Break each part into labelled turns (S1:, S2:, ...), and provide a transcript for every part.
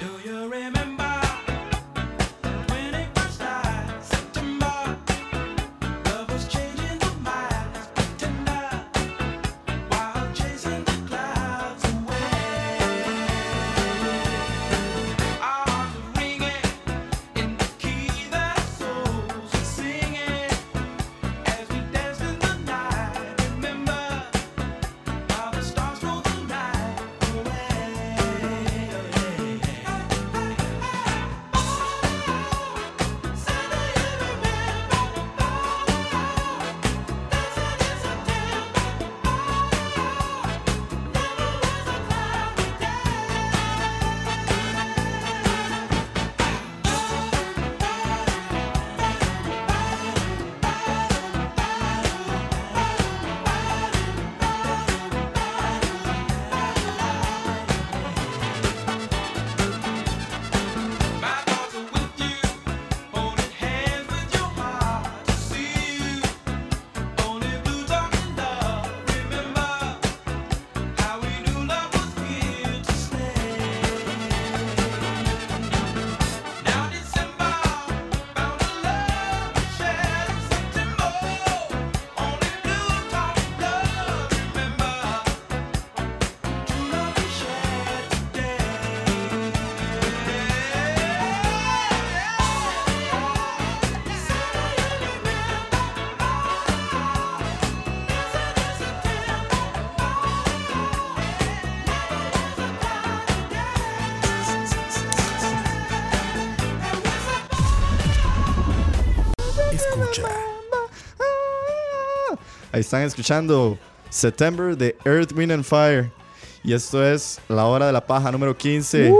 S1: Do you remember when it first started? September, love was changing the mind, tender, while chasing the clouds away. Our hearts were ringing in the key that souls were singing as we danced in the night. Remember how the stars stole the night away. My thoughts are with you, holding hands with your heart to see you. Only blue dark and love. Remember how we knew love was here to stay. Now December found the love we shared in September. Only blue dark and love. Remember true love we shared
S2: Escucha.
S3: Ah, Ahí están escuchando September de Earth, Wind and Fire. Y esto es La Hora de la Paja número 15.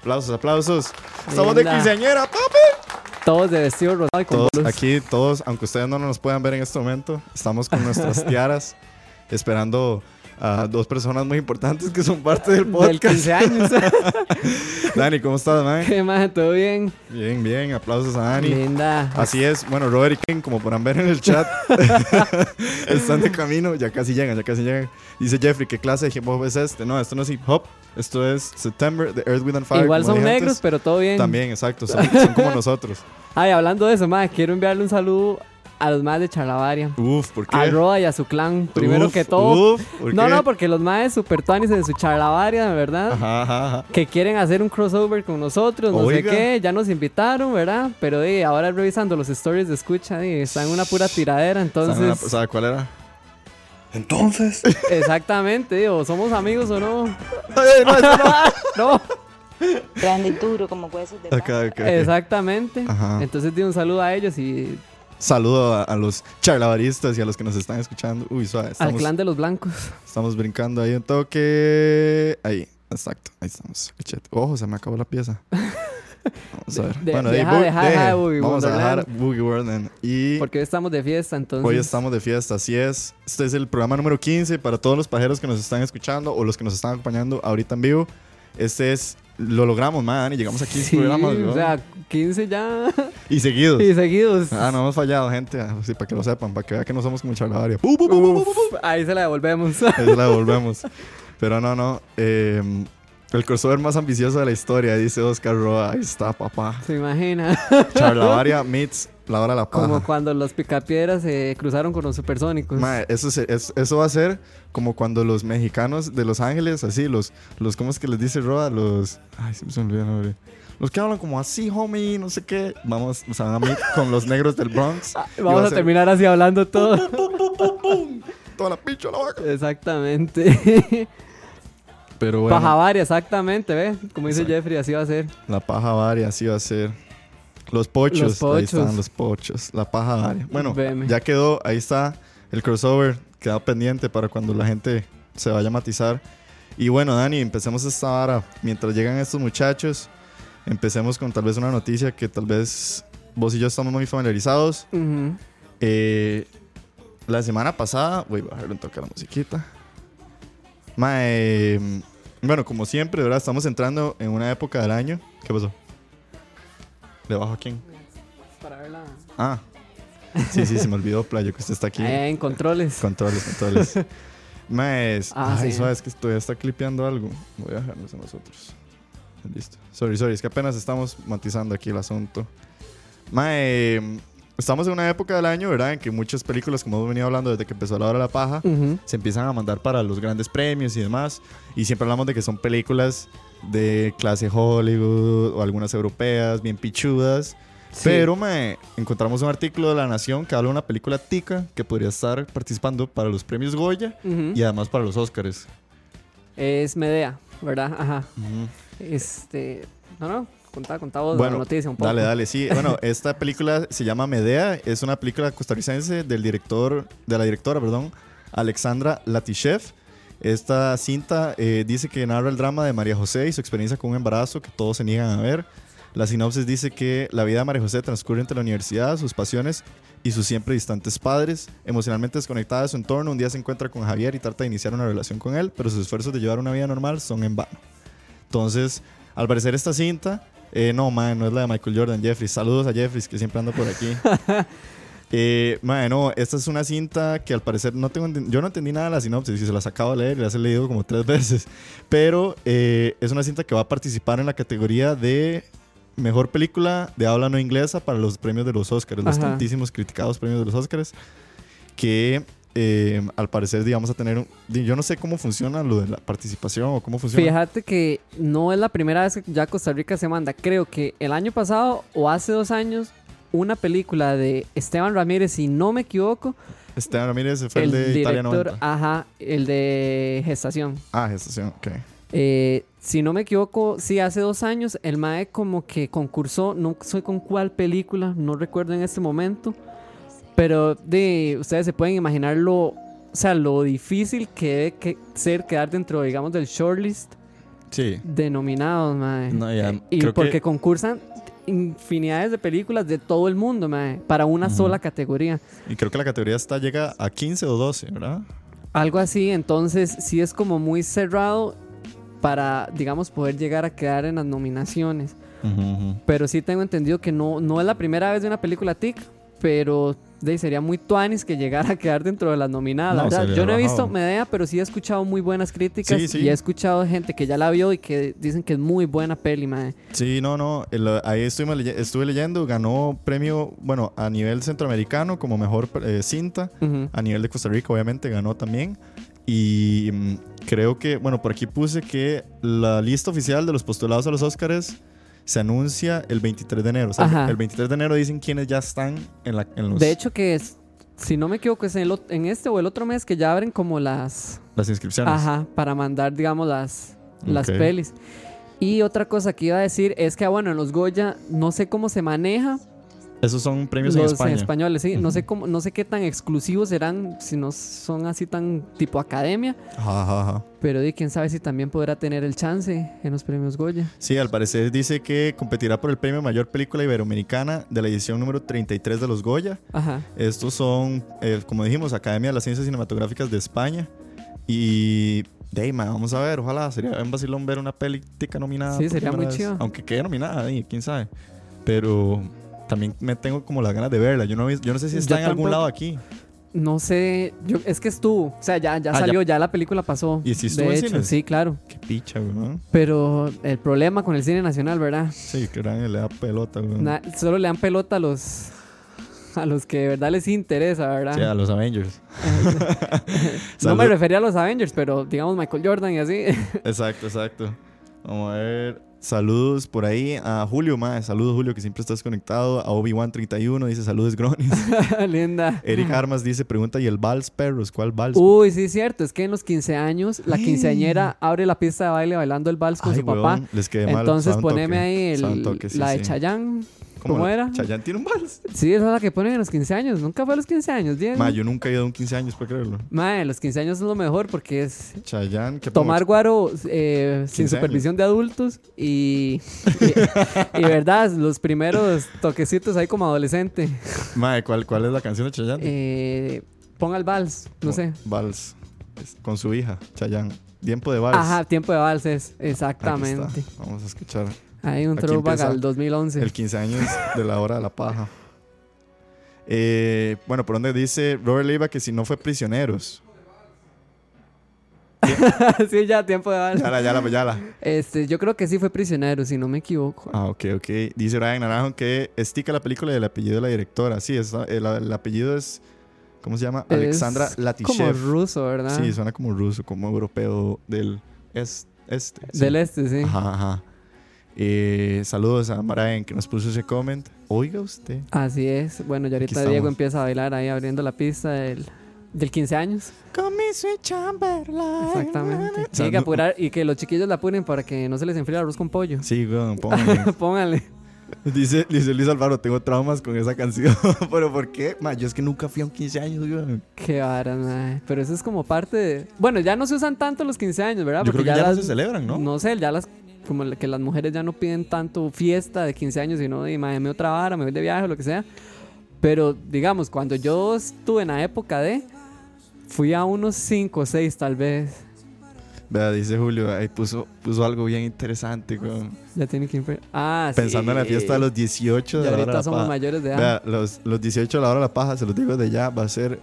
S3: Aplausos, aplausos. Estamos de
S4: Linda.
S3: quinceañera, papi.
S4: Todos de vestido rosado y con
S3: Todos
S4: bolos.
S3: aquí, todos, aunque ustedes no nos puedan ver en este momento, estamos con nuestras tiaras esperando a dos personas muy importantes que son parte del
S4: Del
S3: podcast.
S4: 15 años.
S3: Dani, ¿cómo estás, man?
S4: ¿Qué más? ¿Todo bien?
S3: Bien, bien. Aplausos a Dani.
S4: Linda.
S3: Así es, bueno, Robert y Ken, como podrán ver en el chat, están de camino, ya casi llegan, ya casi llegan. Dice Jeffrey, ¿qué clase de hip hop es este? No, esto no es hip hop, esto es September, The Earth, Wind and Fire.
S4: Igual
S3: como
S4: son
S3: dije
S4: negros,
S3: antes.
S4: pero todo bien.
S3: También, exacto, son, son como nosotros.
S4: Ay, hablando de eso, madre, quiero enviarle un saludo a los más de Charlavaria.
S3: Uf, ¿por qué?
S4: A Roa y a su clan, primero
S3: Uf,
S4: que todo.
S3: uf, ¿por
S4: no,
S3: qué?
S4: no, porque los maes super tuanis en su charlavaria, de verdad.
S3: Ajá, ajá, ajá.
S4: Que quieren hacer un crossover con nosotros, no
S3: Oiga.
S4: sé qué, ya nos invitaron, ¿verdad? Pero di, ahora revisando los stories de escucha, di, están una pura tiradera,
S3: Esa no era-
S4: entonces.
S3: o sea, ¿cuál era?
S5: Entonces,
S4: exactamente, di, o somos amigos o no.
S3: Ay, no, esa no.
S4: no,
S6: Grande y duro como huesos de
S3: Ok,
S6: vaca.
S3: ok, ok.
S4: exactamente.
S3: Ajá.
S4: Entonces di un saludo a ellos y
S3: Saludo a, a los charlavaristas y a los que nos están escuchando. Uy, suave,
S4: al
S3: estamos,
S4: clan de los blancos.
S3: estamos brincando ahí un toque. Ahí, exacto, ahí estamos. Cachete. Ojo, se me acabó la pieza. Vamos a ver.
S4: De-
S3: bueno,
S4: deja-
S3: ahí, bu-
S4: deja-
S3: deje.
S4: deja de Boogie
S3: Vamos a dejar
S4: Wonderland.
S3: Boogie Warden. Y
S4: Porque hoy estamos de fiesta, entonces.
S3: hoy estamos de fiesta, así es. Este es el programa número 15 para todos los pajeros que nos están escuchando o los que nos están acompañando ahorita en vivo. Este es. Lo logramos, man, y llegamos aquí este
S4: Sí,
S3: programas,
S4: o
S3: weón.
S4: sea, 15 ya
S3: Y seguidos.
S4: y seguidos.
S3: Ah, no hemos fallado, gente. Ah, Sí, para que lo sepan, para que vean que no somos como charlavaria. ¡Pu,
S4: Uh,
S3: pu, pu, pu, pu,
S4: Uf,
S3: pu!
S4: ahí se la devolvemos.
S3: Ahí se la devolvemos. Pero no, no. eh, el crossover más ambicioso de la historia, dice Oscar Roa. Ahí está, papá.
S4: Se imagina.
S3: Charlavaria meets la hora de la paja.
S4: Como cuando los picapiedras se cruzaron con los supersónicos.
S3: Mae, eso, se- es- eso va a ser como cuando los mexicanos de Los Ángeles, así, los, los ¿cómo es que les dice Roa? Los, ay, se me olvidó el nombre. Los que hablan como así, homie, no sé qué. Vamos, o sea, a mí, con los negros del Bronx. y va
S4: Ah, Vamos a
S3: ser
S4: terminar así hablando todo.
S3: Toda la pinche la vaca.
S4: exactamente.
S3: Pero bueno,
S4: Pajavaria, exactamente, ¿ve? Como dice Jeffrey, así va a ser.
S3: la paja varia, así va a ser. Los pochos,
S4: Los
S3: ahí
S4: pochos.
S3: están los pochos, la paja varia. Bueno,
S4: Veme.
S3: ya quedó, ahí está el crossover, queda pendiente para cuando la gente se vaya a matizar. Y bueno, Dani, empecemos esta vara. Mientras llegan estos muchachos, empecemos con tal vez una noticia que tal vez vos y yo estamos muy familiarizados.
S4: Ujú.
S3: Eh, la semana pasada, voy a bajarle un toque a la musiquita. Mae, bueno, como siempre, ¿verdad? Estamos entrando en una época del año. ¿Qué pasó? ¿Le bajo a quién? Ah, sí, sí, se me olvidó, playo, que usted está aquí.
S4: Eh, en controles.
S3: Controles, controles. Maes,
S4: Ah,
S3: ay,
S4: sí.
S3: suave, es que todavía está clipeando algo. Voy a dejarnos a nosotros. Listo. Sorry, sorry, es que apenas estamos matizando aquí el asunto. Mae, estamos en una época del año, ¿verdad? En que muchas películas, como hemos venido hablando desde que empezó la hora de la paja,
S4: Ujú.
S3: se empiezan a mandar para los grandes premios y demás. Y siempre hablamos de que son películas de clase Hollywood o algunas europeas, bien pichudas.
S4: Sí.
S3: Pero me encontramos un artículo de La Nación que habla de una película tica que podría estar participando para los premios Goya
S4: Ujú.
S3: y además para los Oscars.
S4: Es Medea, ¿verdad? Ajá. Este. No, no. Contá, contá vos la noticia un poco.
S3: dale, dale, sí. Bueno, esta película se llama Medea, es una película costarricense del director, de la directora, perdón, Alexandra Latishev. Esta cinta eh, dice que narra el drama de María José y su experiencia con un embarazo que todos se niegan a ver. La sinopsis dice que la vida de María José transcurre entre la universidad, sus pasiones y sus siempre distantes padres. Emocionalmente desconectada de su entorno, un día se encuentra con Javier y trata de iniciar una relación con él, pero sus esfuerzos de llevar una vida normal son en vano. Entonces, al parecer esta cinta, eh, no, man, no es la de Michael Jordan, Jeffries. Saludos a Jeffries, que siempre anda por aquí. Eh, man, no, esta es una cinta que al parecer no tengo, enten- yo no entendí nada de la sinopsis y se las acabo de leer y las he leído como tres veces. Pero eh, es una cinta que va a participar en la categoría de mejor película de habla no inglesa para los premios de los Oscars, los
S4: Ajá.
S3: tantísimos criticados premios de los Oscars. Que eh, al parecer, digamos, a tener un. Yo no sé cómo funciona lo de la participación o cómo funciona.
S4: Fíjate que no es la primera vez que ya Costa Rica se manda. Creo que el año pasado o hace dos años, una película de Esteban Ramírez, si no me equivoco,
S3: Esteban Ramírez se fue el, de Italia 90.
S4: ajá, el de Gestación.
S3: Ah, gestación, ok.
S4: Eh, si no me equivoco, sí, hace dos años el MAE como que concursó, no sé con cuál película, no recuerdo en este momento, pero de, ustedes se pueden imaginar lo, o sea, lo difícil que debe que ser quedar dentro, digamos, del shortlist
S3: Sí.
S4: denominados, mae.
S3: No, ya,
S4: Eh, y
S3: creo que-
S4: porque concursan infinidades de películas de todo el mundo, mae, para una sola categoría.
S3: Y creo que la categoría está llega a 15 o 12, ¿verdad?
S4: Algo así, entonces sí es como muy cerrado para, digamos, poder llegar a quedar en las nominaciones. Pero sí tengo entendido que no, no es la primera vez de una película TIC, pero de, ahí, sería muy tuanis que llegara a quedar dentro de las nominadas. la
S3: No,
S4: verdad.
S3: sería
S4: Yo no he visto
S3: rajado.
S4: Medea, pero sí he escuchado muy buenas críticas
S3: Sí, sí.
S4: y he escuchado gente que ya la vio y que dicen que es muy buena peli, mae.
S3: Sí, no, no. el- ahí estuvimos leye- estuve leyendo. Ganó premio, bueno, a nivel centroamericano como mejor eh, cinta.
S4: Ujú.
S3: A nivel de Costa Rica, obviamente, ganó también. Y mm, creo que, bueno, por aquí puse que la lista oficial de los postulados a los Oscars se anuncia el 23 de enero. O sea,
S4: Ajá.
S3: el 23 de enero dicen quiénes ya están en, la, en los-
S4: De hecho que es, si no me equivoco, es en, el ot- en este o el otro mes que ya abren como las...
S3: las inscripciones.
S4: Ajá, para mandar, digamos, las, las
S3: Ok.
S4: pelis. Y otra cosa que iba a decir es que, ah, bueno, en los Goya no sé cómo se maneja
S3: Esos son premios
S4: los
S3: en España.
S4: en españoles, sí. No sé, cómo, no sé qué tan exclusivos serán, si no son así tan tipo academia,
S3: Ajá, ajá, ajá.
S4: pero de quién sabe si también podrá tener el chance en los premios Goya.
S3: Sí, al parecer dice que competirá por el premio Mayor Película Iberoamericana de la edición número 33 de los Goya.
S4: Ajá.
S3: Estos son, eh, como dijimos, Academia de las Ciencias Cinematográficas de España. Y, de ahí, ma, vamos a ver, ojalá sería un vacilón ver una película nominada.
S4: Sí,
S3: por
S4: sería
S3: primera
S4: muy
S3: vez.
S4: chido.
S3: Aunque quede nominada, ahí, quién sabe. Pero también me tengo como las ganas de verla. Yo no, vi- yo no sé si
S4: Yo
S3: está en
S4: tampoco.
S3: algún lado aquí.
S4: No sé, yo, es que estuvo, o sea, ya, ya
S3: Ah, ya.
S4: salió, ya. la película pasó.
S3: ¿Y si estuvo
S4: de
S3: en
S4: hecho,
S3: cines?
S4: sí, claro.
S3: Qué picha, weón.
S4: Pero el problema con el cine nacional, ¿verdad?
S3: Mm. Sí, que gran le da pelota, weón.
S4: Na- solo le dan pelota a los, a los que de verdad les interesa, ¿verdad?
S3: Sí, a los Avengers.
S4: no me
S3: Salud.
S4: refería a los Avengers, pero digamos Michael Jordan y así.
S3: Exacto, exacto. Vamos a ver. Saludos por ahí a Julio, más Saludos, Julio, que siempre estás conectado. A Obi-Wan31 dice saludos, Gronis.
S4: Linda.
S3: Eric Armas dice pregunta: ¿y el vals, perros? ¿Cuál vals?
S4: Uy, sí, es cierto. Es que en los 15 años, la quinceañera abre la pista de baile bailando el vals con
S3: Ay,
S4: su papá.
S3: weón, les quedé mal.
S4: Entonces
S3: Saben
S4: poneme
S3: toque,
S4: ahí el-
S3: saben toque, sí,
S4: la de
S3: sí.
S4: Chayanne. ¿Cómo,
S3: la-
S4: era?
S3: Chayanne tiene un vals.
S4: Sí, esa es la que ponen en los 15 años. Nunca fue a los 15 años, Diego.
S3: Ma, yo nunca he ido a un 15 años, para creerlo.
S4: Mae, los 15 años es lo mejor porque es
S3: Chayanne, que
S4: tomar guaro eh,
S3: 15
S4: sin
S3: años.
S4: supervisión de adultos y, y, y verdad, los primeros toquecitos ahí como adolescente.
S3: Madre, ¿cuál, ¿cuál es la canción de Chayanne?
S4: Eh, ponga el vals, no
S3: Con-
S4: sé.
S3: Vals. Es- Con su hija, Chayanne. Tiempo de vals.
S4: Ajá, tiempo de valses,
S3: Aquí está.
S4: exactamente.
S3: Vamos a escuchar
S4: Hay un
S3: Aquí
S4: throwback
S3: empieza
S4: al 2011.
S3: el 15 años de la hora de la paja. Eh, bueno, por donde dice Robert Leiva que si no fue prisioneros.
S4: sí, ya, tiempo de vals.
S3: Yala, yala, yala.
S4: Este, yo creo que sí fue prisionero, si no me equivoco.
S3: Ah, ok, ok. Dice Brian Naranjo que estica la película del apellido de la directora. Sí, es, el, el apellido es. ¿Cómo se llama?
S4: Es
S3: Alexandra
S4: Como
S3: Latishev.
S4: ruso, ¿verdad?
S3: Sí, suena como ruso, como europeo del es- este. sí.
S4: Del este, sí.
S3: Ajá, ajá. Eh, saludos a Brian que nos puso ese comment. Oiga usted.
S4: Así es. Bueno, ya ahorita
S3: estamos.
S4: Diego empieza a bailar ahí abriendo la pista del, del 15 años.
S3: Con mi sweet Chamberlain.
S4: Exactamente.
S3: O sea,
S4: Tiene que
S3: no-
S4: apurar y que los chiquillos la apuren para que no se les enfríe el arroz con pollo.
S3: Sí, weón, póngale.
S4: Pónganle.
S3: dice, dice Luis Alvaro, tengo traumas con esa canción. Pero ¿por qué? Ma, yo es que nunca fui a un 15 años, weón.
S4: Qué vara, mae. Pero eso es como parte de. Bueno, ya no se usan tanto los 15 años, ¿verdad?
S3: Yo creo que ya, no
S4: Ah, las-
S3: se celebran, ¿no?
S4: No sé, ya las. Como la- que las mujeres ya no piden tanto fiesta de 15 años, sino de mae, me otra vara, me voy de viaje o lo que sea. Pero digamos, cuando yo estuve en la época de. Fui a unos 5 o 6 tal vez.
S3: Vea, dice Julio, ahí puso, puso algo bien interesante, weón.
S4: Ya tiene que. ir- Ah, sí.
S3: Pensando en la fiesta de los 18 de
S4: Y
S3: la hora de
S4: ahorita
S3: la
S4: somos
S3: paja.
S4: mayores de edad.
S3: Vea, los, los 18 de la hora de la paja, se los digo de ya, va a ser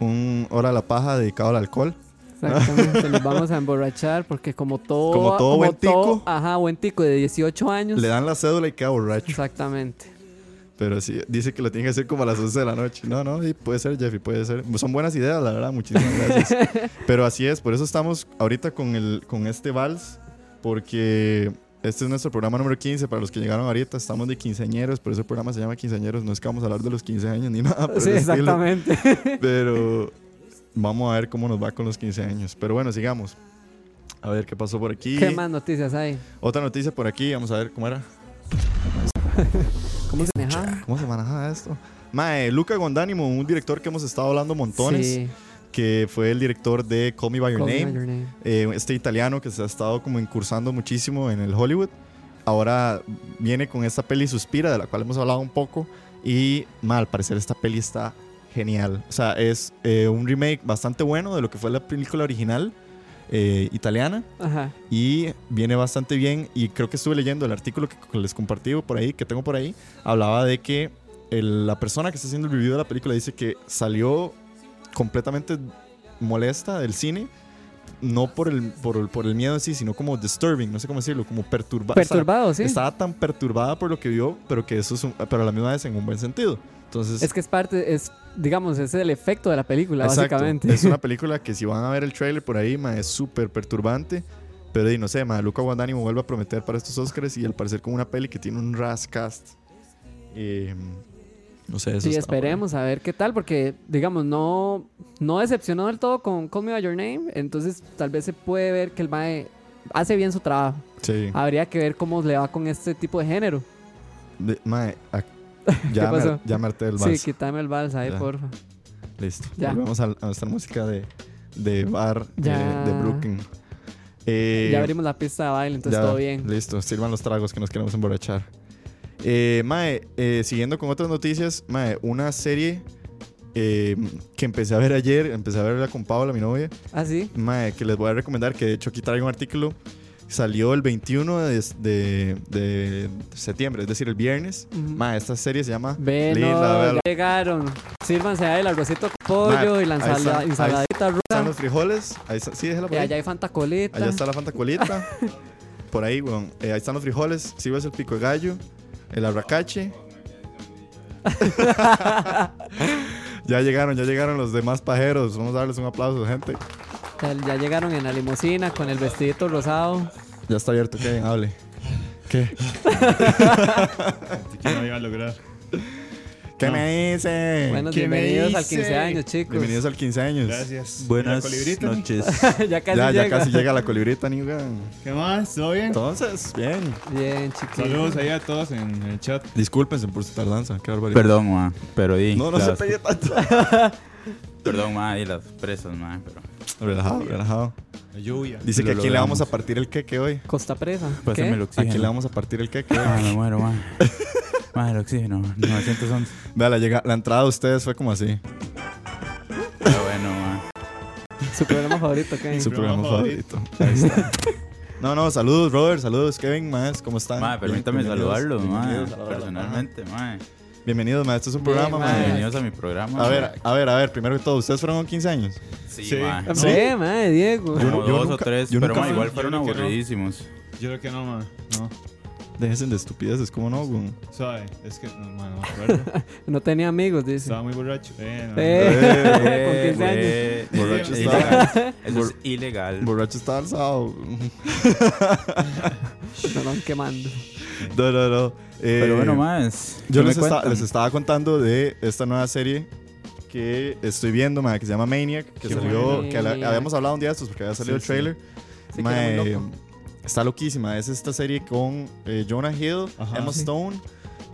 S3: un hora de la paja dedicado al alcohol.
S4: Exactamente, nos vamos a emborrachar porque como todo...
S3: Como todo buen tico.
S4: ajá, buen tico de 18 años.
S3: Le dan la cédula y queda borracho.
S4: Exactamente.
S3: Pero sí, dice que lo tiene que hacer como a las 11 de la noche. No, no, y puede ser, Jeffy, puede ser. Son buenas ideas, la verdad, muchísimas gracias. Pero así es, por eso estamos ahorita con, el, con este vals, porque este es nuestro programa número 15. Para los que llegaron ahorita, estamos de quinceañeros, por eso el programa se llama Quinceañeros. No es que vamos a hablar de los 15 años ni nada. por
S4: Sí,
S3: el estilo.
S4: exactamente.
S3: Pero vamos a ver cómo nos va con los 15 años. Pero bueno, sigamos. A ver qué pasó por aquí.
S4: ¿Qué más noticias hay?
S3: Otra noticia por aquí, vamos a ver cómo era.
S4: ¿Cómo se maneja?
S3: ¿Cómo se manejaba esto? Mae, Luca Gondánimo, un director que hemos estado hablando montones,
S4: Sí,
S3: que fue el director de Call Me By Your
S4: Call Me
S3: Name,
S4: By Your Name.
S3: eh, este italiano que se ha estado como incursando muchísimo en el Hollywood. Ahora viene con esta peli Suspira, de la cual hemos hablado un poco, y mal, al parecer esta peli está genial. O sea, es eh, un remake bastante bueno de lo que fue la película original eh, italiana
S4: Ajá.
S3: y viene bastante bien y creo que estuve leyendo el artículo que que les compartí por ahí que tengo por ahí hablaba de que el- la persona que está haciendo el review de la película dice que salió completamente molesta del cine no por el por el, por el miedo en sí sino como disturbing no sé cómo decirlo como perturbada
S4: Perturbado, sí.
S3: estaba tan perturbada por lo que vio pero que eso es un- pero a la misma vez en un buen sentido entonces
S4: Es que es parte, es, digamos, es el efecto de la película,
S3: Exacto.
S4: básicamente.
S3: Es una película que si van a ver el tráiler por ahí, ma, es súper perturbante. Pero y no sé, ma, Luca Guadagnino vuelve a prometer para estos Oscars y al parecer con una peli que tiene un ras cast. Eh, no sé, eso
S4: Sí,
S3: está
S4: esperemos a ver qué tal, porque digamos, no, no decepcionó del todo con Call Me By Your Name, entonces tal vez se puede ver que el Mae hace bien su trabajo.
S3: bueno. Sí.
S4: Habría que ver cómo le va con este tipo de género.
S3: De- ma, a- ya,
S4: pasó?
S3: me, ya me harté del
S4: Sí,
S3: vals.
S4: quítame el vals ahí,
S3: Ya.
S4: porfa.
S3: Listo.
S4: Ya.
S3: Volvemos a, a nuestra música de, de bar eh,
S4: Ya.
S3: de Brooklyn. Eh,
S4: ya abrimos la pista de baile, entonces
S3: Ya,
S4: todo bien.
S3: Listo, sirvan los tragos que nos queremos emborrachar. Eh, mae, eh, siguiendo con otras noticias, Mae, una serie eh, que empecé a ver ayer, empecé a verla con Paola, mi novia,
S4: Ah, sí.
S3: Mae, que les voy a recomendar, que de hecho aquí traigo un artículo, salió el 21 de, de- de septiembre, es decir, el viernes.
S4: Ujú.
S3: Mae, esta serie se llama
S4: Ven,
S3: Lila, vea,
S4: ya llegaron. Sírvanse ahí el arrocito con pollo
S3: Ma,
S4: y la
S3: ahí
S4: ensala-
S3: están, ahí
S4: ensaladita
S3: Están
S4: rusa.
S3: los frijoles, ahí está- sí, déjala por
S4: Y
S3: ahí.
S4: allá hay fantacoleta.
S3: Allá está la fantacolita. Por ahí, weón. Eh, ahí están los frijoles. Si ves el pico de gallo, el arracache. Ya llegaron, ya llegaron los demás pajeros. Vamos a darles un aplauso, gente.
S4: Ya- Ya llegaron en la limusina con el vestidito rosado.
S3: Ya está abierto, que hable. ¿Qué?
S7: Así que no lo iba a lograr.
S3: ¿Qué
S7: No.
S3: me dice?
S4: Bueno,
S7: ¿qué me
S4: bienvenidos al
S7: dice?
S4: 15 años, chicos.
S3: Bienvenidos al 15 años.
S7: Gracias. ¿Y la
S8: Buenas
S7: colibrita?
S8: noches.
S4: ya casi
S3: ya,
S4: llega.
S3: ya casi llega la colibrita, Niuga.
S7: ¿Qué más? ¿Todo bien?
S3: Entonces, bien.
S4: Bien, chicos.
S7: Saludos ahí a todos en el chat.
S3: Discúlpense por su tardanza, qué barbaridad.
S8: Perdón, ma, pero di.
S3: No, no se
S8: las-
S3: pegue tanto.
S8: Perdón, ma, y las presas, ma, pero.
S3: Relajado, relajado.
S7: La lluvia.
S3: Dice
S8: Lo
S3: que aquí le
S8: logramos.
S3: vamos a partir el queque hoy.
S4: Costa Presa. ¿Qué?
S8: Pásame el oxígeno.
S3: Aquí le vamos a partir el queque
S8: Ah,
S3: hoy.
S8: me muero, ma. Ma, el oxígeno, 911.
S3: Vea, la, llega- la entrada de ustedes fue como así.
S8: Pero Ah, bueno, ma.
S4: Su programa favorito, ¿qué?
S3: Su
S7: programa
S3: programa favorito. Ahí está. No, no, saludos, Robert, saludos, Kevin, más, ¿cómo están?
S8: Ma,
S3: Bien,
S8: permítame
S3: bienvenidos,
S8: saludarlos, ma.
S3: bienvenidos a la hora de la
S8: Personalmente, ma.
S3: paja. Bienvenidos, ma, este es un
S4: Bien,
S3: programa,
S4: ma.
S3: ma.
S8: Bienvenidos a mi programa.
S3: A
S8: ma.
S3: ver, a ver, a ver, primero que todo, ¿ustedes fueron con 15 años?
S8: Sí,
S7: Sí.
S8: ma.
S4: Sí, madre, Diego.
S8: Como
S3: yo
S8: dos
S3: nunca-
S8: o tres,
S3: yo
S8: pero
S3: nunca
S8: ma,
S7: fui-
S8: igual
S7: yo
S8: fueron
S7: creo que no.
S8: aburridísimos.
S7: Yo creo que no, ma. No.
S3: Déjense de estupideces, ¿cómo no? güey?
S7: Suave. Es que, no, ma, no me acuerdo.
S4: No tenía amigos, dice.
S7: Estaba muy borracho. Eh, no.
S4: Eh, con 15 años.
S8: Eh,
S3: Borracho
S8: eh,
S3: estaba.
S8: ilegal. Eso es
S3: Bor-
S8: ilegal.
S3: Borracho está alzado.
S4: Nos van quemando.
S3: No, no, no. Eh,
S8: Pero bueno, más.
S3: Yo les, esta- les estaba contando de esta nueva serie que estoy viendo, ma, que se llama Maniac, que
S7: Qué
S3: salió,
S4: bueno.
S3: que la- habíamos hablado un día de estos porque había salido
S7: Sí,
S3: el trailer.
S4: Sí, que
S3: Ma,
S4: era muy
S3: eh,
S4: loco.
S3: está loquísima. Es esta serie con eh, Jonah Hill,
S7: Ajá.
S3: Emma
S7: Sí.
S3: Stone.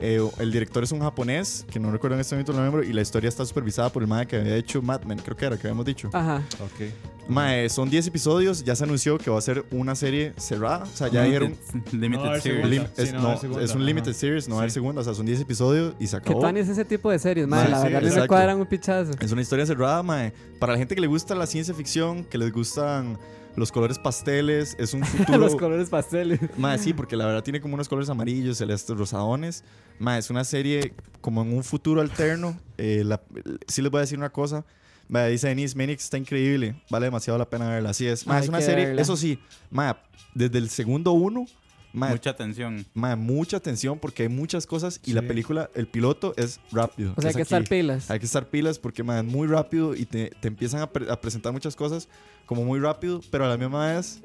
S3: eh, el director es un japonés, que no recuerdo en este momento el nombre, y la historia está supervisada por el madre que había hecho Mad Men, creo que era, que habíamos
S7: Ah.
S3: dicho.
S4: Ajá.
S7: Ok.
S3: Mae, son 10 episodios, ya se anunció que va a ser una serie cerrada, o sea, ya dijeron...
S7: No, a
S8: Limited
S7: ver,
S8: series.
S7: según-
S3: lim-
S7: Sí,
S3: es,
S7: no va a
S3: no,
S7: haber segunda,
S3: es un limited
S7: ajá.
S3: series, no va a haber
S7: Sí.
S3: segunda, o sea, son 10 episodios y se
S4: Que
S3: acabó.
S4: pan es ese tipo de series, madre.
S3: Sí,
S4: la
S3: sí,
S4: verdad, a mí me
S3: exacto.
S4: cuadran un pichazo.
S3: Es una historia cerrada, mae. Para la gente que le gusta la ciencia ficción, que les gustan los colores pasteles, es un futuro...
S4: Los colores pasteles.
S3: Mae, sí, porque la verdad tiene como unos colores amarillos, celestes, rosadones. Mae, es una serie como en un futuro alterno. Eh, la- sí les voy a decir una cosa. Mae, dice Denise Menix, está increíble. Vale demasiado la pena verla. Así es. Mae,
S4: Hay
S3: es una
S4: que
S3: serie,
S4: verla.
S3: eso sí, mae, desde el segundo uno, mae,
S8: Mucha atención.
S3: mae, mucha atención porque hay muchas cosas y la
S7: Sí.
S3: película, el piloto es rápido.
S4: O sea,
S3: es
S4: hay que estar
S3: aquí.
S4: pilas.
S3: Hay que estar pilas porque man, muy rápido y te, te empiezan a, pre- a presentar muchas cosas como muy rápido, pero a la misma vez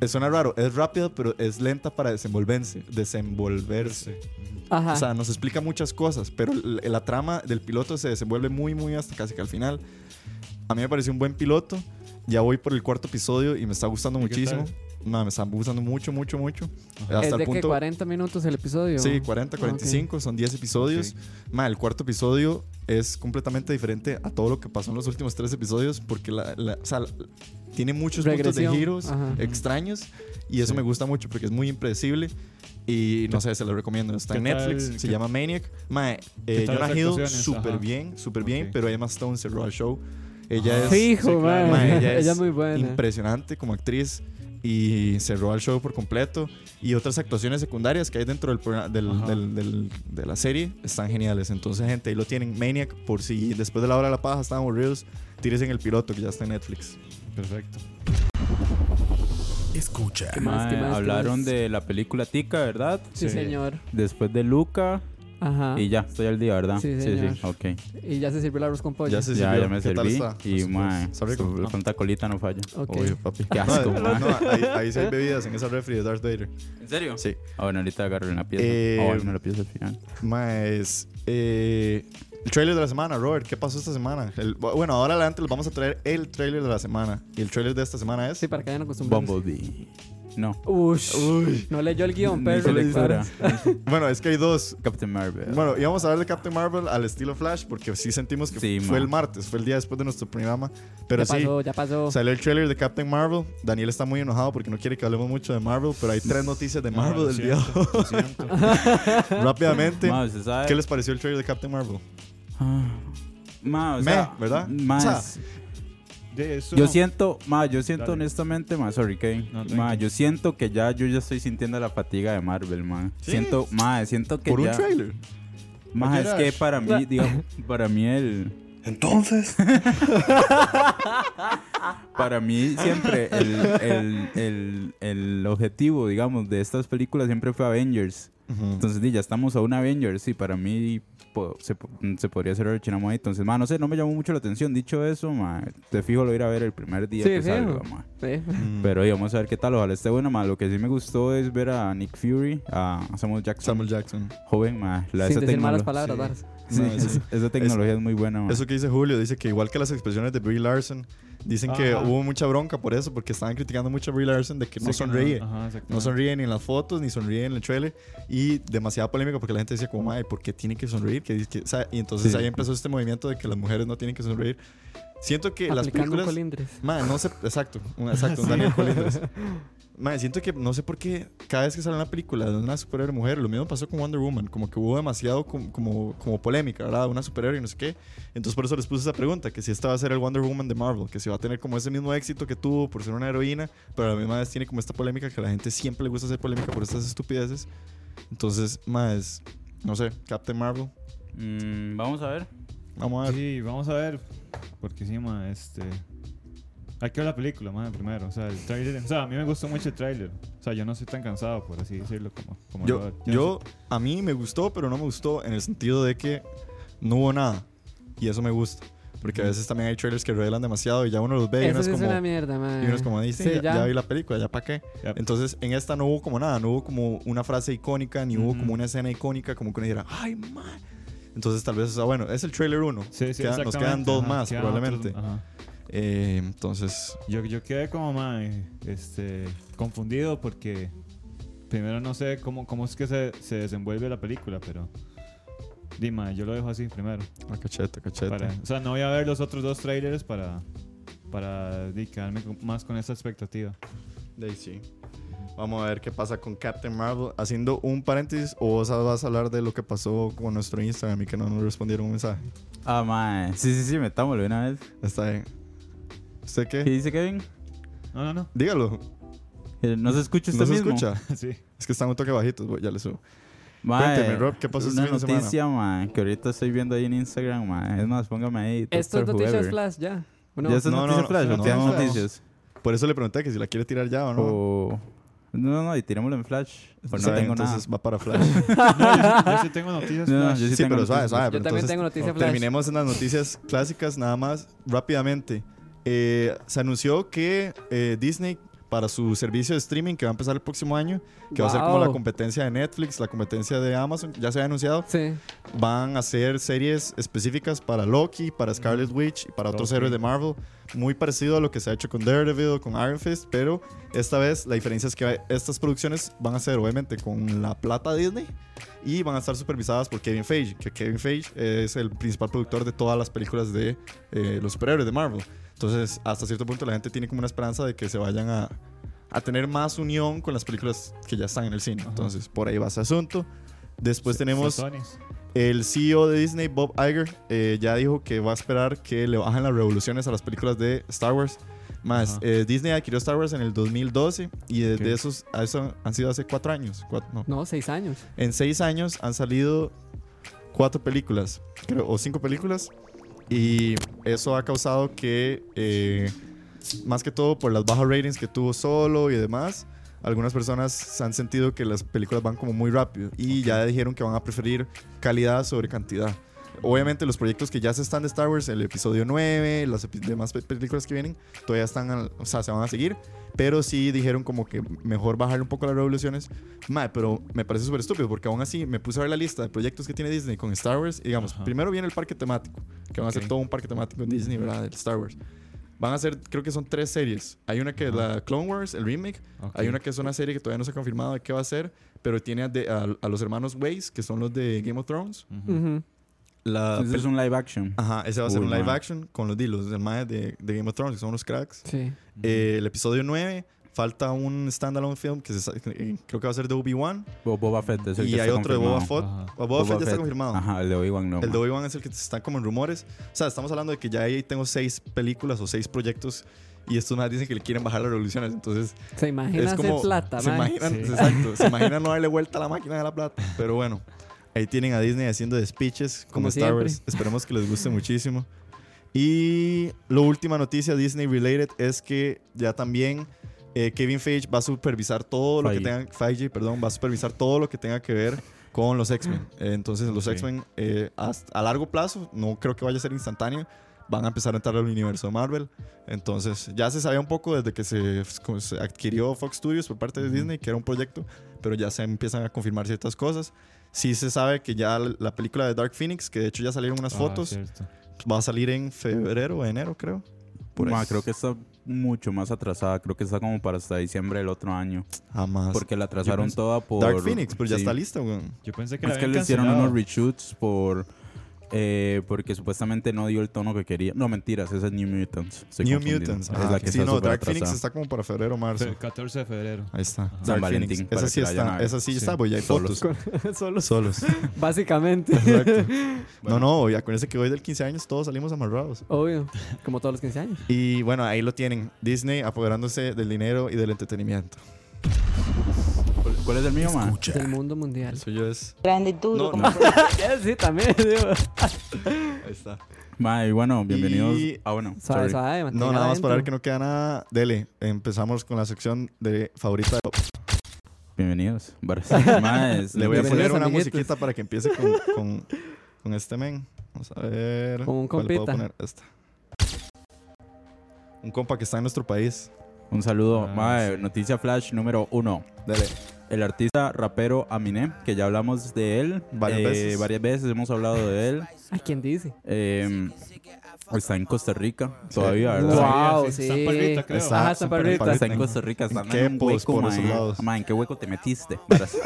S3: eh, suena raro, es rápido pero es lenta para desenvolverse, desenvolverse.
S4: Ajá.
S3: O sea, nos explica muchas cosas, pero l- la, trama del piloto se desenvuelve muy muy hasta casi que al final. A mí me pareció un buen piloto. Ya voy por el cuarto episodio y me está gustando
S7: ¿Y qué
S3: muchísimo. Man, me está gustando mucho, mucho, mucho.
S4: es
S3: Hasta
S4: de
S3: el
S4: que
S3: punto
S4: 40 minutos el episodio.
S3: Sí, 40, 45, son 10 episodios. Ma, el cuarto episodio es completamente diferente a todo lo que pasó en los últimos tres episodios porque la, la- o sea, la- tiene muchos puntos
S4: Regresión,
S3: de giros
S4: ajá.
S3: extraños y eso me gusta mucho porque es muy impredecible. Y no sé, se lo recomiendo. Está en
S7: ¿Qué tal-
S3: Netflix, se
S7: qué-
S3: llama Maniac. Ma, eh,
S7: tal
S3: Jonah
S7: las
S3: Hill,
S7: actuaciones?
S3: súper
S7: Ajá.
S3: bien, súper bien,
S7: Ok.
S3: pero Emma Stone cerró el show. Ella es.
S4: Fijo,
S7: Sí, claro.
S4: madre.
S3: Ma,
S4: ella,
S3: ella
S4: es muy buena.
S3: Impresionante como actriz y cerró al show por completo. Y otras actuaciones secundarias que hay dentro del programa, del,
S7: Ajá.
S3: del- del- de la serie están geniales. Entonces, gente, ahí lo tienen. Maniac, por si después de la hora de la paja están aburridos, tires en el piloto que ya está en Netflix.
S7: Perfecto.
S2: Escucha.
S4: ¿Qué más,
S8: Ma,
S4: qué más, pues. qué
S8: hablaron
S4: más?
S8: de la película Tica, ¿verdad?
S4: Sí,
S7: Sí.
S4: señor.
S8: Después de Luca.
S4: Ajá.
S8: Y ya, estoy al día, ¿verdad?
S4: Sí,
S8: sí,
S4: señor.
S8: sí. Ok.
S4: Y ya se sirvió el arroz con pollo.
S3: Ya se
S8: ya,
S3: sirvió.
S8: ya me
S3: ¿Qué tal
S8: serví.
S3: está? Pues,
S8: Y,
S3: Está-
S8: ma,
S3: está rico.
S8: su-
S3: Ah.
S8: tanta colita no falla.
S4: Ok.
S3: Obvio, papi.
S8: Qué asco,
S3: no,
S8: ma.
S3: no, ahí, ahí sí hay bebidas en esa refri de Darth Vader.
S8: ¿En serio?
S3: Sí.
S8: Ah, bueno, ahorita agarro una pieza.
S3: Eh,
S8: Ah, bueno, la pieza al final.
S3: Más. eh, el trailer de la semana, Robert. ¿Qué pasó esta semana? El- bueno, ahora adelante les vamos a traer el trailer de la semana. Y el trailer de esta semana es.
S4: Sí, para que hayan acostumbrado.
S8: Bumblebee. No.
S4: Ush.
S3: Uy.
S4: No leyó el guión,
S8: Ni
S4: perro. le
S8: lectura.
S4: cuadra.
S3: Bueno, es que hay dos.
S8: Captain Marvel.
S3: Bueno, íbamos a hablar de Captain Marvel al estilo Flash porque sí sentimos que
S8: Sí,
S3: fue
S8: ma.
S3: el martes, fue el día después de nuestro programa. Pero
S4: Ya
S3: sí,
S4: pasó, ya pasó.
S3: salió el trailer de Captain Marvel. Daniel está muy enojado porque no quiere que hablemos mucho de Marvel, pero hay tres noticias de Marvel del día.
S7: Lo siento.
S3: Rápidamente,
S8: Ma, ¿usted sabe?
S3: ¿qué les pareció el trailer de Captain Marvel?
S8: Ah. Ma, o
S3: Me,
S8: sea,
S3: ¿verdad?
S8: ma,
S3: O sea,
S8: es-
S7: De eso
S8: yo
S7: no.
S8: siento, ma, yo siento
S7: Dale.
S8: honestamente, ma, sorry, Kevin.
S7: No,
S8: ma,
S7: tranqui.
S8: yo siento que ya, yo ya estoy sintiendo la fatiga de Marvel, ma.
S3: Sí.
S8: Siento, ma, siento que
S3: Por
S8: ya.
S3: un trailer.
S8: Ma, es
S7: Oye,
S8: que
S7: Ash.
S8: para mí, digamos, para mí el,
S1: Entonces,
S8: Para mí siempre el, el- el- el objetivo, digamos, de estas películas siempre fue Avengers. Entonces di, ya estamos a un Avengers y para mí po- se, po- se podría hacer el Chinamo ahí. Entonces, ma, no sé, no me llamó mucho la atención. Dicho eso, ma, te fijo lo ir a ver el primer día
S4: Sí,
S8: que
S4: fijo.
S8: salga, ma.
S4: Sí.
S3: Mm.
S8: Pero y vamos a ver qué tal, ojalá esté bueno, ma. Lo que sí me gustó es ver a Nick Fury, a Samuel Jackson,
S3: Samuel Jackson.
S8: joven, ma. La,
S4: Sin
S8: esa
S4: decir malas
S8: tecnolo-
S4: palabras,
S8: sí.
S4: varas.
S8: Sí,
S3: No, eso-
S8: esa tecnología es muy buena,
S7: Mm.
S8: ma.
S3: Eso que dice Julio, dice que igual que las expresiones de Brie Larson, dicen que
S7: Ajá.
S3: hubo mucha bronca por eso, porque estaban criticando mucho a Brie Larson de que no
S7: Sí, que
S3: sonríe.
S7: Ajá, exactamente.
S3: No sonríe ni en las fotos, ni sonríe en el trailer. Y demasiada polémica porque la gente decía, como, madre, ¿por qué tiene que sonreír? Que, que- o sea, y entonces
S8: Sí.
S3: ahí empezó este movimiento de que las mujeres no tienen que sonreír. Siento que las
S4: Aplicando
S3: películas.
S4: colindres.
S3: Madre, no sé. Exacto, un- exacto, un Daniel Colindres. Madre, siento que no sé por qué cada vez que sale una película de una superhéroe mujer, lo mismo pasó con Wonder Woman, como que hubo demasiado com- como, como polémica, ¿verdad? Una superhéroe y no sé qué. Entonces por eso les puse esa pregunta, que si esta va a ser el Wonder Woman de Marvel, que si va a tener como ese mismo éxito que tuvo por ser una heroína, pero a la misma vez tiene como esta polémica que a la gente siempre le gusta hacer polémica por estas estupideces. Entonces, más, no sé, Captain Marvel,
S8: Mm, vamos a ver.
S3: vamos a ver.
S7: Sí, vamos a ver. Porque sí, ma, este. Hay que ver la película, ma, primero. O sea, el tráiler. O sea, a mí me gustó mucho el tráiler. O sea, yo no soy tan cansado, por así decirlo, como, como
S3: Yo,
S7: Robert.
S3: yo,
S7: no
S3: a mí me gustó, pero no me gustó en el sentido de que no hubo nada. Y eso me gusta. Porque a veces también hay trailers que revelan demasiado y ya uno los ve y
S4: Eso
S3: uno, es
S4: sí es
S3: como,
S4: una mierda, man.
S3: y uno es como dice,
S4: Sí,
S3: ya, ya vi la película, ya para qué.
S7: sé. Ya,
S3: Entonces en esta no hubo como nada, no hubo como una frase icónica, ni hubo
S7: Ujú.
S3: como una escena icónica, como que uno dijera, ay, man. Entonces tal vez, o sea, bueno, es el trailer uno.
S7: sí, sí,
S3: Queda- nos
S7: exactamente,
S3: quedan dos
S7: ajá,
S3: más
S7: quedan
S3: probablemente.
S7: otros- ajá.
S3: Eh, entonces,
S7: Yo, yo quedé como, ma, este. Confundido porque. Primero no sé cómo, cómo es que se, se desenvuelve la película, pero. Dima, yo lo dejo así primero.
S3: ah, cachete, cachete.
S7: Para- o sea, no voy a ver los otros dos trailers para, para di, quedarme con- más con esa expectativa.
S3: De ahí sí. Vamos a ver qué pasa con Captain Marvel. Haciendo un paréntesis, o vos vas a hablar de lo que pasó con nuestro Instagram y que no nos respondieron un mensaje.
S8: Ah, mae. Sí, sí, sí, metámoslo de una vez.
S3: Está bien. ¿Usted
S8: ¿Qué
S3: qué?
S8: dice Kevin?
S7: No, no, no.
S3: Dígalo.
S8: Eh, ¿No se escucha usted
S3: ¿No se
S8: mismo?
S3: escucha?
S7: sí.
S3: Es que están un toque bajitos, güey, ya le subo.
S8: Mae,
S3: Cuénteme, Rob, ¿qué pasó este
S8: eh, Una
S3: fin de semana?
S8: noticia, mae, que ahorita estoy viendo ahí en Instagram, mae. Es más, póngame ahí.
S4: Esto es
S8: Dr.
S4: noticias
S8: Whoever.
S4: flash, ya. Bueno,
S8: ¿Ya esto es
S3: No, no,
S8: noticia
S3: no,
S8: flash?
S3: no,
S8: ¿O
S3: no,
S8: tiramos
S3: no.
S8: noticias?
S3: Por eso le pregunté que si la quiere tirar ya o no.
S8: O... No, no, y tirémoslo en flash. Oh, Pues
S3: Está
S8: no
S3: bien,
S8: tengo nada.
S3: entonces va para Flash.
S7: Yo sí tengo noticias.
S8: No, no,
S7: flash.
S8: yo
S3: sí,
S8: sí, tengo
S3: pero
S8: noticias
S3: suave, suave. pero
S8: flash.
S4: Yo también
S3: entonces
S4: tengo noticia flash.
S3: Terminemos en las noticias clásicas nada más rápidamente. Eh, se anunció que eh, Disney para su servicio de streaming que va a empezar el próximo año, que va a ser como la
S4: Wow.
S3: competencia de Netflix, la competencia de Amazon, ya se había anunciado,
S4: Sí.
S3: van a hacer series específicas para Loki, para Scarlet Witch y para otros
S7: Loki.
S3: héroes de Marvel, muy parecido a lo que se ha hecho con Daredevil, con Iron Fist, pero esta vez la diferencia es que estas producciones van a ser obviamente con la plata Disney y van a estar supervisadas por Kevin Feige, que Kevin Feige es el principal productor de todas las películas de eh, los superhéroes de Marvel. Entonces, hasta cierto punto la gente tiene como una esperanza de que se vayan a, a tener más unión con las películas que ya están en el cine. Entonces, por ahí va ese asunto. Después
S8: pues
S3: tenemos
S7: Sotonis.
S3: el CEO de Disney, Bob Iger, eh, ya dijo que va a esperar que le bajen las revoluciones a las películas de Star Wars. Más,
S7: Ajá.
S3: eh, Disney adquirió Star Wars en el 2012 y desde
S7: Ok.
S3: esos a eso han sido hace cuatro años. cuatro- no.
S4: No, seis años.
S3: En seis años han salido cuatro películas, creo, o cinco películas. Y eso ha causado que, eh, más que todo por las bajas ratings que tuvo solo y demás, algunas personas se han sentido que las películas van como muy rápido y ya dijeron que van a preferir calidad sobre cantidad. Obviamente los proyectos que ya se están de Star Wars, el episodio 9, las epi- demás pe- películas que vienen, todavía están, al- o sea, se van a seguir, pero sí dijeron como que mejor bajarle un poco las revoluciones. Mae, pero me parece súper estúpido porque aún así me puse a ver la lista de proyectos que tiene Disney con Star Wars y digamos,
S7: Ajá.
S3: primero viene el parque temático, que van a hacer
S7: Ok.
S3: todo un parque temático en Disney, ¿verdad? El Star Wars. Van a hacer, creo que son tres series. Hay una que es la Clone Wars, el remake,
S7: Ok.
S3: hay una que es una serie que todavía no se ha confirmado de qué va a ser, pero tiene a, de- a- a los hermanos Ways, que son los de Game of Thrones.
S4: Ujú.
S3: La
S8: Entonces es
S3: pel-
S8: un live action.
S3: Ajá, ese va a ser
S8: Uy,
S3: un live
S8: mae.
S3: action con los dilos, los demás de, de Game of Thrones, que son unos cracks.
S4: Sí.
S3: Eh, el episodio 9, falta un standalone film que se sa- eh, creo que va a ser de Obi-Wan.
S8: Bo- Boba Fett es el
S3: Y
S8: que
S3: hay
S8: está
S3: otro de
S8: confirmado.
S3: Boba Fett.
S7: Ajá.
S3: Boba, Fett ya está confirmado.
S8: Ajá, el de Obi-Wan no.
S3: El de
S8: mae.
S3: Obi-Wan es el que están como en rumores. O sea, estamos hablando de que ya ahí tengo seis películas o seis proyectos y estos más dicen que le quieren bajar las revoluciones. Entonces,
S4: Se imagina
S3: es como.
S4: hacer plata,
S3: se
S4: man.
S3: imaginan,
S7: Sí.
S3: exacto, se imaginan no darle vuelta a la máquina de la plata. Pero bueno, ahí tienen a Disney haciendo de speeches como,
S4: Como
S3: Star
S4: siempre.
S3: Wars. Esperemos que les guste muchísimo. Y la última noticia Disney related es que ya también eh, Kevin Feige va a supervisar todo lo que
S8: Feige.
S3: tenga Feige, perdón, va a supervisar todo lo que tenga que ver con los X-Men. Eh, Entonces los
S7: Ok.
S3: X-Men eh, hasta- a largo plazo, no creo que vaya a ser instantáneo, van a empezar a entrar al universo de Marvel. Entonces ya se sabía un poco desde que se, como se adquirió Fox Studios por parte de Disney, que era un proyecto, pero ya se empiezan a confirmar ciertas cosas. Sí se sabe que ya la la película de Dark Phoenix, que de hecho ya salieron unas
S7: Ah,
S3: fotos,
S7: cierto.
S3: va a salir en febrero o enero, creo. Por
S8: Ma,
S3: ahí.
S8: Ah, creo que está mucho más atrasada. Creo que está como para hasta diciembre del otro año.
S3: Jamás.
S8: Porque la atrasaron
S7: pensé-
S8: toda por.
S3: Ah, Dark Phoenix, pero ya
S8: sí.
S3: está lista, weón.
S7: Yo pensé que la
S8: Es que
S7: habían
S8: le hicieron
S7: cancelado.
S8: unos reshoots por. eh, porque supuestamente no dio el tono que quería. No, mentiras, esa es New Mutants. Estoy
S3: New
S8: confundido.
S3: Mutants.
S8: Es
S3: Ah,
S8: la
S3: ok.
S8: que
S3: sí,
S8: está
S3: no,
S8: súper
S3: Dark Phoenix
S8: atrasada.
S3: está como para febrero o marzo.
S7: Fe- 14 de febrero.
S8: Ah,
S3: Ahí está.
S8: San
S3: Dark
S8: Valentín,
S3: Phoenix. Esa
S8: para que
S3: sí
S8: la vayan a
S3: está,
S8: ver.
S3: esa sí,
S7: Sí.
S3: está, güey. Ya hay
S8: Solos.
S3: fotos.
S4: Solo,
S3: Solos.
S4: básicamente.
S3: Exacto. No, no, y acuérdense que hoy del 15 años todos salimos amarrados.
S4: Obvio, como todos los 15 años.
S3: Y bueno, ahí lo tienen. Disney apoderándose del dinero y del entretenimiento.
S8: ¿Cuál- ¿Cuál es el mío, ma?
S4: Del mundo mundial.
S3: Eso yo es.
S6: Grande y duro
S3: No,
S6: como
S3: no.
S6: puede ser.
S4: sí, también. digo.
S3: Ahí está.
S8: Ma, y bueno, bienvenidos.
S3: Y-
S8: Ah, bueno.
S4: Suave,
S8: sorry.
S4: suave,
S3: No,
S4: mantenga
S3: nada más
S4: adentro.
S3: para ver que no queda nada. Dele, empezamos con la sección de favorita. de-
S8: Bienvenidos. Ma, es-
S3: Le voy a poner
S8: ya
S4: Bienvenidos,
S3: una
S4: amiguitos.
S3: musiquita para que empiece con, con, con este men. Vamos a ver.
S4: Con un
S3: cuál le puedo
S4: compita.
S3: poner. Esta. Un compa que está en nuestro país.
S8: Un saludo.
S7: Ah,
S8: Mae,
S7: sí.
S8: Noticia Flash número uno.
S3: Dale.
S8: El artista rapero Aminé, que ya hablamos de él
S3: Varias
S8: eh,
S3: veces.
S8: varias veces hemos hablado de él.
S4: Ay, ¿quién dice?
S8: Eh, está en Costa Rica todavía, ¿verdad?
S4: Wow,
S7: Sí,
S4: sí.
S7: San Parrita, creo.
S3: Está-
S4: Ajá, San
S3: San Parrita.
S4: Parrita.
S8: Está en Costa Rica, está
S3: ¿En
S8: en,
S3: qué
S8: un
S3: pos-
S8: hueco,
S3: por esos
S8: mae.
S3: lados?
S8: Mae, ¿en qué hueco te metiste? Varas.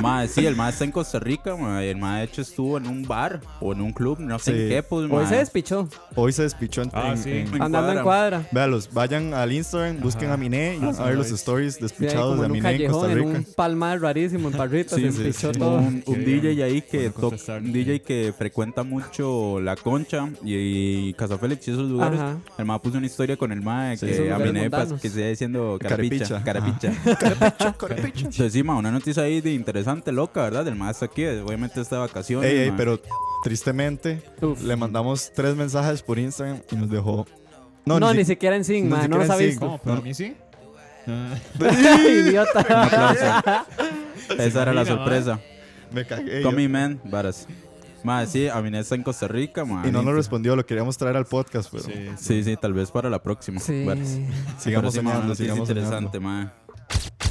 S8: mae, sí, el mae está en Costa Rica, mae. El mae, de hecho, estuvo en un bar o en un club, no sé
S3: Sí.
S8: en qué, pues,
S4: Hoy
S8: mae.
S4: se despichó,
S3: Hoy se despichó en.
S7: Ah,
S3: en-
S7: sí.
S3: en-
S4: andando en cuadra.
S3: Véalos, vayan al Instagram, busquen a Miné y van a ver los stories
S4: Sí, ahí
S3: despichados
S4: como
S3: de
S4: en un
S3: Miné en Costa
S4: callejón, en
S3: Rica.
S4: un palmar rarísimo en Parrita,
S8: Sí,
S4: se
S8: sí,
S4: despichó
S8: sí.
S4: todo.
S8: Un, un
S7: Qué
S8: DJ
S7: bien.
S8: ahí que
S7: Bueno,
S8: toca,
S7: contestar.
S8: un DJ que frecuenta mucho la concha y, Casa Félix y esos lugares.
S4: Ajá.
S8: El ma puso una historia con el ma de
S4: Sí, esos
S8: que a
S4: lugares
S8: Miné pas-
S4: mundanos.
S8: que sigue diciendo carapicha,
S3: Carapicha.
S8: carapicha. Entonces, sí, ma, una noticia ahí de interesante, loca, ¿verdad? El ma está aquí, obviamente está de vacaciones.
S3: Ey, ey,
S8: ma.
S3: pero tristemente
S4: Uf.
S3: le mandamos tres mensajes por Instagram y nos dejó.
S4: No, ni, siquiera en
S3: ni
S4: Sigma, no
S3: siquiera
S4: lo
S3: en
S4: sabéis.
S3: Sigma.
S7: ¿Cómo? ¿Para mí sí? Ah,
S8: Un
S4: Idiota.
S8: aplauso. Esa era la
S7: imagina, ma?
S8: sorpresa.
S3: Me cagué. yo.
S8: Come man, varas. Ma, sí, Aminé está en Costa Rica, ma.
S3: Y no nos respondió, lo queríamos traer al podcast, pero
S7: sí.
S8: Sí, sí, tal vez para la próxima.
S4: Sí.
S8: varas.
S3: sigamos
S8: Pero sí, ma,
S3: soñando,
S8: noticia
S3: sigamos
S8: interesante,
S3: soñando.
S8: mae.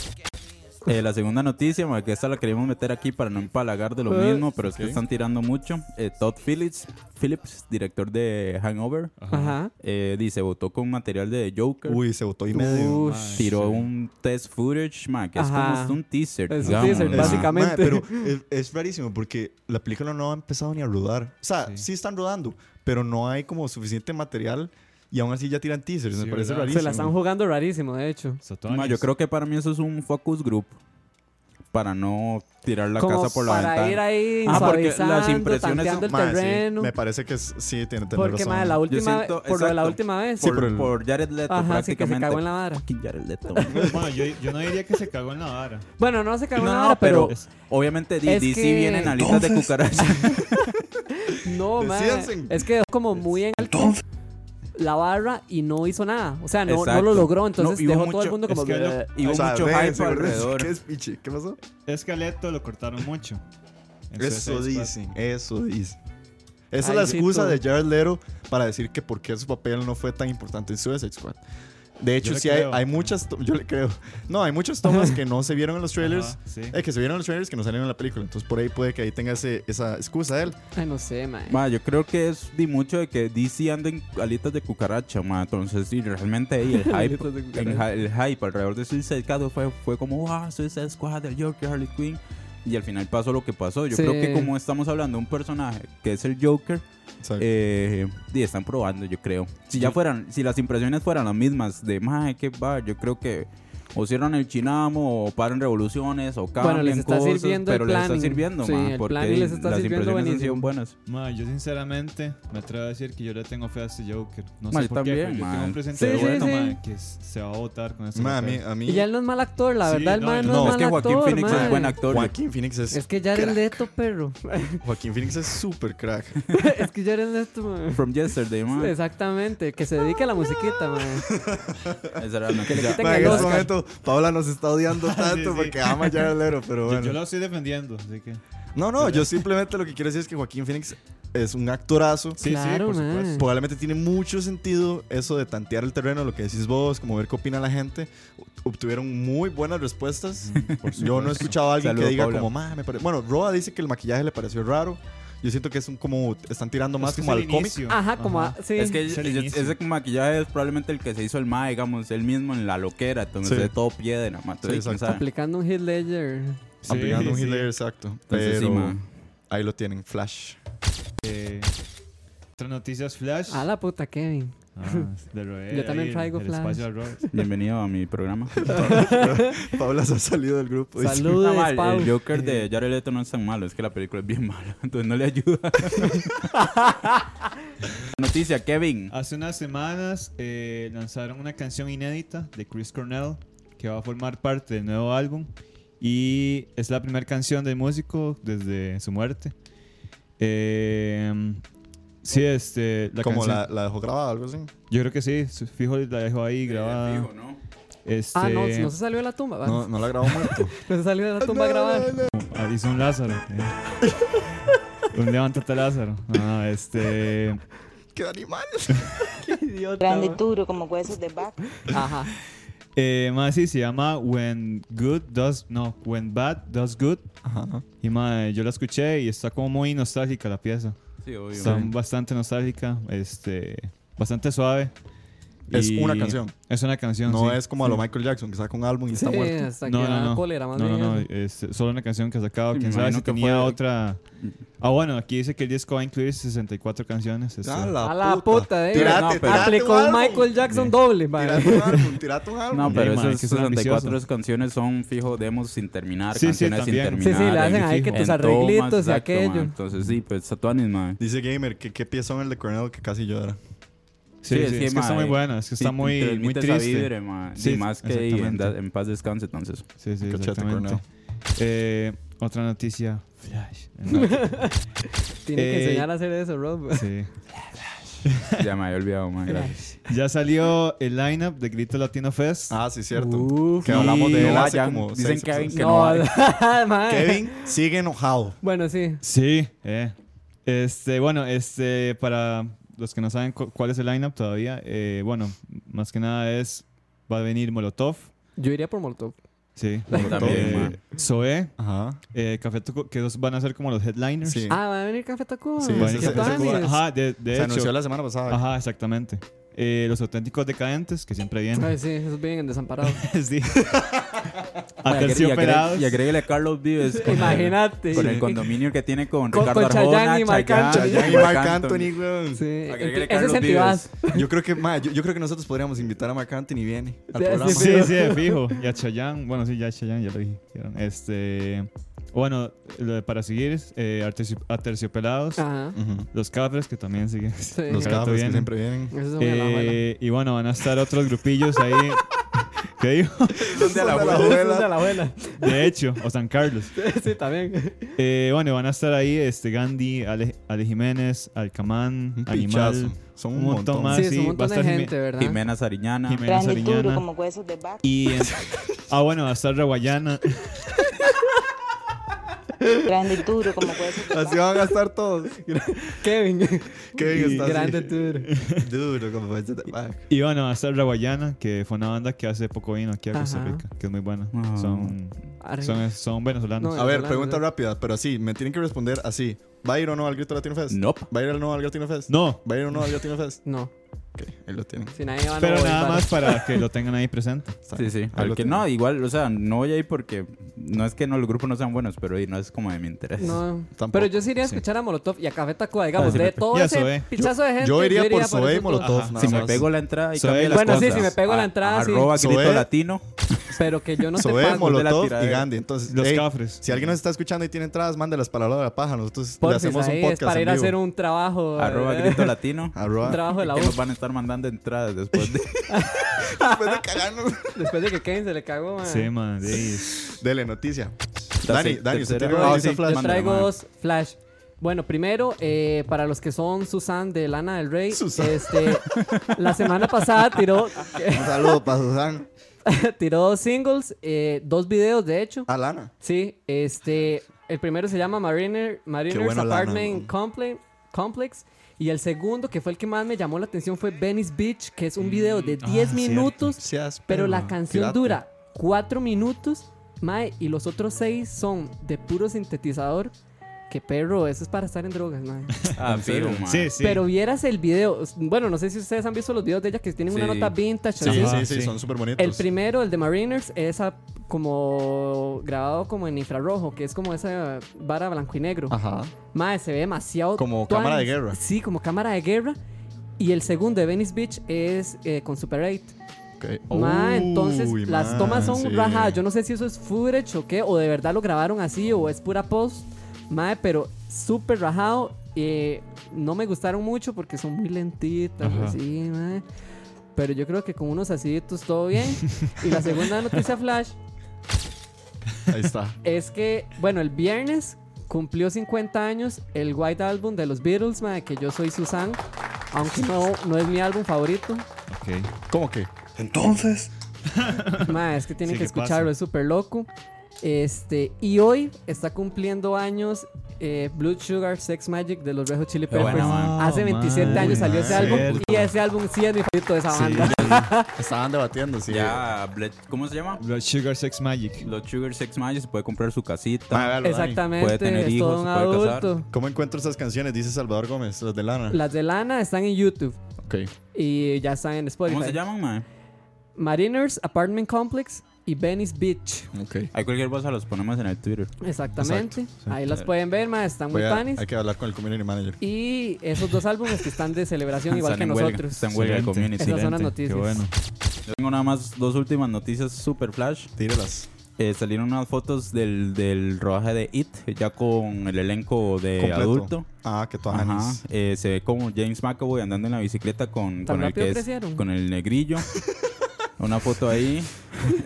S8: Eh, la segunda noticia, mae, que esta la queríamos meter aquí para no empalagar de lo
S4: Eh,
S8: mismo, pero es que están tirando mucho. Eh, Todd Phillips, Phillips, director de Hangover,
S4: Ajá.
S8: eh, dice, votó con material de Joker.
S3: Uy, se votó y medio.
S4: Ush.
S7: Ay,
S8: tiró
S7: sí.
S8: un test footage, mae, que
S4: Ajá.
S8: es como un teaser.
S4: Es un
S8: digamos,
S4: teaser,
S8: mae.
S4: básicamente.
S3: Mae, pero es, es rarísimo porque la película no ha empezado ni a rodar. O sea, sí,
S7: Sí.
S3: están rodando, pero no hay como suficiente material y aún así ya tiran teasers.
S7: Sí,
S3: me parece
S7: ¿verdad?
S3: rarísimo.
S4: Se la están jugando rarísimo, de hecho.
S7: Sotones.
S8: Mae, yo creo que para mí eso es un focus group. Para no tirar la
S4: Como
S8: casa por la
S4: para
S8: ventana.
S4: ir ahí
S8: Ah, porque
S4: suavizando,
S8: las impresiones
S4: tanteando
S8: son-
S4: el
S3: Mae, sí,
S4: terreno.
S3: me parece que es- sí, tiene, tiene
S4: porque,
S3: razón.
S4: mae, la última,
S8: siento-
S4: por lo de la
S8: exacto.
S4: última vez.
S8: Por,
S3: por el-
S8: por Jared Leto,
S4: Ajá, sí, que se
S8: prácticamente.
S4: cagó en la vara.
S8: Fucking Jared Leto.
S7: Bueno, yo, yo no diría que se cagó en la vara.
S4: Bueno, no se cagó en
S8: No,
S4: la vara, pero...
S8: es- obviamente di-
S4: es
S8: DC
S4: que-
S8: viene en alitas de cucaracha.
S4: No, mae.
S3: Decídanse.
S4: Es que es como muy en alto la barra y no hizo nada. O sea, no, no
S8: Exacto.
S4: lo logró. Entonces
S8: No, y hubo
S4: dejó todo el
S8: mucho-
S4: mundo
S8: es
S4: como...
S7: que lo-
S4: "Bleh".
S8: y hubo
S3: O sea,
S8: mucho
S3: ve,
S8: hype
S3: ese, ¿verdad?
S8: alrededor.
S3: ¿Qué es piche? ¿Qué pasó?
S7: Es que a Leto lo cortaron mucho. En
S3: Eso
S7: Suicide Squad.
S3: dicen, eso dicen. Esa
S4: Ay,
S3: es la
S4: sí,
S3: excusa
S4: todo.
S3: de Jared Leto para decir que por qué su papel no fue tan importante en Suicide Squad. De hecho,
S7: le
S3: sí hay,
S7: creo.
S3: hay muchas... to- Yo le creo. No, hay muchas tomas que no se vieron en los trailers.
S7: Ajá, sí.
S3: eh, que se vieron en los trailers que no salieron en la película. Entonces, por ahí puede que ahí tenga ese- esa excusa de él.
S4: Ay, no sé, mae.
S8: Ma, yo creo que es di mucho de que DC anda en alitas de cucaracha, ma. Entonces, sí, realmente ahí el hype,
S4: Alitas de
S8: en
S4: cucaracha.
S8: ja- el hype alrededor de Suicide Squad fue, fue como, ah, Suicide Squad, el Joker, Harley Quinn. Y al final pasó lo que pasó. Yo
S4: Sí.
S8: creo que como estamos hablando de un personaje que es el Joker,
S3: O sea,
S8: Eh, y están probando, yo creo. Si ya fueran, si las impresiones fueran las mismas de, mae, qué va, yo creo que o cierran el chinamo, o paran revoluciones, o cambian
S4: Bueno, les está
S8: cosas,
S4: sirviendo el
S8: pero les está
S4: planning.
S8: sirviendo,
S4: Sí,
S8: ma,
S4: el
S8: porque
S4: planning les está
S8: las
S4: sirviendo
S8: impresiones han sido
S4: buenísimo.
S8: buenas.
S7: Ma, yo sinceramente me atrevo a decir que yo le tengo fe a este Joker. No
S8: Ma,
S7: sé
S8: yo
S7: por qué,
S8: también,
S7: pero yo
S8: ma.
S7: tengo un
S4: Sí,
S7: presente
S4: sí,
S7: bueno,
S4: sí.
S7: ma, que s- se va a votar con este
S3: Ma, a mí,
S7: papel.
S3: a mí
S4: Y ya él no es mal actor, la
S7: Sí,
S4: verdad, el
S7: no,
S4: man
S7: yo-
S4: no,
S7: No,
S8: es
S4: es mal
S8: que Joaquín
S4: actor,
S8: Phoenix
S4: mae.
S8: es buen actor.
S3: Joaquín Phoenix es,
S4: Es que ya eres
S3: crack.
S4: Leto, perro.
S3: Joaquín Phoenix es súper crack.
S4: es que ya eres Leto, mae.
S8: From yesterday, man.
S4: Exactamente, que se dedique a la musiquita, mae.
S8: Esa era la
S4: Que le
S8: noticia.
S4: quiten
S3: Ma, en
S4: el
S3: este
S4: Oscar.
S3: momento, Paola nos está odiando tanto
S7: sí.
S3: porque ama a Jared Leto, pero
S7: Yo-
S3: bueno.
S7: Yo lo estoy defendiendo, así que.
S3: No, no, yo simplemente lo que quiero decir es que Joaquín Phoenix es un actorazo.
S7: Sí,
S4: Claro,
S7: sí, por
S4: ma.
S7: supuesto.
S3: Probablemente tiene mucho sentido eso de tantear el terreno, lo que decís vos, como ver qué opina la gente. Obtuvieron muy buenas respuestas. Yo no he escuchado a alguien
S8: Saludo,
S3: que diga
S8: Paula.
S3: como, "Ma, me pare-". Bueno, Roa dice que el maquillaje le pareció raro. Yo siento que es un como, están tirando más
S7: Es que
S3: como
S7: es el
S3: al cómic.
S7: inicio.
S4: Ajá, como
S7: Ajá.
S4: a- sí.
S8: Es que
S7: Es el
S8: ellos-
S7: inicio.
S8: ese maquillaje es probablemente el que se hizo el MA, digamos, él mismo en la loquera, entonces
S3: Sí.
S8: es todo piedra, ma, entonces,
S3: Sí, exacto.
S8: ¿quién sabe?
S4: aplicando un hit ledger.
S7: Sí,
S3: Aplicando un
S7: sí. Pues
S3: hit layer, exacto.
S8: Entonces, sí,
S3: Pero
S8: ma.
S3: ahí lo tienen, Flash.
S7: Eh, otras noticias Flash.
S4: A la puta, Kevin.
S7: Ah, de Roel,
S4: Yo también
S7: ahí, el-
S4: traigo
S7: el
S4: Flash.
S7: espacio al Robert.
S8: Bienvenido a mi programa.
S3: Paula se ha salido del grupo. dice.
S8: Está
S4: Saludos,
S8: mal,
S4: Pau.
S8: el Joker de Jared Leto no es tan malo, es que la película es bien mala, entonces no le ayuda. Noticia, Kevin.
S7: Hace unas semanas eh, lanzaron una canción inédita de Chris Cornell que va a formar parte del nuevo álbum y es la primera canción del músico desde su muerte. Eh, sí, este, la
S3: como
S7: canción-
S3: la, Eh, la dejó grabada, algo así.
S7: Yo creo que sí, su- fijo la dejó ahí grabada. Este,
S4: Ah, no, no se salió de la tumba. va.
S3: No, no la grabó muerto.
S4: No se salió de la tumba a grabar.
S7: Ah, Hizo un Lázaro. eh. un levántate Lázaro. No, este.
S3: ¡Qué animal!
S6: Grande y duro como huesos de vaca.
S4: Ajá.
S7: Eh, más sí, se llama When Good Does. No, When Bad Does Good.
S3: Ajá.
S7: Y mae, yo la escuché y está como muy nostálgica la pieza.
S8: Sí, obvio.
S7: Está bastante nostálgica, este, bastante suave.
S3: Es
S7: Y
S3: una canción.
S7: Es una canción.
S3: No
S7: sí.
S3: es como a lo Michael Jackson, que saca un álbum y está
S4: Sí,
S3: muerto.
S4: hasta
S7: No,
S4: que
S7: no,
S4: da
S7: no.
S4: cólera, más
S7: no,
S4: bien.
S7: no, no, es solo una canción que ha sacado.
S8: Sí,
S7: Quién
S8: me
S7: sabe
S8: imagino
S7: si
S8: que
S7: tenía
S8: fue-
S7: otra. Ah, bueno, aquí dice que el disco va a incluir 64 canciones. este,
S4: A la puta, eh.
S3: Tirate,
S8: No, pero-
S3: tirate
S4: Aplicó
S3: un
S4: un
S3: álbum.
S4: Michael Jackson doble, mae.
S3: Tirate un álbum, tirate un álbum.
S8: No, pero
S7: ma,
S8: esas
S7: que son
S8: 64
S7: ambiciosos.
S8: canciones son fijo demos sin terminar,
S7: Sí, sí,
S8: canciones sin
S7: también.
S4: Sí,
S8: terminar.
S4: sí, le hacen
S8: en-
S4: ahí que
S8: en
S4: tus
S8: tomas,
S4: arreglitos y
S8: exacto,
S4: aquello.
S8: ma, Entonces sí, pues Satuanis, man.
S3: Dice Gamer que qué piezón el de Cornell que casi llora.
S7: Sí, sí, es que está
S8: eh,
S7: muy buena, es que está muy, muy triste. Sí,
S8: Sí, más que en,
S7: exactamente.
S8: en paz descanse, entonces.
S7: Sí, sí,
S3: Cachate,
S7: exactamente.
S3: Corneo.
S7: Eh, otra noticia. Flash.
S4: Tiene que
S7: Eh,
S4: enseñar a hacer eso, Rob.
S7: Sí.
S8: Ya me había olvidado, man. gracias.
S7: Ya salió el lineup de Grito Latino Fest.
S3: Ah, sí, cierto.
S4: Uf.
S3: que hablamos
S8: Uh, No
S3: de él hace
S8: vayan,
S3: como
S8: dicen
S3: seis
S8: Kevin
S3: episodios.
S8: que no
S4: No, mae.
S3: Kevin sigue enojado.
S4: Bueno, sí.
S7: Sí, eh. Este, bueno, este, para los que no saben cu- cuál es el lineup todavía, eh, bueno, más que nada es, va a venir Molotov,
S4: Yo iría por Molotov.
S7: sí,
S8: También,
S7: eh,
S8: man.
S7: Zoé,
S3: Ajá.
S7: eh, Café Tacu- que dos van a ser como los headliners.
S3: Sí.
S4: Ah, va a venir Café Tacuba.
S3: Sí,
S7: Van a
S3: ese-
S7: ir
S3: ese-
S7: Café Tacuba.
S4: Tuanis.
S7: Ajá, de, de
S3: Se anunció
S7: hecho.
S3: la semana pasada.
S7: Ajá, exactamente. Eh, los auténticos decadentes, que siempre vienen.
S4: Ay, sí, esos vienen desamparados.
S7: sí.
S8: Y agregue-
S7: Aterciopelados.
S8: y agréguele a Carlos Vives. con el-
S4: Imagínate.
S8: Con el condominio que tiene con
S4: Con-
S8: Ricardo
S4: con Chayanne y
S8: Arjona,
S4: Marc Anthony.
S3: Ya
S8: Chayanne
S3: y Marc Anthony, weón.
S4: Sí,
S8: Agreguele
S4: ese
S8: Carlos
S4: es Entibas.
S3: Yo creo que, ma, yo, yo creo que nosotros podríamos invitar a Marc Anthony y viene al
S4: Sí,
S3: programa.
S4: sí,
S7: Sí, sí, de fijo. Y a Chayanne, bueno, sí, ya Chayanne, ya lo dijeron. Este, bueno, lo de para seguir, eh, Atercio- Aterciopelados,
S6: Ah.
S4: Ajá.
S3: Ujú.
S7: Los Cafres, que también siguen.
S4: Sí.
S3: Los
S7: Al
S3: cabros
S7: rato
S3: que
S7: vienen.
S3: siempre vienen.
S4: Eso es una novela.
S7: Eh, y bueno, van a estar otros grupillos ahí. ¿Qué digo?
S8: Donde a la abuela.
S4: Eso es de la abuela.
S7: De hecho, o San Carlos.
S4: Sí, también.
S7: Eh, bueno, van a estar ahí este Gandhi, Ale, Ale Jiménez, Alcamán,
S3: Un
S7: Animal,
S3: pichazo. Son
S7: un montón
S3: Ah,
S7: más.
S4: Sí,
S7: sí,
S4: es un
S7: va a
S4: montón de
S7: estar Jime-
S4: gente, ¿verdad?
S8: Jimena Sariñana.
S7: Jimena
S6: Grande y duro
S7: Sariñana.
S6: como huesos de vaca.
S7: Y en- ah, bueno, va a estar Raguayana.
S6: Grande y duro como huesos de vaca.
S3: Así van a gastar todos.
S4: Kevin.
S3: Kevin está así.
S4: Grande tour.
S3: Duro, como este, fue ese de Marc.
S7: Y bueno, va a estar Raguayana, que fue una banda que hace poco vino aquí a Costa
S4: Ajá.
S7: Rica, que es muy buena.
S8: Ah.
S7: Son,
S4: Arriba.
S7: son, son venezolanos.
S4: No,
S3: A ver,
S4: Hablando,
S3: pregunta
S4: ¿eh?
S3: rápida, pero así, me tienen que responder así. ¿Va a ir o no al Grito Latino Fest?
S8: Nope.
S3: ¿Va a ir o no al Latino Fest?
S7: No,
S3: ¿Va a ir o no al Latino Fest?
S4: No.
S3: Ok, ahí lo tienen.
S4: Si nadie va, no
S7: Pero
S4: voy,
S7: nada
S4: para.
S7: más para que lo tengan ahí presente.
S3: Está
S8: Sí,
S3: bien,
S8: sí.
S3: ahí lo
S8: Al que
S3: tienen.
S8: no, igual, o sea, no voy a ir porque no es que no, los grupos no sean buenos, pero y no es como de mi interés.
S4: No.
S3: Tampoco.
S4: Pero yo sí iría a escuchar a Molotov y a Café Tacuba, digamos,
S8: Ah, sí,
S4: de
S8: me-
S4: todo
S7: y a
S4: ese
S7: Zoé.
S4: pichazo de gente.
S3: Yo iría por
S4: esos
S3: Zoé y
S4: dos.
S3: Molotov.
S7: Ajá.
S3: nada
S8: si me
S3: más.
S8: pego la entrada y
S7: Soy-
S8: cambio las
S4: Bueno, sí,
S8: cosas.
S4: si me pego la
S8: A-
S4: entrada, sí.
S8: Arroba
S3: Soy-
S8: grito latino.
S4: Pero que yo no
S3: Zoé,
S4: te pago.
S8: Mol- de la
S3: Molotov y
S8: tiradera.
S3: Gandhi. Entonces,
S7: Los
S3: hey,
S7: cafres.
S3: Si alguien nos está escuchando y tiene entradas, mándelas para la hora de la paja. Nosotros le
S4: Porfis,
S3: hacemos un
S4: ahí
S3: podcast.
S4: es para
S3: en
S4: ir a
S3: vivo.
S4: hacer un trabajo.
S8: Arroba
S4: eh,
S8: grito latino.
S4: un
S3: Arroba.
S4: trabajo de la U.
S8: Que nos van a estar mandando entradas después de...
S3: Después de cagarnos.
S4: Después de que Kevin se le cagó, man.
S7: Sí, man. sí.
S3: Dele, noticia.
S8: La
S3: Dani,
S8: se-
S3: Dani, usted
S8: tercera-
S3: tiene
S8: Ah,
S3: una noticia
S8: sí,
S3: flash.
S4: Yo
S8: Mándale,
S4: traigo
S8: madre.
S4: dos flash. Bueno, primero, eh, para los que son Susan de Lana del Rey,
S3: Susan.
S4: este, la semana pasada tiró,
S3: Un saludo para Susan.
S4: tiró dos singles, eh, dos videos de hecho.
S3: Alana.
S4: Sí, este, el primero se llama Mariner, Mariner's
S3: bueno, Lana, güey.
S4: Apartment Comple- Complex. Y el segundo, que fue el que más me llamó la atención, fue Venice Beach, que es un video de 10 minutos,
S3: Seas
S4: pero la
S3: perro,
S4: canción
S3: Ah, pirata.
S4: dura 4 minutos, mae, y los otros 6 son de puro sintetizador. Que perro, eso es para estar en drogas, mae.
S8: Ah, fijo, man.
S7: Sí, sí.
S4: Pero vieras el video, bueno, no sé si ustedes han visto los videos de ella que tienen una
S8: Sí.
S4: nota vintage.
S3: Sí,
S4: así.
S3: sí,
S7: Ajá,
S3: sí,
S7: sí.
S3: son súper bonitos.
S4: El primero, el de Mariners, es a- como grabado como en infrarrojo, que es como esa vara blanco y negro.
S3: Ajá.
S4: Madre, se ve demasiado.
S3: Ah. Como cámara de guerra.
S4: Sí, como cámara de guerra. Y el segundo de Venice Beach es eh, con Super 8.
S3: Ok.
S4: Mae,
S3: Uy,
S4: entonces las
S3: mae,
S4: tomas son
S3: sí.
S4: rajadas. Yo no sé si eso es footage o qué, o de verdad lo grabaron así, o es pura post. Mae, pero súper rajado. eh, no me gustaron mucho porque son muy lentitas,
S7: Ajá.
S4: así, mae. Pero yo creo que con unos asiditos todo bien. y la segunda noticia flash
S3: Ahí está.
S4: es que, bueno, el viernes cumplió 50 años el White Album de los Beatles, mae, que yo soy Susan. Aunque no, no es mi álbum favorito.
S7: Ok.
S3: ¿Cómo que?
S4: Ma, es que tienen
S7: Sí,
S4: que
S7: ¿qué pasa?
S4: escucharlo, es súper loco. Este, y hoy está cumpliendo años eh, Blue Sugar Sex Magic de los Rejo Chili
S8: Qué buena
S4: Peppers.
S8: banda. Oh,
S4: Hace 27
S7: man.
S4: años salió ese
S3: cierto.
S4: álbum y ese álbum sí es mi favorito de esa banda.
S3: Estaban debatiendo, sí.
S8: Ya, ble- ¿cómo se llama?
S7: Blood Sugar Sex Magic.
S8: Los Sugar Sex Magic se puede comprar su casita.
S3: Mae, véalo, Dani.
S8: Puede tener
S4: Exactamente, es
S8: hijos,
S4: todo un
S8: se puede casar.
S4: adulto.
S3: ¿Cómo encuentro esas canciones? Dice Salvador Gómez, las de Lana.
S4: Las de Lana están en YouTube
S3: Ok.
S4: y ya están en Spotify.
S8: ¿Cómo se llaman, man?
S4: Mariners Apartment Complex y Venice Beach.
S3: Ok.
S8: Hay cualquier cosa, los ponemos en el Twitter.
S4: Exactamente. Ahí las pueden ver, ma, están muy
S3: Voy a-
S4: panis.
S3: hay que hablar con el community manager.
S4: Y esos dos álbumes que están de celebración igual
S8: Están
S4: que
S8: en huelga,
S4: nosotros.
S8: Están en huelga el
S7: Excelente.
S8: community.
S4: Esas son las
S7: Qué
S4: noticias.
S7: bueno.
S8: Yo tengo nada más dos últimas noticias super flash.
S3: Tírelas.
S8: Eh, salieron unas fotos del, del rodaje de It, ya con el elenco de
S3: Completo.
S8: Eh, adulto.
S3: Ah, que tú
S8: Ajá.
S3: Anis.
S8: Eh, se ve como James McAvoy andando en la bicicleta con,
S4: ¿Tan
S8: con el
S4: rápido
S8: que es-
S4: crecieron?
S8: con el negrillo. Una foto ahí.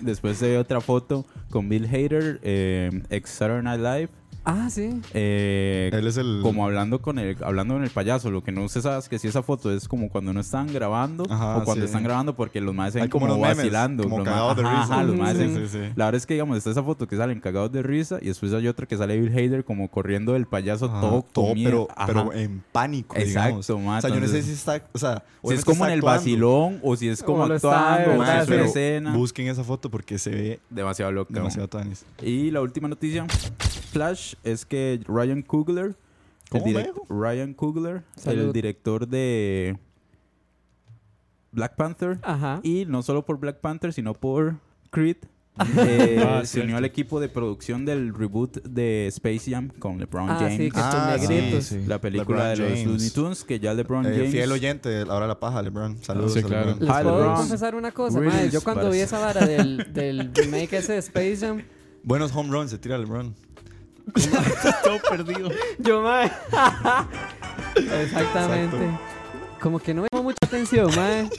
S8: Después se ve otra foto con Bill Hader, eh, ex Saturday Night Live.
S4: Ah, sí.
S8: eh,
S3: Él es el.
S8: como hablando con el hablando con el payaso lo que no se sabe es que si esa foto es como cuando no están grabando
S3: Ajá,
S8: o cuando
S3: sí.
S8: están grabando porque los más se
S3: Hay
S8: ven
S3: como
S8: como,
S3: unos memes,
S8: vacilando
S3: como
S8: los ma-
S3: cagados de
S8: ajá,
S3: risa.
S8: ajá, los ma se-
S3: Sí, sí, sí.
S8: la verdad es que digamos está esa foto que salen cagados de risa y después hay otra que sale Bill Hader como corriendo del payaso
S3: Ajá,
S8: todo,
S3: todo,
S8: comido.
S3: pero,
S8: Ajá.
S3: pero en pánico, digamos.
S8: Exacto, ma,
S3: O sea, yo no sé
S8: entonces-
S3: si está. O sea,
S8: si es
S3: obviamente
S8: como
S3: está
S8: en el
S3: actuando.
S8: vacilón o si es como
S4: O lo está,
S8: actuando
S4: de
S8: o si
S4: verdad,
S8: es una
S3: pero
S8: escena
S3: Busquen esa foto porque se ve
S8: demasiado loca
S3: demasiado Tuanis.
S8: Y la última noticia, Flash, es que Ryan Coogler, el
S3: ¿Cómo me
S8: direct- Ryan Coogler,
S4: Salud.
S8: el director de Black Panther,
S4: Ajá.
S8: y no solo por Black Panther, sino por Creed, eh,
S7: Ah,
S8: se unió
S7: cierto.
S8: al equipo de producción del reboot de Space Jam con LeBron
S4: Ah,
S8: James.
S4: sí, que
S3: Ah,
S4: estos
S3: sí,
S4: negritos.
S7: sí.
S8: La película
S3: LeBron
S8: de
S3: James.
S8: los Looney Tunes, que ya LeBron
S3: Eh,
S8: James...
S3: fiel oyente, de ahora la paja, LeBron. Saludos.
S7: Sí,
S3: a
S7: claro.
S3: LeBron.
S4: Les
S8: Hi,
S4: puedo
S8: LeBron.
S4: confesar una cosa, madre,
S8: Greetings,
S4: Yo cuando vi
S8: parece.
S4: esa vara del, del remake ese de Space Jam,
S3: Buenos home runs se tira LeBron.
S7: Todo perdido.
S4: yo, madre. Exactamente. Como que no me llamó mucha atención, madre.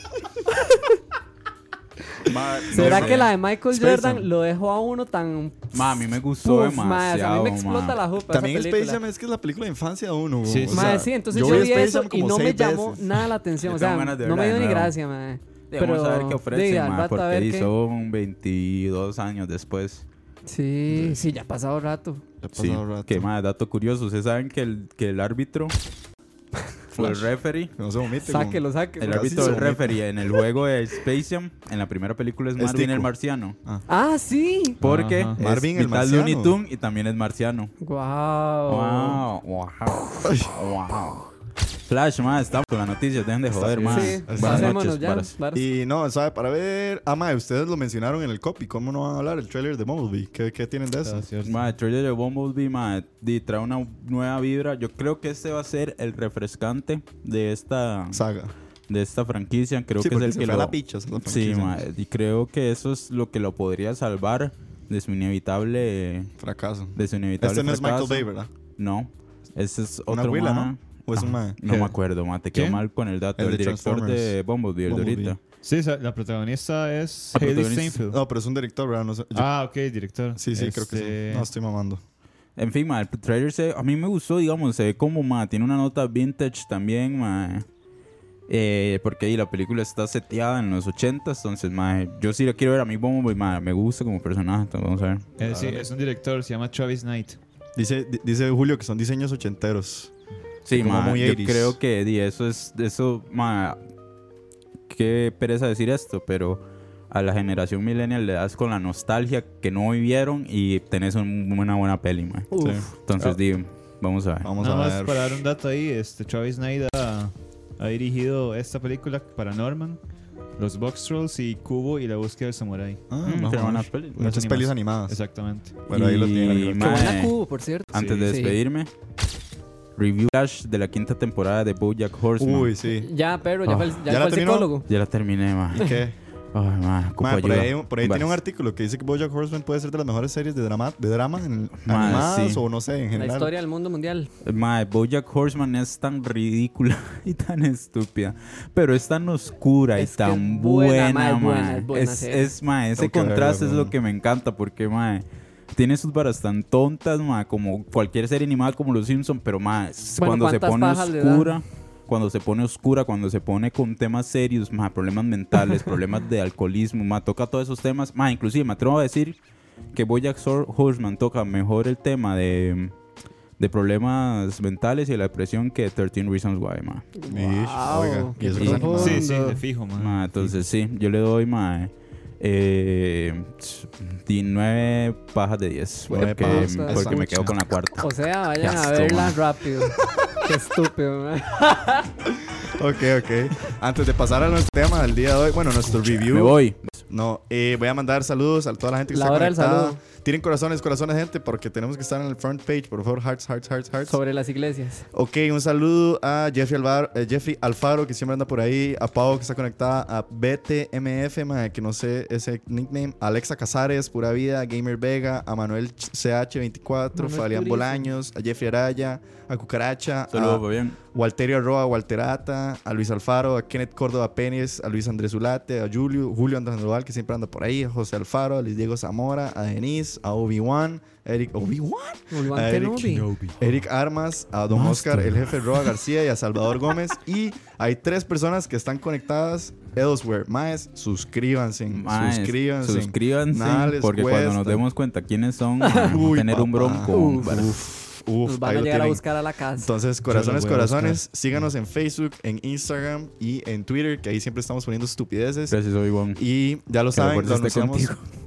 S4: ¿Será que la de Michael
S3: Space
S4: Jordan
S3: Jam.
S4: lo dejó a uno tan.
S8: Ma, a mí me gustó
S4: Puf, mae, o sea, a mí
S8: demasiado,
S4: me explota
S8: mae.
S4: la jupa.
S3: También
S4: esa
S3: Space
S4: película.
S3: Jam es que es la película de infancia de uno.
S7: Sí,
S3: o
S7: sí.
S3: sea,
S4: Mae, sí, entonces yo,
S3: vi
S4: vi
S3: Space
S4: eso
S3: Jam
S4: y
S3: como
S4: no me
S3: seis
S4: llamó
S3: veces.
S4: nada la atención. O
S8: Yo
S4: sea,
S8: tengo ganas de
S4: no me
S8: verla
S4: dio
S8: de
S4: ni
S8: nuevo.
S4: gracia, madre.
S8: Eh, Vamos a ver qué ofrece, ma, porque
S4: a ver
S8: di,
S4: qué.
S8: son 22 años después.
S4: Sí, sí, ya ha pasado rato.
S3: Ya ha pasado
S8: Sí,
S3: Pues rato.
S8: que más dato curioso. Ustedes saben que el, que el árbitro fue el referee.
S3: No se vomite. como-
S4: Sáquelo, sáquelo.
S8: El
S3: Casi
S8: árbitro
S3: se
S8: del
S3: vomita.
S8: referee en el juego de Space Jam, en la primera película es
S3: Es
S8: Marvin el
S3: Tico.
S8: marciano.
S4: Ah, sí.
S8: Porque
S7: Ajá.
S8: es
S3: Marvin el
S8: mitad
S3: marciano.
S8: Looney Tunes y
S4: Oh.
S8: también es marciano.
S4: Wow.
S8: Wow, wow, wow. Flash, más estamos con las noticias, dejen de joder, más.
S4: Sí,
S8: Buenas
S4: pasémonos
S8: noches,
S4: ya,
S8: varas.
S4: varas.
S3: Y no, ¿sabe? Para ver. Ah, mae, ustedes lo mencionaron en el copy. ¿Cómo no van a hablar? El trailer de Bumblebee. ¿Qué, qué tienen de eso?
S7: Ah,
S8: Ma, el trailer de Bumblebee, ma, di, trae una nueva vibra. Yo creo que este va a ser el refrescante de esta,
S3: Saga.
S8: de esta franquicia. Creo
S3: Sí,
S8: que es
S3: porque
S8: el
S3: se
S8: que
S3: fue a
S8: lo...
S3: la picha, esa es la
S8: sí,
S3: franquicia.
S8: ma, y creo que eso es lo que lo podría salvar de su inevitable...
S3: Fracaso.
S8: De su inevitable
S3: Este no es Michael
S8: fracaso.
S3: Bay, ¿verdad?
S8: No, ese es
S3: Una
S8: otro
S3: huila,
S8: ma-
S3: ¿no? ¿O es un mae?
S8: No me acuerdo, ma, te quedó
S7: ¿Quién?
S8: mal con el dato.
S3: El
S8: El,
S3: de
S8: director de
S3: Transformers.
S8: Bumblebee, el de
S3: Bumblebee.
S8: ahorita.
S7: Sí, esa- la protagonista es
S8: La
S7: Haley
S8: protagonista-
S7: Steinfeld.
S3: No, pero es un director, ¿verdad? No sé. Yo-
S7: ah, ok, director.
S3: sí, sí, creo que
S7: Este,
S3: sí. No, estoy mamando.
S8: En fin, ma, el trailer se, a mí me gustó, digamos, se ve como, ma, tiene una nota vintage también, ma. Eh, porque ahí la película está seteada en los 80, entonces, ma, yo sí la quiero ver a mi Bumblebee, ma, me gusta como personaje, entonces vamos a ver.
S7: eh, sí, es un director, se llama Travis Knight.
S3: Dice, di- dice Julio que son diseños ochenteros.
S8: Sí,
S3: Como
S8: ma,
S3: muy
S8: yo
S3: 80s.
S8: creo que di, eso es, eso, ma, qué pereza decir esto, pero a la generación millennial le das con la nostalgia que no vivieron y tenés un- una buena peli, ma.
S4: Uf.
S3: Sí.
S8: Entonces, di, vamos a ver.
S3: Ah. Vamos
S7: Nada
S3: a
S7: más
S3: ver.
S7: para dar un dato ahí, este, Travis Knight ha, ha dirigido esta película Paranorman, Los Box Trolls y Cubo y La Búsqueda del Samurai.
S3: Ah,
S8: Mm,
S3: vamos
S8: pero
S3: a
S8: buena
S3: ver.
S8: peli.
S3: Muchas
S7: Las
S3: pelis
S7: animadas.
S3: animadas.
S7: Exactamente.
S3: Bueno, ahí lo
S8: Y,
S3: tienen.
S4: Qué
S8: ma,
S4: buena cubo, por cierto.
S8: Antes de
S4: Sí.
S8: despedirme, review flash de la quinta temporada de BoJack Horseman.
S3: Uy, sí.
S4: Ya, pero ya
S8: Ah.
S4: fue el, ya
S3: ¿Ya la
S4: fue el
S3: terminó?
S4: psicólogo.
S8: Ya la terminé, ma.
S3: ¿Y qué?
S8: Ay, ma, ocupo
S3: Ma, por
S8: ayuda.
S3: ahí, por ahí tiene un
S8: Vas.
S3: artículo que dice que BoJack Horseman puede ser de las mejores series de drama, de drama en,
S8: Ma,
S3: animadas
S8: sí.
S3: o no sé, en
S4: La
S3: general.
S4: historia del mundo mundial.
S8: Ma, BoJack Horseman es tan ridícula y tan estúpida, pero es tan oscura
S4: Es
S8: y
S4: que
S8: tan
S4: es buena, ma,
S8: buena,
S4: es buena,
S8: ma.
S4: es buena
S8: Es,
S4: serie.
S8: es, ma, ese
S3: Tengo que verla,
S8: contraste es
S3: weón.
S8: lo que me encanta porque, ma, tiene sus varas tan tontas, ma, como cualquier serie animada como Los Simpsons, pero, ma, es
S4: Bueno,
S8: cuando se
S4: ¿cuántas
S8: pone
S4: pajas le dan?
S8: oscura, cuando se pone oscura, cuando se pone con temas serios, ma, problemas mentales, problemas de alcoholismo, ma, toca todos esos temas, ma, inclusive me atrevo a decir que BoJack Sor- Horseman toca mejor el tema de, de problemas mentales y la depresión que 13 Reasons Why, ma.
S3: Ish, oiga, y
S4: qué
S3: eso es
S4: profundo.
S3: animado.
S7: Sí, sí, de fijo,
S4: Ah,
S7: man.
S8: Ma, entonces sí, yo le doy, ma, eh, 9 pajas de 10.
S3: Nueve
S8: Porque,
S3: pajas,
S8: porque
S3: está
S8: me
S3: mucho.
S8: quedo con la cuarta.
S4: O sea, vayan a
S8: asco,
S4: verla
S8: man.
S4: rápido. Qué estúpido, man.
S3: Ok, ok. Antes de pasar a nuestro tema del día de hoy, bueno, nuestro review.
S8: Me voy.
S3: No, eh, voy a mandar saludos a toda la gente que
S4: La
S3: está
S4: hora del
S3: conectada.
S4: saludo.
S3: Tienen corazones, corazones, gente, porque tenemos que estar en el front page. Por favor, hearts, hearts, hearts, hearts.
S4: Sobre las iglesias.
S3: Ok, un saludo a Jeffrey, Alvar- eh, Jeffrey Alfaro, que siempre anda por ahí, a Pau, que está conectada, a BTMF, mae, que no sé ese nickname, a Alexa Casares, Pura Vida, a Gamer Vega, a Manuel Ch- CH24,
S4: Manuel
S3: Fabián
S4: Purísimo.
S3: Bolaños, a Jeffrey Araya, a Cucaracha,
S8: Saludos,
S3: a
S8: bien.
S3: Walterio Arroa, Walterata, a Luis Alfaro, a Kenneth Córdoba Pérez, a Luis Andrés Ulate, a Julio, Julio Andrés Sandoval, que siempre anda por ahí, a José Alfaro, a Luis Diego Zamora, a Denise, a Obi-Wan, a Eric, ¿Obi-Wan?
S4: Obi-Wan
S3: A Eric
S4: Kenobi.
S3: Eric Armas, a Don Oscar, el jefe Roa García y a Salvador Gómez. Y hay tres personas que están conectadas elsewhere. Maes, suscríbanse.
S8: Mae,
S3: suscríbanse.
S8: suscríbanse,
S3: Nada les
S8: porque cuando nos
S3: cuesta.
S8: demos cuenta quiénes son, vamos
S3: Uy,
S8: a tener un
S3: papá.
S8: bronco.
S4: Uf.
S8: para-
S3: Uf,
S4: Nos van
S3: ahí
S4: a
S3: lo
S4: llegar a
S3: tienen.
S4: buscar a la casa.
S3: Entonces, corazones, corazones, síganos en Facebook, en Instagram y en Twitter, que ahí siempre estamos poniendo estupideces.
S8: Gracias, soy Iván.
S3: Y ya lo
S8: Que la
S3: saben,
S8: fuerza
S3: lo
S8: esté
S3: anunciamos.
S8: contigo.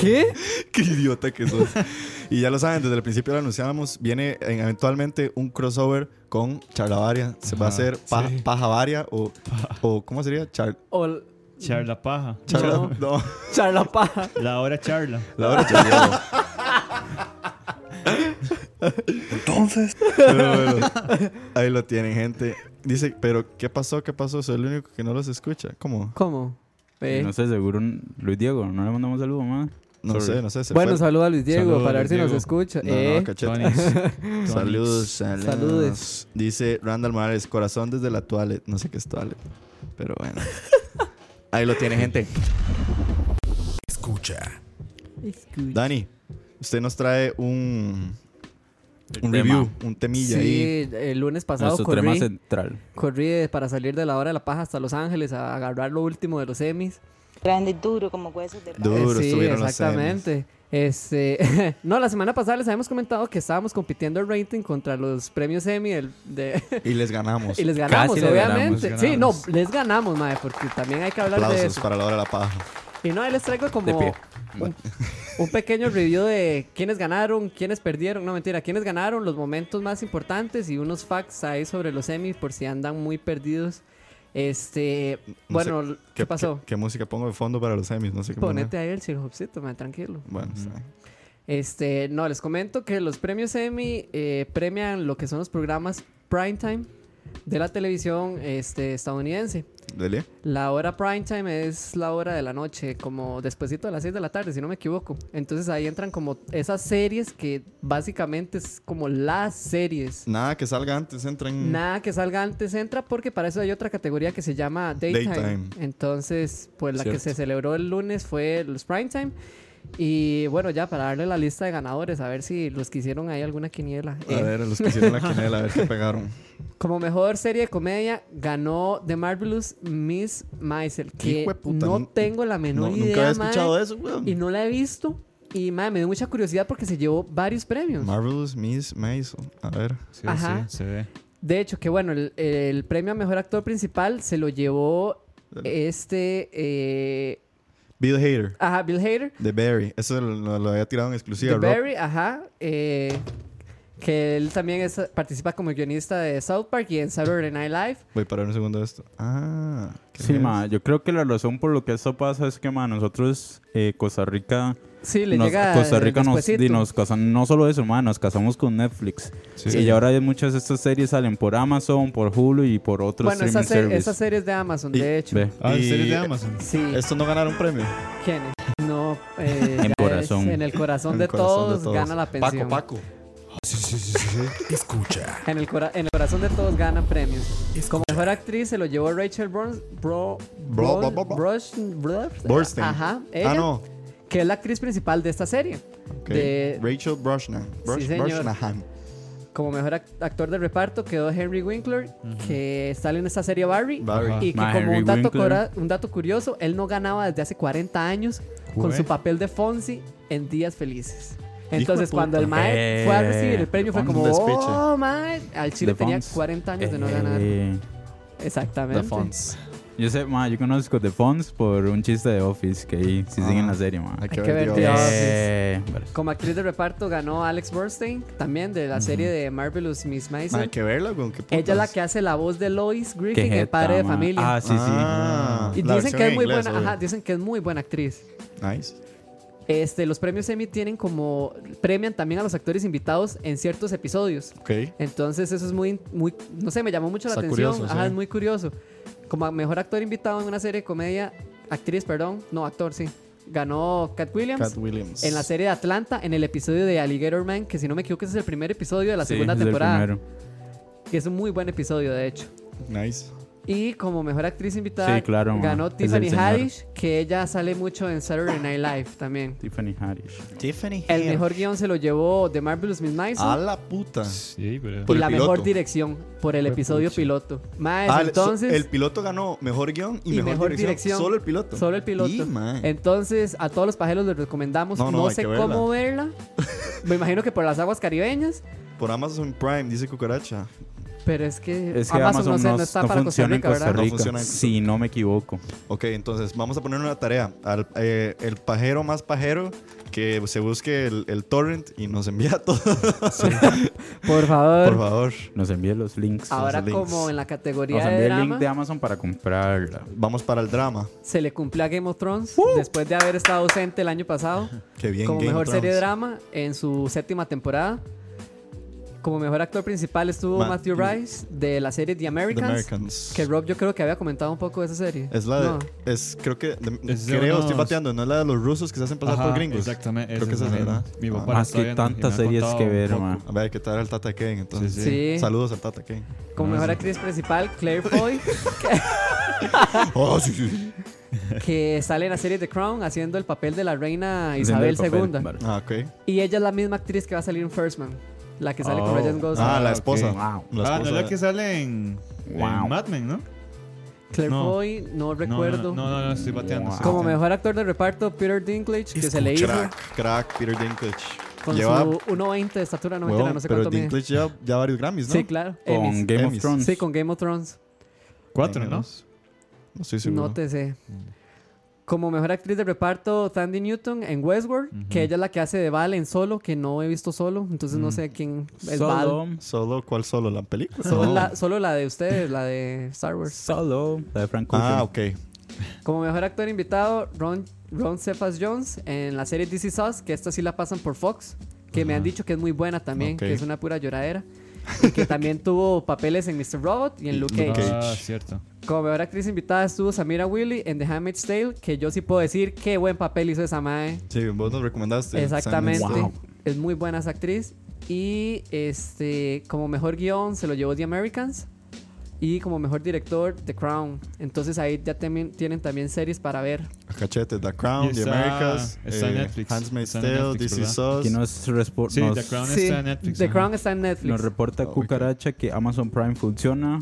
S4: ¿Qué?
S3: Qué idiota que sos. y ya lo saben, desde el principio lo anunciábamos. Viene en- eventualmente un crossover con Charlavaria. Se va a hacer pa- Pajavaria o, o. ¿Cómo sería? Char-
S4: O l-
S7: Charla Paja.
S3: charla.
S4: No.
S3: No.
S4: charla paja.
S7: La hora charla.
S3: La hora charla. Entonces. ahí lo tienen, gente. Dice, pero ¿qué pasó? ¿Qué pasó? Soy el único que no los escucha. ¿Cómo?
S4: ¿Cómo? Eh,
S8: No sé, seguro Luis Diego, no le mandamos saludos, más.
S3: No
S8: Sorry.
S3: sé, no sé. se
S4: bueno,
S3: fue.
S4: saluda a Luis Diego
S7: Saludos,
S4: para ver
S7: Luis
S4: si nos
S7: Diego.
S4: escucha.
S3: No,
S4: eh,
S3: no, cachete.
S7: Tonis.
S3: Saludos, saludos.
S4: Saludes.
S3: Dice Randall Morales, corazón desde la toilet. No sé qué es toilet, pero bueno. Ahí lo tiene, gente.
S2: Escucha.
S4: Eh,
S3: Dani, usted nos trae un, un
S8: tema.
S3: review, un temilla ahí.
S4: sí, el lunes pasado
S8: Nuestro tema
S4: corrí,
S8: central.
S4: corrí de- para salir de la hora de la paja hasta Los Ángeles a agarrar lo último de los semis.
S6: Grande y duro como huesos de
S3: Du-
S6: vaca.
S3: Duro,
S4: Eh, sí,
S3: estuvieron los semis.
S4: exactamente. Este, no, la semana pasada les habíamos comentado que estábamos compitiendo el rating contra los premios semi del- de,
S3: Y les ganamos.
S4: y les ganamos,
S8: les ganamos,
S4: obviamente.
S7: ganamos.
S4: Sí, no, les ganamos, madre, porque también hay que hablar de
S3: Aplausos
S4: eso.
S3: para la hora de la paja.
S4: Y no, ahí les traigo como
S8: pie.
S4: un, un pequeño review de quiénes ganaron, quiénes perdieron. No, mentira, quiénes ganaron, los momentos más importantes y unos facts ahí sobre los semis por si andan muy perdidos. Este,
S3: No sé,
S4: bueno, ¿qué, pasó?
S3: ¿Qué música pongo de fondo para los semis? No sé qué poner.
S4: Ponete ahí el sirjopsito, man, tranquilo.
S3: Bueno, está bien.
S4: Este, no, les comento que los premios Emmy eh, premian lo que son los programas primetime de la televisión este, estadounidense.
S3: Dele.
S4: La hora primetime es la hora de la noche, como despuesito de las 6 de la tarde, si no me equivoco. Entonces ahí entran como esas series que básicamente es como las series.
S3: Nada que salga antes, entra en.
S4: Nada que salga antes entra porque para eso hay otra categoría que se llama Daytime.
S3: Daytime.
S4: Entonces, pues la que
S8: Cierto.
S4: se celebró el lunes fue los Primetime. Y bueno, ya para darle la lista de ganadores, a ver si los que hicieron ahí alguna quiniela.
S3: A
S4: Eh,
S3: ver, a los que hicieron la quinela, a ver qué pegaron.
S4: Como mejor serie de comedia ganó The Marvelous Miss Maisel, que
S3: Hijo de puta,
S4: no
S3: nun-
S4: tengo la menor
S3: No,
S4: idea.
S3: nunca había escuchado
S4: mae,
S3: eso, weón.
S4: Y no la he visto. Y mae, me dio mucha curiosidad porque se llevó varios premios.
S3: Marvelous Miss Mason. A ver.
S7: Sí,
S4: Ajá.
S7: sí, se ve.
S4: De hecho, que bueno, el, el premio a mejor actor principal se lo llevó este. eh,
S3: Bill Hader.
S4: ajá, Bill Hader.
S3: The Barry. Eso lo, lo había tirado en exclusiva.
S4: The
S3: Rob.
S4: Barry, ajá. eh, que él también es- participa como guionista de South Park y en Saturday Night Live.
S3: Voy a parar un segundo esto. Ah. ¿qué
S8: Sí,
S3: es?
S8: ma, yo creo que la razón por lo que esto pasa es que, ma, nosotros, eh, Costa Rica,
S4: Sí, le
S8: nos-
S4: llega.
S8: Costa Rica nos,
S4: despuesito.
S8: di- nos casan, no solo eso, ma, nos casamos con Netflix.
S3: Sí.
S8: Y ahora hay muchas de estas series salen por Amazon, por Hulu y por otros
S4: Bueno, esa,
S8: streaming
S4: ser-
S8: service.
S4: esa serie es de Amazon,
S3: Y-
S4: de hecho.
S8: Ve.
S7: Ah, ¿en
S3: Y-
S7: series de Amazon?
S4: Sí.
S3: Estos no ganaron premio.
S4: ¿Quién es? No, eh,
S8: En
S4: es-
S8: corazón.
S4: En el corazón,
S3: En
S4: de,
S3: el corazón de
S4: todos
S3: todos.
S4: gana la pensión.
S3: Paco, Paco.
S2: Escucha,
S4: En el, cora- en el corazón de todos gana premios. Como mejor actriz se lo llevó Rachel Burns. Bro,
S3: Bro-
S4: Bro-
S3: bro- bro-
S4: Brush- Brush-
S3: Borstein.
S4: Ajá. Ella,
S3: Ah, no.
S4: Que es la actriz principal de esta serie.
S3: Ok.
S4: De-
S3: Rachel Brosnan. Brush,
S4: señor.
S3: Brosnahan.
S4: Como mejor act- actor de reparto quedó Henry Winkler, que sale en esta serie Barry.
S3: Barry.
S4: Y que
S8: Ma,
S4: como
S8: Henry
S4: un dato,
S8: Winkler.
S4: cora- un dato curioso, él no ganaba desde hace 40 años con
S7: Jue.
S4: su papel de Fonzie en Días Felices.
S3: de
S4: Entonces,
S3: puta.
S4: cuando el Mae fue a recibir
S8: Eh,
S4: el premio, fue
S8: The
S4: como,
S3: Fonz, un despiche.
S4: oh, Mae, al Chile
S8: The
S4: tenía
S8: Fonz.
S4: 40 años de no
S8: Eh,
S4: ganar. Exactamente.
S3: The Fonz.
S8: Yo sé, ma, yo conozco The Fonz por un chiste de Office que ahí, si
S3: Ah.
S8: siguen la serie, ma.
S3: Hay
S4: que ver,
S3: Dios.
S4: The tío.
S8: Eh, bueno.
S4: Como actriz de reparto ganó Alex Borstein, también de la serie de Marvelous Miss Maisel.
S3: Hay que verla, con qué
S4: Ella es la
S3: putas.
S4: que hace la voz de Lois
S8: Qué
S4: Griffin, el
S8: jeta,
S4: padre de
S8: ma.
S4: familia.
S8: Ah, sí, sí.
S3: Ah,
S4: y
S3: la
S4: dicen
S3: versión
S4: que es
S3: en
S4: muy
S3: inglés,
S4: buena,
S3: obvio.
S4: ajá, dicen que es muy buena actriz.
S3: Nice.
S4: Este, los premios Emmy tienen como premian también a los actores invitados en ciertos episodios.
S3: Ok.
S4: Entonces eso es muy, muy no sé, me llamó mucho la
S3: Está
S4: atención.
S3: curioso,
S4: Ajá,
S3: sí.
S4: es muy curioso. Como a mejor actor invitado en una serie de comedia, actriz, perdón, no, actor, sí. Ganó Cat Williams.
S3: Cat Williams.
S4: en la serie de Atlanta, en el episodio de Alligator Man, que si no me equivoco ese es el primer episodio de la
S8: Sí,
S4: segunda
S8: es el
S4: temporada,
S8: primero.
S4: que es un muy buen episodio de hecho.
S3: Nice.
S4: Y como mejor actriz invitada
S8: Sí, claro, ma.
S4: ganó
S8: Es el
S4: Tiffany
S8: señor.
S4: Haddish, que ella sale mucho en Saturday Night Live también.
S8: Tiffany Haddish.
S3: Tiffany.
S4: El mejor guión se lo llevó The Marvelous Miss Maisel
S3: A la puta.
S7: Sí, pero...
S3: Ah, Por
S4: y
S3: el
S4: la
S3: piloto.
S4: mejor dirección por el episodio piloto. Más
S3: Ah, el-
S4: entonces
S3: so- el piloto ganó mejor guión y,
S4: y
S3: mejor, dirección. Solo el piloto.
S4: Solo el piloto.
S3: Y, man.
S4: Entonces, a todos los pajeros les recomendamos. No,
S3: No, no, hay
S4: sé
S3: que verla.
S4: cómo verla. Me imagino que por las aguas caribeñas.
S3: Por Amazon Prime, dice Cucaracha.
S4: Pero es que,
S8: Es que Amazon,
S4: no, sé,
S8: no,
S4: no está
S8: no
S4: para Costa
S8: funciona
S4: Rica,
S8: en Costa
S4: ¿verdad?
S3: No
S8: Rica.
S3: funciona en Costa
S8: si no me equivoco.
S3: Ok, entonces vamos a poner una tarea. Al, eh, el pajero más pajero que se busque el, el torrent y nos envía todo.
S4: Por favor.
S3: Por favor.
S8: Nos envíe los links.
S4: Ahora,
S3: los links.
S4: como en la
S8: Nos
S4: categoría
S8: envíe
S4: de
S8: el link
S4: drama,
S8: de Amazon para comprarla.
S3: Vamos para el drama.
S4: se le cumplió a Game of Thrones después de haber estado ausente el año pasado.
S3: Qué bien.
S4: como
S3: Game of
S4: mejor serie de
S3: Thrones.
S4: drama en su séptima temporada. Como mejor actor principal estuvo
S3: Ma-
S4: Matthew Rice de la serie The
S3: The
S4: Americans.
S3: Americans.
S4: Que Rob yo creo que había comentado un poco de esa serie.
S3: Es la de.
S4: No.
S3: Es, creo que. de-
S7: Es de
S3: creo, estoy
S7: unos-
S3: pateando. No es la de los rusos que se hacen pasar
S7: Ajá,
S3: por gringos.
S7: Exactamente.
S3: Creo que esa es verdad.
S7: Mi
S3: Ah.
S7: papá la
S8: Más
S7: está
S8: que
S7: viendo y me
S8: tantas
S7: ha
S8: series
S7: contado
S8: que
S7: un
S8: ver,
S7: poco.
S8: ma.
S3: A ver, ¿qué tal el Tata Ken? Entonces,
S7: Sí,
S4: sí.
S3: saludos al Tata Ken.
S4: Como mejor actriz principal, Claire Foy,
S7: Oh,
S3: Ah, sí, sí, sí.
S4: que sale en la serie The Crown haciendo el papel de la reina
S8: Haciendo
S4: Isabel
S8: el papel.
S4: II.
S8: Vale.
S3: Ah, ok.
S4: Y ella es la misma actriz que va a salir en First Man, la que sale
S8: Oh.
S4: con Ryan Gosling.
S3: Ah, la
S7: ok.
S3: esposa.
S8: Wow.
S3: La
S7: Ah, no
S3: esposa.
S7: es la que sale en, en
S8: Wow.
S7: Mad Men, ¿no?
S4: Claire
S7: no.
S4: Foy, no recuerdo.
S7: No, no, no, no, no, estoy bateando.
S8: Wow.
S7: estoy
S4: Como
S7: bateando.
S4: mejor actor de reparto, Peter Dinklage, que se le hizo
S3: Crack, crack, Peter Dinklage.
S4: con
S3: lleva,
S4: su 1.20 de estatura, no mentira,
S3: huevón,
S4: no sé
S3: pero
S4: cuánto mide.
S3: Dinklage lleva ya varios Grammys, ¿no?
S4: Sí, claro.
S8: Con
S4: Emmys.
S8: Game of
S3: Emmys.
S8: Thrones.
S4: Sí, con Game of Thrones.
S7: Cuatro, ¿no?
S3: No estoy seguro.
S4: No te sé. Como mejor actriz de reparto, Tandy Newton en Westworld, que ella es la que hace de Val en Solo, que no he visto Solo, entonces no sé quién es
S8: Solo.
S4: Val.
S3: Solo, ¿cuál solo? ¿La película?
S4: Solo,
S3: No.
S4: la, solo la de ustedes, la de Star Wars.
S8: Solo. La de Frank Ocean.
S3: Ah, ok.
S4: Como mejor actor invitado, Ron, Ron Cephas Jones en la serie This Is Us, que esta sí la pasan por Fox, que me han dicho que es muy buena también,
S3: Ok.
S4: que es una pura lloradera. Y que también tuvo papeles en Mr. Robot y en Luke Cage.
S3: Cage.
S7: Ah, cierto.
S4: Como mejor actriz invitada estuvo Samira Willy en The Handmaid's Tale, que yo sí puedo decir qué buen papel hizo esa mae.
S3: Sí, vos nos recomendaste.
S4: Exactamente.
S3: Simon Stone.
S4: Es muy buena esa actriz. Y este, como mejor guión se lo llevó The Americans. Y como mejor director, The Crown. Entonces ahí ya temen- tienen también series para ver.
S3: Cachetes, eh, The Crown,
S7: Y
S3: The
S7: está-
S3: Americas, eh,
S7: está en Netflix.
S3: Handmaid's
S7: Está en
S3: Tale,
S7: Netflix,
S3: This Is
S8: Que
S3: Us.
S8: nos, respo-
S7: Sí,
S8: nos-
S7: The Crown
S4: Sí,
S7: está en Netflix.
S4: The
S7: ajá.
S4: Crown está en Netflix.
S8: nos reporta
S3: Ah, ok.
S8: Cucaracha que Amazon Prime funciona.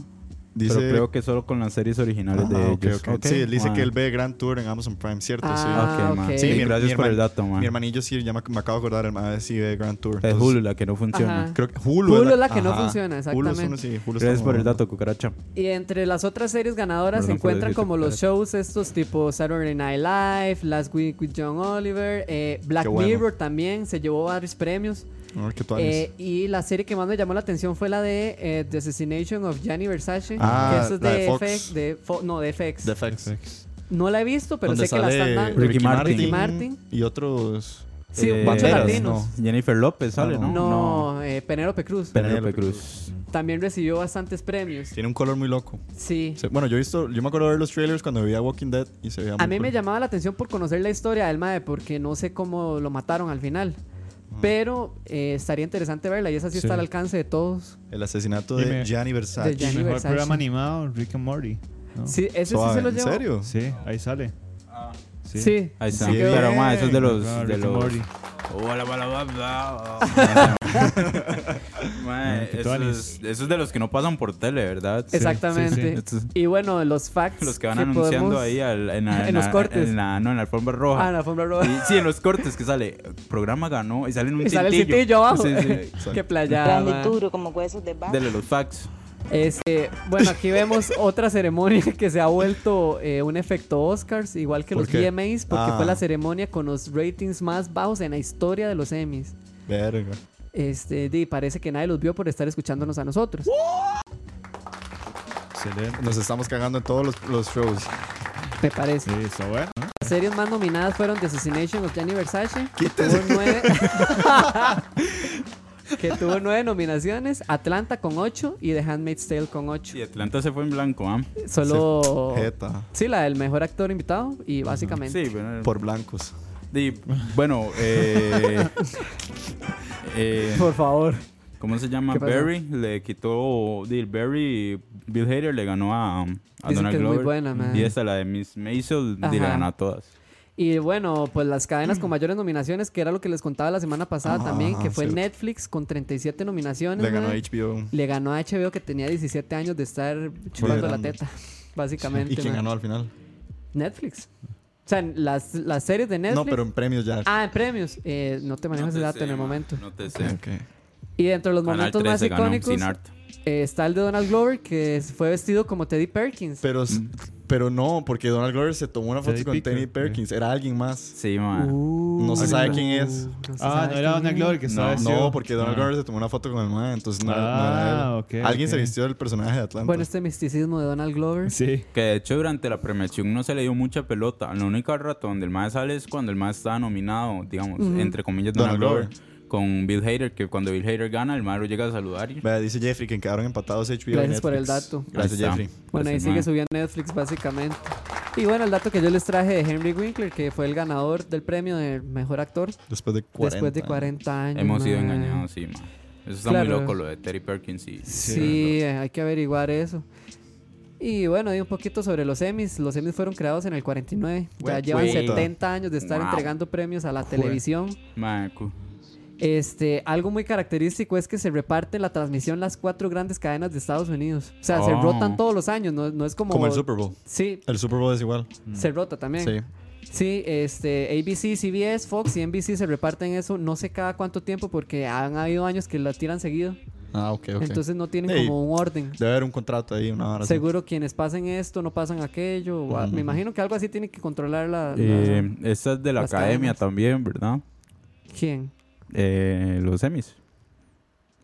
S3: Dice,
S8: Pero creo que solo con las series originales de
S3: Ah, ok,
S8: ellos.
S3: ok. Sí, él dice
S8: Ah,
S3: que él ve Grand Tour en Amazon Prime, ¿cierto?
S4: Ah,
S8: ok, ma.
S4: ok.
S8: Sí,
S4: Sí,
S8: gracias por
S3: herman-
S8: el dato, man.
S3: Mi hermanillo sí, ya me, me acabo de acordar, el mae sí ve Grand Tour.
S8: Es
S3: entonces-
S8: Hulu la que no funciona.
S4: Ajá.
S3: Creo que Hulu,
S4: Hulu
S3: la-
S4: es la que no
S3: ajá.
S4: funciona,
S3: Hulu es uno,
S4: exactamente.
S3: sí, Hulu es
S8: Gracias
S3: como-
S8: por el dato, Cucaracha.
S4: Y entre las otras series ganadoras se
S8: Perdón por
S4: encuentran
S8: decirte,
S4: como los shows estos tipo Saturday Night Live, Last Week with John Oliver, eh, Black
S3: Qué bueno.
S4: Mirror también, se llevó varios premios.
S3: A ver, ¿qué tú haces?
S4: Eh, y la serie que más me llamó la atención fue la de eh, The Assassination of Gianni Versace.
S3: Ah,
S4: que eso es
S3: la
S4: de,
S3: de Fox.
S4: FX, de Fo- no, de FX.
S3: The Facts.
S7: Netflix.
S4: No la he visto, pero
S3: Donde
S4: sé que la
S3: sale
S4: están dando.
S8: Ricky Martin.
S4: Ricky Martin.
S3: Y otros...
S4: Sí,
S8: Eh,
S4: muchos
S3: Banderas,
S4: latinos.
S8: no. Jennifer López sale,
S3: No,
S8: ¿no?
S4: No, eh, Penélope Cruz.
S8: Penélope Cruz.
S4: También recibió bastantes premios.
S3: Tiene un color muy loco.
S4: Sí.
S3: Se- Bueno, yo he visto... Yo me acuerdo de ver los trailers cuando veía Walking Dead y se veía muy
S4: A mí me
S3: cool.
S4: llamaba la atención por conocer la historia del Mae, porque no sé cómo lo mataron al final.
S3: Mm.
S4: Pero eh, estaría interesante verla y esa sí, está
S7: Sí.
S4: al alcance de todos.
S3: El asesinato
S7: Y
S3: de
S7: me-
S3: Gianni Versace.
S4: de
S7: Y
S4: Gianni
S7: mejor
S4: Versace.
S7: programa animado, Rick and Morty. ¿no?
S4: Sí, ese sí
S3: Suave,
S4: se lo
S3: ¿En
S4: llevó.
S3: serio?
S7: Sí, ahí sale.
S4: Sí.
S8: Ahí está.
S3: Sí,
S8: Pero,
S3: bien.
S8: ma, eso es de los.
S7: Ah, Rick
S8: de
S7: and
S8: los...
S7: Morty.
S8: Hola, hola, hola, hola. Ma,
S7: Ah, que
S8: eso,
S7: tuanis.
S8: es, eso es de los que no pasan por tele, ¿verdad?
S4: Exactamente.
S8: Estos-
S4: Y bueno, los facts.
S8: Los que van anunciando
S4: podemos-
S8: ahí al- en, la-
S4: En
S8: la-
S4: los cortes.
S8: en la- no, en la alfombra roja.
S4: Ah, en la alfombra roja.
S8: Y- sí, en los cortes que sale. Programa ganó y sale en un
S4: Y sale el
S8: cintillo.
S4: cintillo abajo.
S8: Sí, sí.
S4: Qué playada.
S6: Grande
S4: man.
S6: duro como huesos de vaca.
S8: Dele los facts.
S4: Este, bueno, aquí vemos otra ceremonia que se ha vuelto eh, un efecto Oscars, igual que
S3: ¿Por
S4: los
S3: qué?
S4: VMAs, porque
S3: Ah.
S4: fue la ceremonia con los ratings más bajos en la historia de los Emmys.
S3: Verga.
S4: Este, di, parece que nadie los vio por estar escuchándonos a nosotros.
S7: Excelente.
S3: Nos estamos cagando en todos los, los shows.
S4: Me parece.
S7: Sí, está bueno.
S4: Las series más nominadas fueron The Assassination of Gianni Versace. que tuvo nueve- que tuvo nueve nominaciones. Atlanta con ocho y The Handmaid's Tale con ocho.
S8: Y Atlanta se fue en blanco, ¿ah?
S4: Solo.
S3: Jeta.
S4: Sí, la del mejor actor invitado y básicamente.
S8: Sí, bueno.
S3: Por blancos.
S8: di- bueno, eh, eh,
S4: Por favor.
S8: ¿Cómo se llama?
S4: ¿Qué pasó?
S8: Barry le quitó. Dil Barry. Bill Hader le ganó a, a
S4: que
S8: Donald
S4: es muy
S8: Glover.
S4: buena, man.
S8: Y esta, la de Miss Maisel, di, le
S4: Ajá.
S8: ganó a todas.
S4: Y bueno, pues las cadenas con mayores nominaciones, que era lo que les contaba la semana pasada
S3: Mm. Ah,
S4: también, que fue
S3: cierto.
S4: Netflix con 37 nominaciones.
S3: Le ganó
S4: mae.
S3: HBO.
S4: Le ganó a HBO que tenía 17 años de estar chupando la
S3: Liderando.
S4: teta, básicamente.
S3: ¿Y quién
S4: mae.
S3: ganó al final?
S4: Netflix. O sea, en las, las series de Netflix.
S3: No, pero en premios ya.
S4: Ah, en premios. Eh, no te manejas el dato en el momento.
S8: No te sé.
S3: Ok.
S4: Y dentro de los
S8: Canal
S4: momentos más
S8: 13 ganó,
S4: icónicos
S8: sin arte.
S4: eh, está el de Donald Glover, que fue vestido como Teddy Perkins.
S3: Pero, s- pero no, porque Donald Glover se tomó una foto
S7: Teddy
S3: con
S7: Picker,
S3: Teddy
S7: ok.
S3: Perkins. Era alguien más.
S8: Sí, man.
S4: Uh,
S3: No se sabe quién es.
S4: no se
S7: Ah,
S4: sabe
S7: no era
S4: quién
S7: Donald
S4: es.
S7: Glover que estaba vestido.
S3: No, porque Donald
S7: Ah.
S3: Glover se tomó una foto con el man, entonces no, era- no era
S7: Ah,
S3: él.
S7: ok,
S3: Alguien se
S7: ok.
S3: vistió del personaje de Atlanta.
S4: Bueno, este misticismo de Donald Glover.
S7: Sí.
S8: Que de hecho durante la premiación no se le dio mucha pelota. La única rato donde el más sale es cuando el más está nominado, digamos, entre comillas, Donald,
S3: Donald
S8: Glover. Con Bill Hader, que cuando Bill Hader gana, el más lo llega a saludar. y-
S3: Vea, dice Jeffrey que quedaron empatados HBO. y
S4: Gracias por
S3: Netflix.
S4: el dato.
S3: Gracias,
S8: Ahí está.
S3: Jeffrey.
S4: Bueno, ahí
S8: Pues,
S4: sigue
S8: man.
S4: subiendo Netflix, básicamente. Y bueno, el dato que yo les traje de Henry Winkler, que fue el ganador del premio de mejor actor
S3: Después de 40.
S4: después de 40 años.
S8: Hemos sido
S4: man.
S8: engañados, sí, man. Eso está muy
S4: Claro.
S8: loco lo de Terry Perkins y...
S4: Sí, eh, hay que averiguar eso. Y bueno, y un poquito sobre los Emmys. Los Emmys fueron creados en el 49. Ya
S3: Hue-
S4: llevan
S8: puta.
S4: 70 años de estar
S8: Wow.
S4: entregando premios a la televisión.
S8: Man, cu-
S4: Este, algo muy característico es que se reparte la transmisión las cuatro grandes cadenas de Estados Unidos. O sea, se
S8: Oh.
S4: rotan todos los años, no, no es como...
S3: Como el Super Bowl.
S4: Sí,
S3: El Super Bowl es igual.
S4: se rota también.
S3: Sí.
S4: Sí, este, ABC, CBS, Fox y NBC se reparten eso, no sé cada cuánto tiempo porque han habido años que la tiran seguido.
S3: Ah, ok, ok.
S4: Entonces no tienen
S3: Ey,
S4: como un orden.
S3: Debe haber un contrato ahí, una hora.
S4: Seguro quienes pasen esto no pasan aquello. o a- Me imagino que algo así tiene que controlar la... la-
S8: Eh, esta es de la
S4: las
S8: academia
S4: cadenas.
S8: también, ¿verdad?
S4: ¿Quién?
S8: Eh, los semis.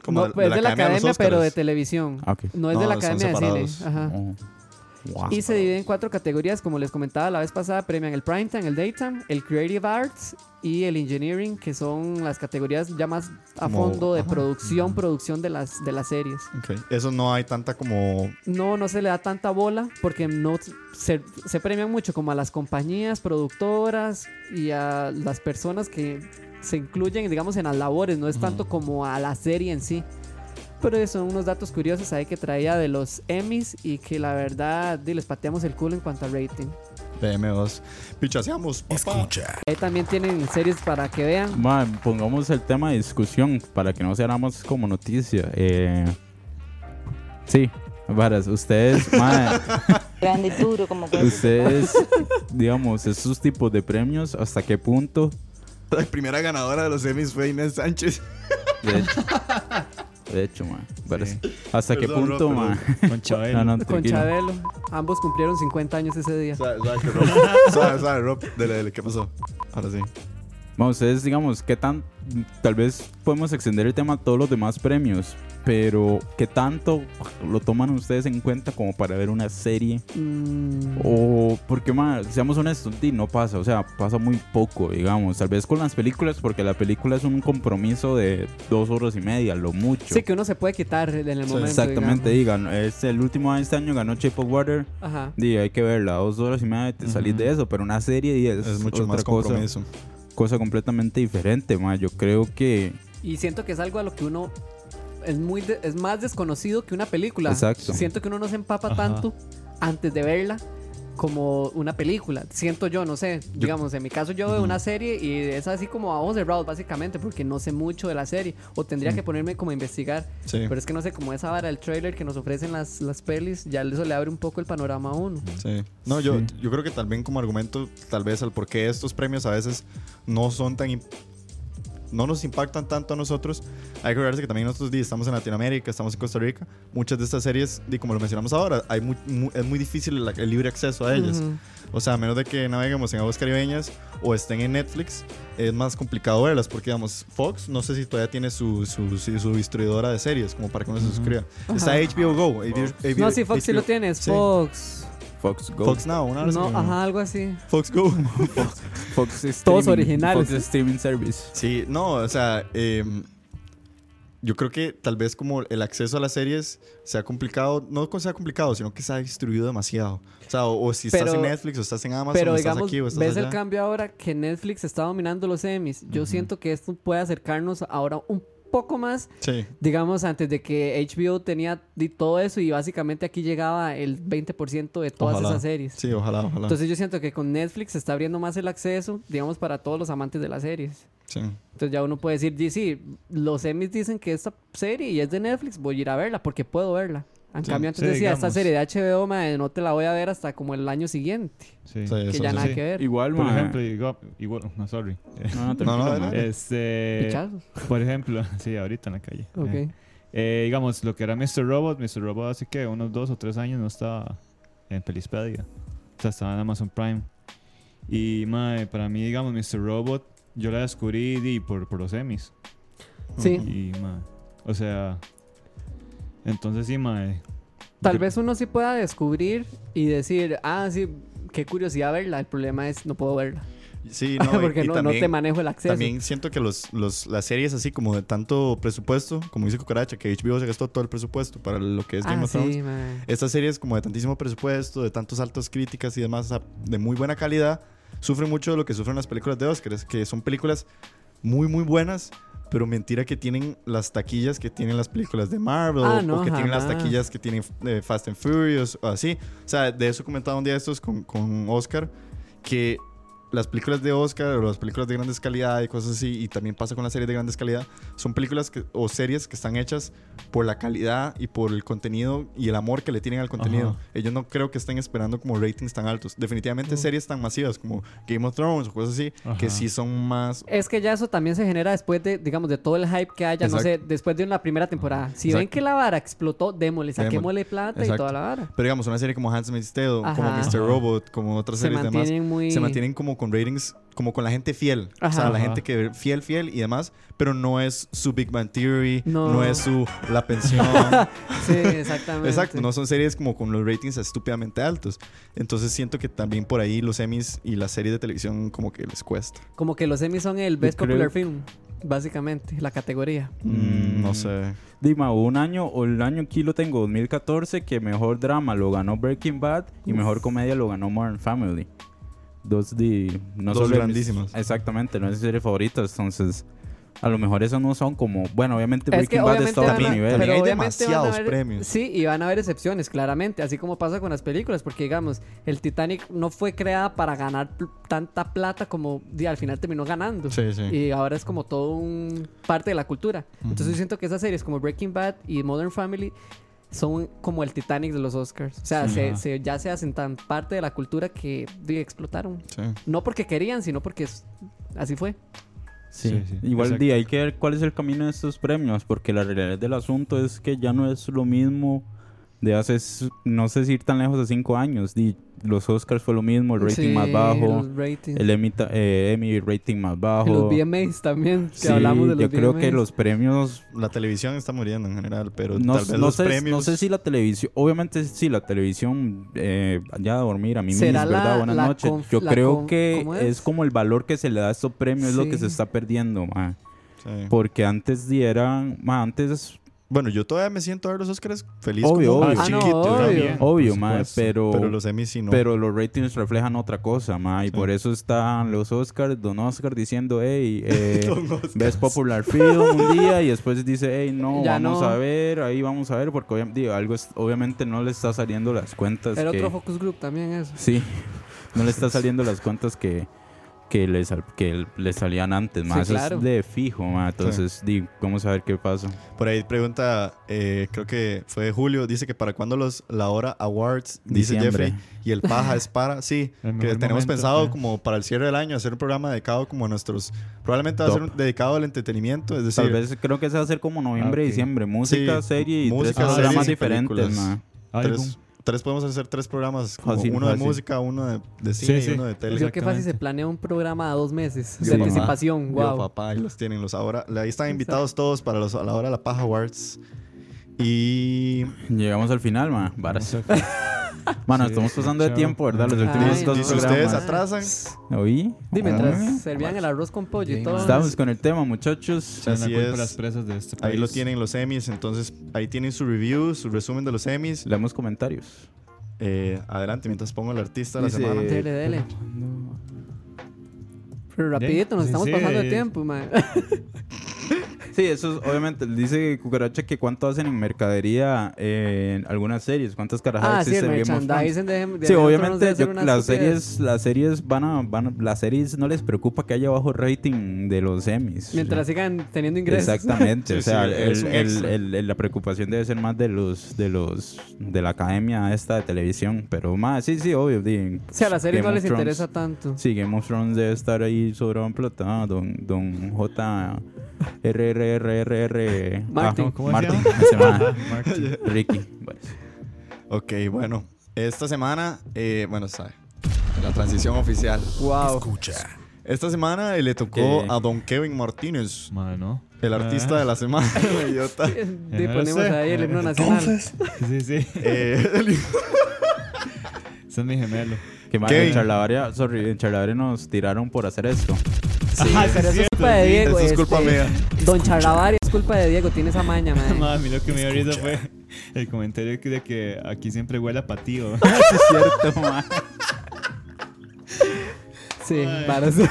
S4: no, pues, es de la academia, pero de televisión.
S8: Ah, ok.
S4: No es de
S3: No,
S4: la
S3: son
S4: academia de
S3: separados.
S4: cine. Ajá.
S8: Oh. Wow.
S4: Y se divide en cuatro categorías, como les comentaba la vez pasada, premian el primetime, el daytime, el creative arts y el engineering, que son las categorías ya más a
S3: Como-
S4: fondo de
S3: ajá. Mm.
S4: producción, producción de las, de las series.
S3: Okay. Eso no hay tanta como.
S4: No, no se le da tanta bola porque no se, se premian mucho como a las compañías productoras y a las personas que se incluyen, digamos, en las labores, no es tanto como a la serie en sí. Pero son unos datos curiosos ahí que traía de los Emmys y que la verdad di, les pateamos el culo en cuanto a rating.
S3: PM2. Pichaseamos. Papá.
S2: Escucha.
S4: Ahí también tienen series para que vean.
S8: Ma, pongamos el tema de discusión para que no sea nada más como noticia. Eh, sí, varas, ustedes, ma,
S6: Grande y duro como huesos de vaca.
S8: ustedes, digamos, esos tipos de premios, ¿hasta qué punto?
S3: La primera ganadora de los Emmys fue Inés Sánchez.
S8: De hecho, de hecho ma, varas, ¿hasta qué
S3: Perdón,
S8: punto,
S3: Rob,
S8: ma?
S7: Con Chabelo.
S8: No, no,
S4: Con
S8: tranquilo.
S4: Chabelo. Ambos cumplieron 50 años ese día.
S3: Sabe, sabe que Rob. sabe, sabe, Rob. Dele, dele, ¿qué pasó? Ahora sí.
S8: Bueno, ustedes, digamos, ¿qué tan. Tal vez podemos extender el tema a todos los demás premios, pero ¿qué tanto lo toman ustedes en cuenta como para ver una serie?
S4: Mm,
S8: O, porque, ma, seamos honestos, di, no pasa, o sea, pasa muy poco, digamos. Tal vez con las películas, porque la película es un compromiso de dos horas y media, lo mucho.
S4: sí, que uno se puede quitar en el momento.
S8: Exactamente,
S4: digamos.
S8: digan, es el último de este año ganó Shape of Water.
S4: Ajá.
S8: Di, hay que verla, dos horas y media te salís de eso, pero una serie di, es,
S3: Es mucho
S8: otra
S3: más
S8: cosa,
S3: compromiso.
S8: cosa completamente diferente, ma. Yo creo que
S4: Y siento que es algo a lo que uno es muy de- es más desconocido que una película.
S8: Exacto.
S4: Siento que uno no se empapa
S7: Ajá.
S4: tanto antes de verla como una película. Siento yo, no sé, digamos, en mi caso yo veo una serie y es así como a ojos cerrados básicamente porque no sé mucho de la serie o tendría que ponerme como a investigar.
S3: Sí.
S4: Pero es que no sé, como esa vara del trailer que nos ofrecen las, las pelis, ya eso le abre un poco el panorama a uno.
S3: Sí. No, Yo,
S8: Sí.
S3: yo creo que también como argumento, tal vez al por qué estos premios a veces no son tan... im- No nos impactan tanto a nosotros. Hay que recordarse que también nosotros di, estamos en Latinoamérica, estamos en Costa Rica. Muchas de estas series, y como lo mencionamos ahora, hay mu- mu- es muy difícil el, el libre acceso a ellas.
S4: Ujú.
S3: O sea, a menos de que naveguemos en aguas caribeñas o estén en Netflix, es más complicado verlas. Porque, digamos, Fox, no sé si todavía tiene su, su, su- su distribuidora de series, como para que uno se suscriba. Está HBO Go. HBO
S4: No, sí, Fox sí lo tiene, es
S3: Sí. Ah,
S4: Fox.
S8: Fox Go,
S3: Fox Now, una hora
S4: No,
S3: así.
S4: ajá, algo así.
S3: Fox Go.
S8: Fox Streaming,
S4: Todos originales.
S8: Fox Streaming Service.
S3: Sí, no, o sea, eh, yo creo que tal vez como el acceso a las series sea complicado, no que sea complicado, sino que se ha distribuido demasiado. O sea, o, o si estás
S4: Pero-
S3: en Netflix, o estás en Amazon,
S4: Pero
S3: o estás
S4: digamos,
S3: aquí, o estás
S4: ves el
S3: allá.
S4: cambio ahora que Netflix está dominando los Emmys. Yo siento que esto puede acercarnos ahora un poco más,
S3: sí,
S4: digamos, antes de que HBO tenía de todo eso y básicamente aquí llegaba el 20% de todas
S3: Ojalá.
S4: esas series.
S3: sí, ojalá, ojalá.
S4: Entonces yo siento que con Netflix se está abriendo más el acceso, digamos, para todos los amantes de las series.
S3: sí.
S4: Entonces ya uno puede decir, "Di, sí, los Emmys dicen que esta serie y es de Netflix, voy a ir a verla porque puedo verla. En
S3: Sí,
S4: cambio antes
S7: sí,
S4: decía, esta
S7: digamos.
S4: serie de HBO, madre, no te la voy a ver hasta como el año siguiente,
S7: Sí. Ah.
S3: Sí,
S4: que
S3: eso
S4: ya
S3: sí.
S4: nada
S7: sí.
S4: que ver.
S8: Igual,
S7: Por
S8: ma,
S7: ejemplo, digo- igual, no, sorry.
S8: No, no, tranquilo,
S3: No, Eh, no,
S8: ma.
S3: dale.
S7: Este,
S4: Pichazos.
S3: eh,
S7: por ejemplo, sí, ahorita en la calle.
S4: Ok.
S7: Eh, eh, digamos, lo que era Mr. Robot, Mr. Robot hace que unos dos o tres años no estaba en Pelispedia. O sea, estaba en Amazon Prime. Y mae, para mí, digamos, Mr. Robot, yo la descubrí di, por, por los Emmys.
S4: Sí,
S7: Y mae, o sea, entonces sí, eh, mae.
S4: tal
S7: yo-
S4: vez uno sí pueda descubrir y decir, ah, sí, qué curiosidad verla. El problema es no puedo verla.
S3: Sí, no, y-
S4: Porque
S3: y
S4: no, no
S3: también,
S4: te manejo el acceso.
S3: También siento que los, los, las series así como de tanto presupuesto, como dice Cucaracha, que HBO se gastó todo el presupuesto para lo que es Game
S4: ah,
S3: of Thrones.
S4: sí, mae.
S3: Estas series como de tantísimo presupuesto, de tantos altos críticas y demás, o sea, de muy buena calidad, sufren mucho de lo que sufren las películas de Oscars, que son películas muy, muy buenas, pero mentira que tienen las taquillas que tienen las películas de Marvel,
S4: Ah,
S3: o-
S4: no,
S3: o que tienen las
S4: jamás.
S3: taquillas que tienen eh, Fast and Furious, o así. O sea, de eso comentaba un día estos con, con Oscar, que las películas de Oscar o las películas de grandes calidad y cosas así, y también pasa con las series de grandes calidad, son películas que- o series que están hechas por la calidad y por el contenido y el amor que le tienen al contenido.
S7: Ajá. Mm.
S3: Ellos no creo que estén esperando como ratings tan altos. Definitivamente series tan masivas como Game of Thrones o cosas así,
S7: Ajá.
S3: que sí son más...
S4: Es que ya eso también se genera después de, digamos, de todo el hype que haya, no sé,
S3: Exacto.
S4: después de una primera temporada. Si ven
S3: Exacto.
S4: que la vara explotó,
S3: Démosle.
S4: démosle, saquémosle plata y
S3: Exacto.
S4: toda la vara.
S3: Pero digamos, una serie como Handmaid's Tale, como
S4: Ajá.
S3: Mr. Robot, como otras
S4: Se
S3: series demás,
S4: mantienen muy...
S3: se mantienen como con ratings, como con la gente fiel. O sea,
S4: Ajá.
S3: la
S7: Ajá.
S3: gente que fiel, fiel y demás, pero no es su Big Bang Theory,
S4: No.
S3: no, es su La Pensión.
S4: Sí, exactamente.
S3: Exacto, no son series como con los ratings estúpidamente altos. Entonces siento que también por ahí los Emmys y las series de televisión como que les cuesta.
S4: Como que los Emmys son el Best
S8: creo-
S4: Popular Film, básicamente, la categoría.
S3: Mm, no sé.
S8: Dima, hubo un año, o el año aquí lo tengo, 2014, que mejor drama lo ganó Breaking Bad y mejor comedia lo ganó Modern Family. Dos de. No
S3: Dos
S8: solo-
S3: grandísimas.
S8: Exactamente, no es series favoritas, entonces. A lo mejor esas no son como. Bueno, obviamente
S4: Es
S8: Este Breaking
S4: que
S8: Bad
S4: obviamente
S8: está a
S4: van
S8: otro
S4: a-
S8: nivel.
S4: pero
S3: hay
S4: obviamente van a
S3: demasiados
S4: haber-
S3: premios.
S4: Sí, y van a haber excepciones, claramente, así como pasa con las películas, porque digamos, el Titanic no fue creada para ganar pl- tanta plata como di- al final terminó ganando.
S3: Sí, sí.
S4: Y ahora es como todo un parte de la cultura. Entonces yo siento que esas series como Breaking Bad y Modern Family son como el Titanic de los Oscars. O sea,
S8: Sí.
S4: se-
S8: Ajá.
S4: se- ya se hacen tan parte de la cultura que di, explotaron.
S3: Sí.
S4: No porque querían, sino porque es- así fue.
S8: Sí,
S7: Sí, sí,
S8: igual
S7: exacto.
S8: di, hay que ver cuál es el camino de estos premios, porque la realidad del asunto es que ya no es lo mismo de hace, s- no sé si ir tan lejos de cinco años. Di, los Oscars fue lo mismo, el rating
S4: Sí,
S8: más bajo,
S4: los ratings.
S8: el Emmy, ta- eh, Emmy rating más bajo.
S4: Y los VMAs también, que
S8: Sí,
S4: hablamos de los
S8: yo creo que
S4: VMAs.
S8: los premios
S3: La televisión está muriendo en general, pero
S8: no,
S3: tal vez
S8: no
S3: los
S8: sé,
S3: premios...
S8: no sé si la televisión, obviamente sí, la televisión, eh, ya a dormir, a mí me
S4: ¿Será
S8: ¿verdad?
S4: la-
S8: Buenas
S4: la
S8: noches.
S4: conf-
S8: Yo
S4: la
S8: creo
S4: con-
S8: que
S4: cómo
S8: es?
S4: es?
S8: como el valor que se le da a estos premios, es lo que
S4: Sí.
S8: se está perdiendo, ma.
S3: Sí.
S8: porque antes dieran, ma, antes,
S3: Bueno, yo todavía me siento a ver los Oscars feliz
S8: Obvio,
S3: como
S8: obvio.
S4: Ah, no,
S3: chiquito,
S4: obvio.
S3: también, por
S8: Obvio, mae,
S3: supuesto.
S8: pero-
S3: Pero los Emmys sí no.
S8: pero los ratings reflejan otra cosa, ma, y por eso están los Oscars, Don Oscar diciendo, hey, eh, ves Popular Film un día y después dice, hey, no,
S4: Ya
S8: vamos
S4: no.
S8: a ver, ahí vamos a ver, porque obvia- digo, algo es- obviamente no le está saliendo las cuentas.
S4: Era
S8: que-
S4: otro focus group también eso.
S8: Sí, no le está saliendo las cuentas que, que, le, sal- que le salían antes,
S4: Sí,
S8: más
S4: claro.
S8: es de fijo, ma. entonces di, vamos a ver qué pasa.
S3: Por ahí pregunta, eh, creo que fue Julio, dice que para cuándo los La Hora Awards, dice
S8: Diciembre.
S3: Jeffrey, y el Paja es para, sí,
S7: El
S3: que
S7: mejor
S3: tenemos
S7: momento,
S3: pensado
S7: ajá.
S3: como para el cierre del año hacer un programa dedicado como a nuestros, probablemente va a ser
S8: Top.
S3: un- dedicado al entretenimiento, es decir,
S8: Tal vez creo que se va a hacer como noviembre,
S7: Ah, ok.
S8: diciembre, música,
S3: Sí,
S8: serie y
S3: música,
S8: tres
S7: series
S8: programas
S7: y
S8: diferentes.
S3: películas.
S8: ma.
S7: Álbum.
S3: tres, tres podemos hacer tres programas, como
S8: Fácil,
S3: uno
S8: fácil.
S3: de música, uno de, de cine
S7: sí.
S3: y uno de tele.
S4: Yo que fácil se
S7: Exactamente.
S4: planea un programa a dos meses
S8: Yo,
S4: de
S8: mamá.
S4: anticipación.
S3: Yo,
S4: Wow.
S3: papá, ahí los tienen los ahora, ahí están invitados todos para los a la hora de la Paja Awards. Y
S8: Llegamos al final, ma. Varas. Bueno,
S7: Sí,
S8: estamos pasando de
S7: chao.
S8: tiempo, ¿verdad? Los
S7: Ay,
S4: Ah,
S8: últimos
S3: dice-
S8: dos
S3: dice, ustedes
S8: programas.
S3: atrasan,
S8: ¿Oí?
S4: Dime,
S8: Ah.
S4: mientras
S7: eh.
S4: servían el arroz con pollo y todo.
S8: Estamos con el tema, muchachos.
S7: Echan la
S3: Así
S7: culpa a
S3: es.
S7: las presas de este país.
S3: ahí lo tienen los Emmys, entonces ahí tienen su review, su resumen de los Emmys.
S8: Leemos comentarios.
S3: Eh, adelante, mientras pongo el artista de la
S8: Dice-
S3: semana.
S4: Dele, dele. Pero rapidito, nos
S7: Sí,
S4: estamos
S7: sí,
S4: pasando de
S7: eh.
S4: tiempo, man.
S8: Sí, eso es, obviamente, dice Cucaracha que cuánto hacen en mercadería eh, en algunas series, cuántas carajadas
S4: Ah, sí, el
S8: existen en Game of Thrones.
S4: merchandising de, de Game of
S8: Sí,
S4: Thrones
S8: obviamente
S4: debe ser
S8: yo-
S4: una
S8: las
S4: estupidez.
S8: series, las series van a, van a- las series no les preocupa que haya bajo rating de los Emmys.
S4: Mientras sigan teniendo ingresos.
S8: Exactamente,
S3: Sí,
S8: o sea,
S3: sí,
S8: el-
S3: es un
S8: el-
S3: extra.
S8: el- el- la preocupación debe ser más de los, de los, de la academia esta de televisión, pero más, sí, sí, obvio. di-
S4: O sea, a las series
S8: Game
S4: no
S8: of
S4: les
S8: Thrones-
S4: interesa tanto.
S8: Sí, Game of Thrones debe estar ahí sobrado en plata, ah, don, don J. R, R, R, R, R.
S4: Martin.
S8: Ah,
S7: ¿Cómo se
S8: Martin,
S7: llama?
S8: ese man.
S7: Martin.
S8: Ricky. bueno.
S3: Ok, bueno. Esta semana, eh, bueno, sabe. La transición oficial.
S4: Wow.
S2: Escucha.
S3: Esta semana eh, le tocó
S8: Eh.
S3: a Don Kevin Martínez,
S7: Madre, pues, ¿no? Ah,
S3: el artista de la semana, idiota.
S4: Le
S7: no lo
S4: Eh, ponemos
S7: sé.
S4: ahí el himno nacional.
S7: Sí, sí.
S3: Eh, el-
S7: Ese es mi gemelo.
S8: Que más
S3: Kevin.
S8: en Charlavaria, sorry, en Charlavaria nos tiraron por hacer esto.
S4: Sí, Ah, pero eso es culpa de Diego.
S3: Eso es culpa
S4: este,
S3: mía.
S4: Don Charlavari es culpa de Diego, tiene esa maña, man.
S7: Madre, a mí lo que me dio risa fue el comentario que- de que aquí siempre huele a patío.
S8: es cierto, ma.
S4: Sí, para ser.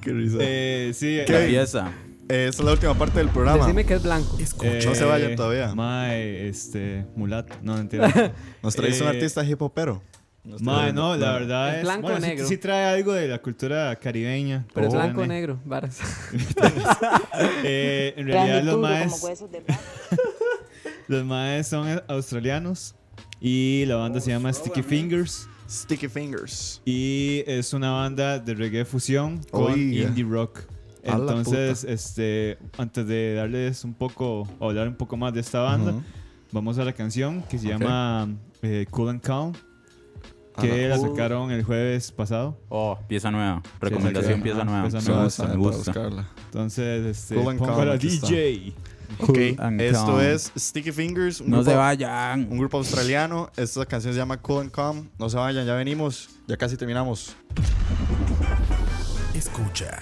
S3: Qué risa.
S7: eh, sí,
S8: La
S3: Kevin.
S8: pieza.
S3: Eh, esta es la última parte del programa.
S4: Decime que es blanco.
S7: eh,
S3: No se vayan todavía.
S7: Mae, este, eh, mulato. No, mentira.
S3: Nos traes un
S7: eh,
S3: artista hip hopero. No
S7: Mae,
S3: estoy-
S7: no, la verdad
S4: Es
S7: es.
S4: blanco
S7: bueno,
S4: o
S7: sí-
S4: negro.
S7: Sí, trae algo de la cultura caribeña. Oh,
S4: Pero es
S7: ojo,
S4: blanco o
S7: nene.
S4: negro, varas.
S7: Eh, en realidad,
S6: Grande
S7: los
S6: duro como
S7: maes,
S6: huesos de vaca.
S7: los maes son australianos. Y la banda se llama Sticky Fingers.
S3: Sticky Fingers.
S7: Y es una banda de reggae fusión con
S3: Oiga.
S7: indie rock.
S3: A la
S7: Entonces, este, antes de darles un poco, o hablar un poco más de esta banda,
S3: Ujú.
S7: vamos a la canción que se
S8: Ok.
S7: llama eh, Cool and Calm,
S3: A
S7: que
S3: la
S7: la
S3: cool.
S7: sacaron el jueves pasado.
S8: Oh, pieza nueva.
S7: sí,
S8: Recomendación,
S7: sí.
S8: pieza
S7: Ah,
S8: nueva.
S7: pieza
S8: Me
S7: nueva,
S8: gusta, me gusta.
S7: Entonces, este,
S3: Cool and
S7: pongo
S3: Calm,
S7: a la
S3: aquí está.
S7: DJ.
S3: Ok,
S8: Cool and
S3: esto
S8: calm.
S3: es Sticky Fingers. un
S8: No se
S3: grupo-
S8: vayan.
S3: Un grupo australiano. Esta canción se llama Cool and Calm. No se vayan, ya venimos. Ya casi terminamos.
S2: Escucha.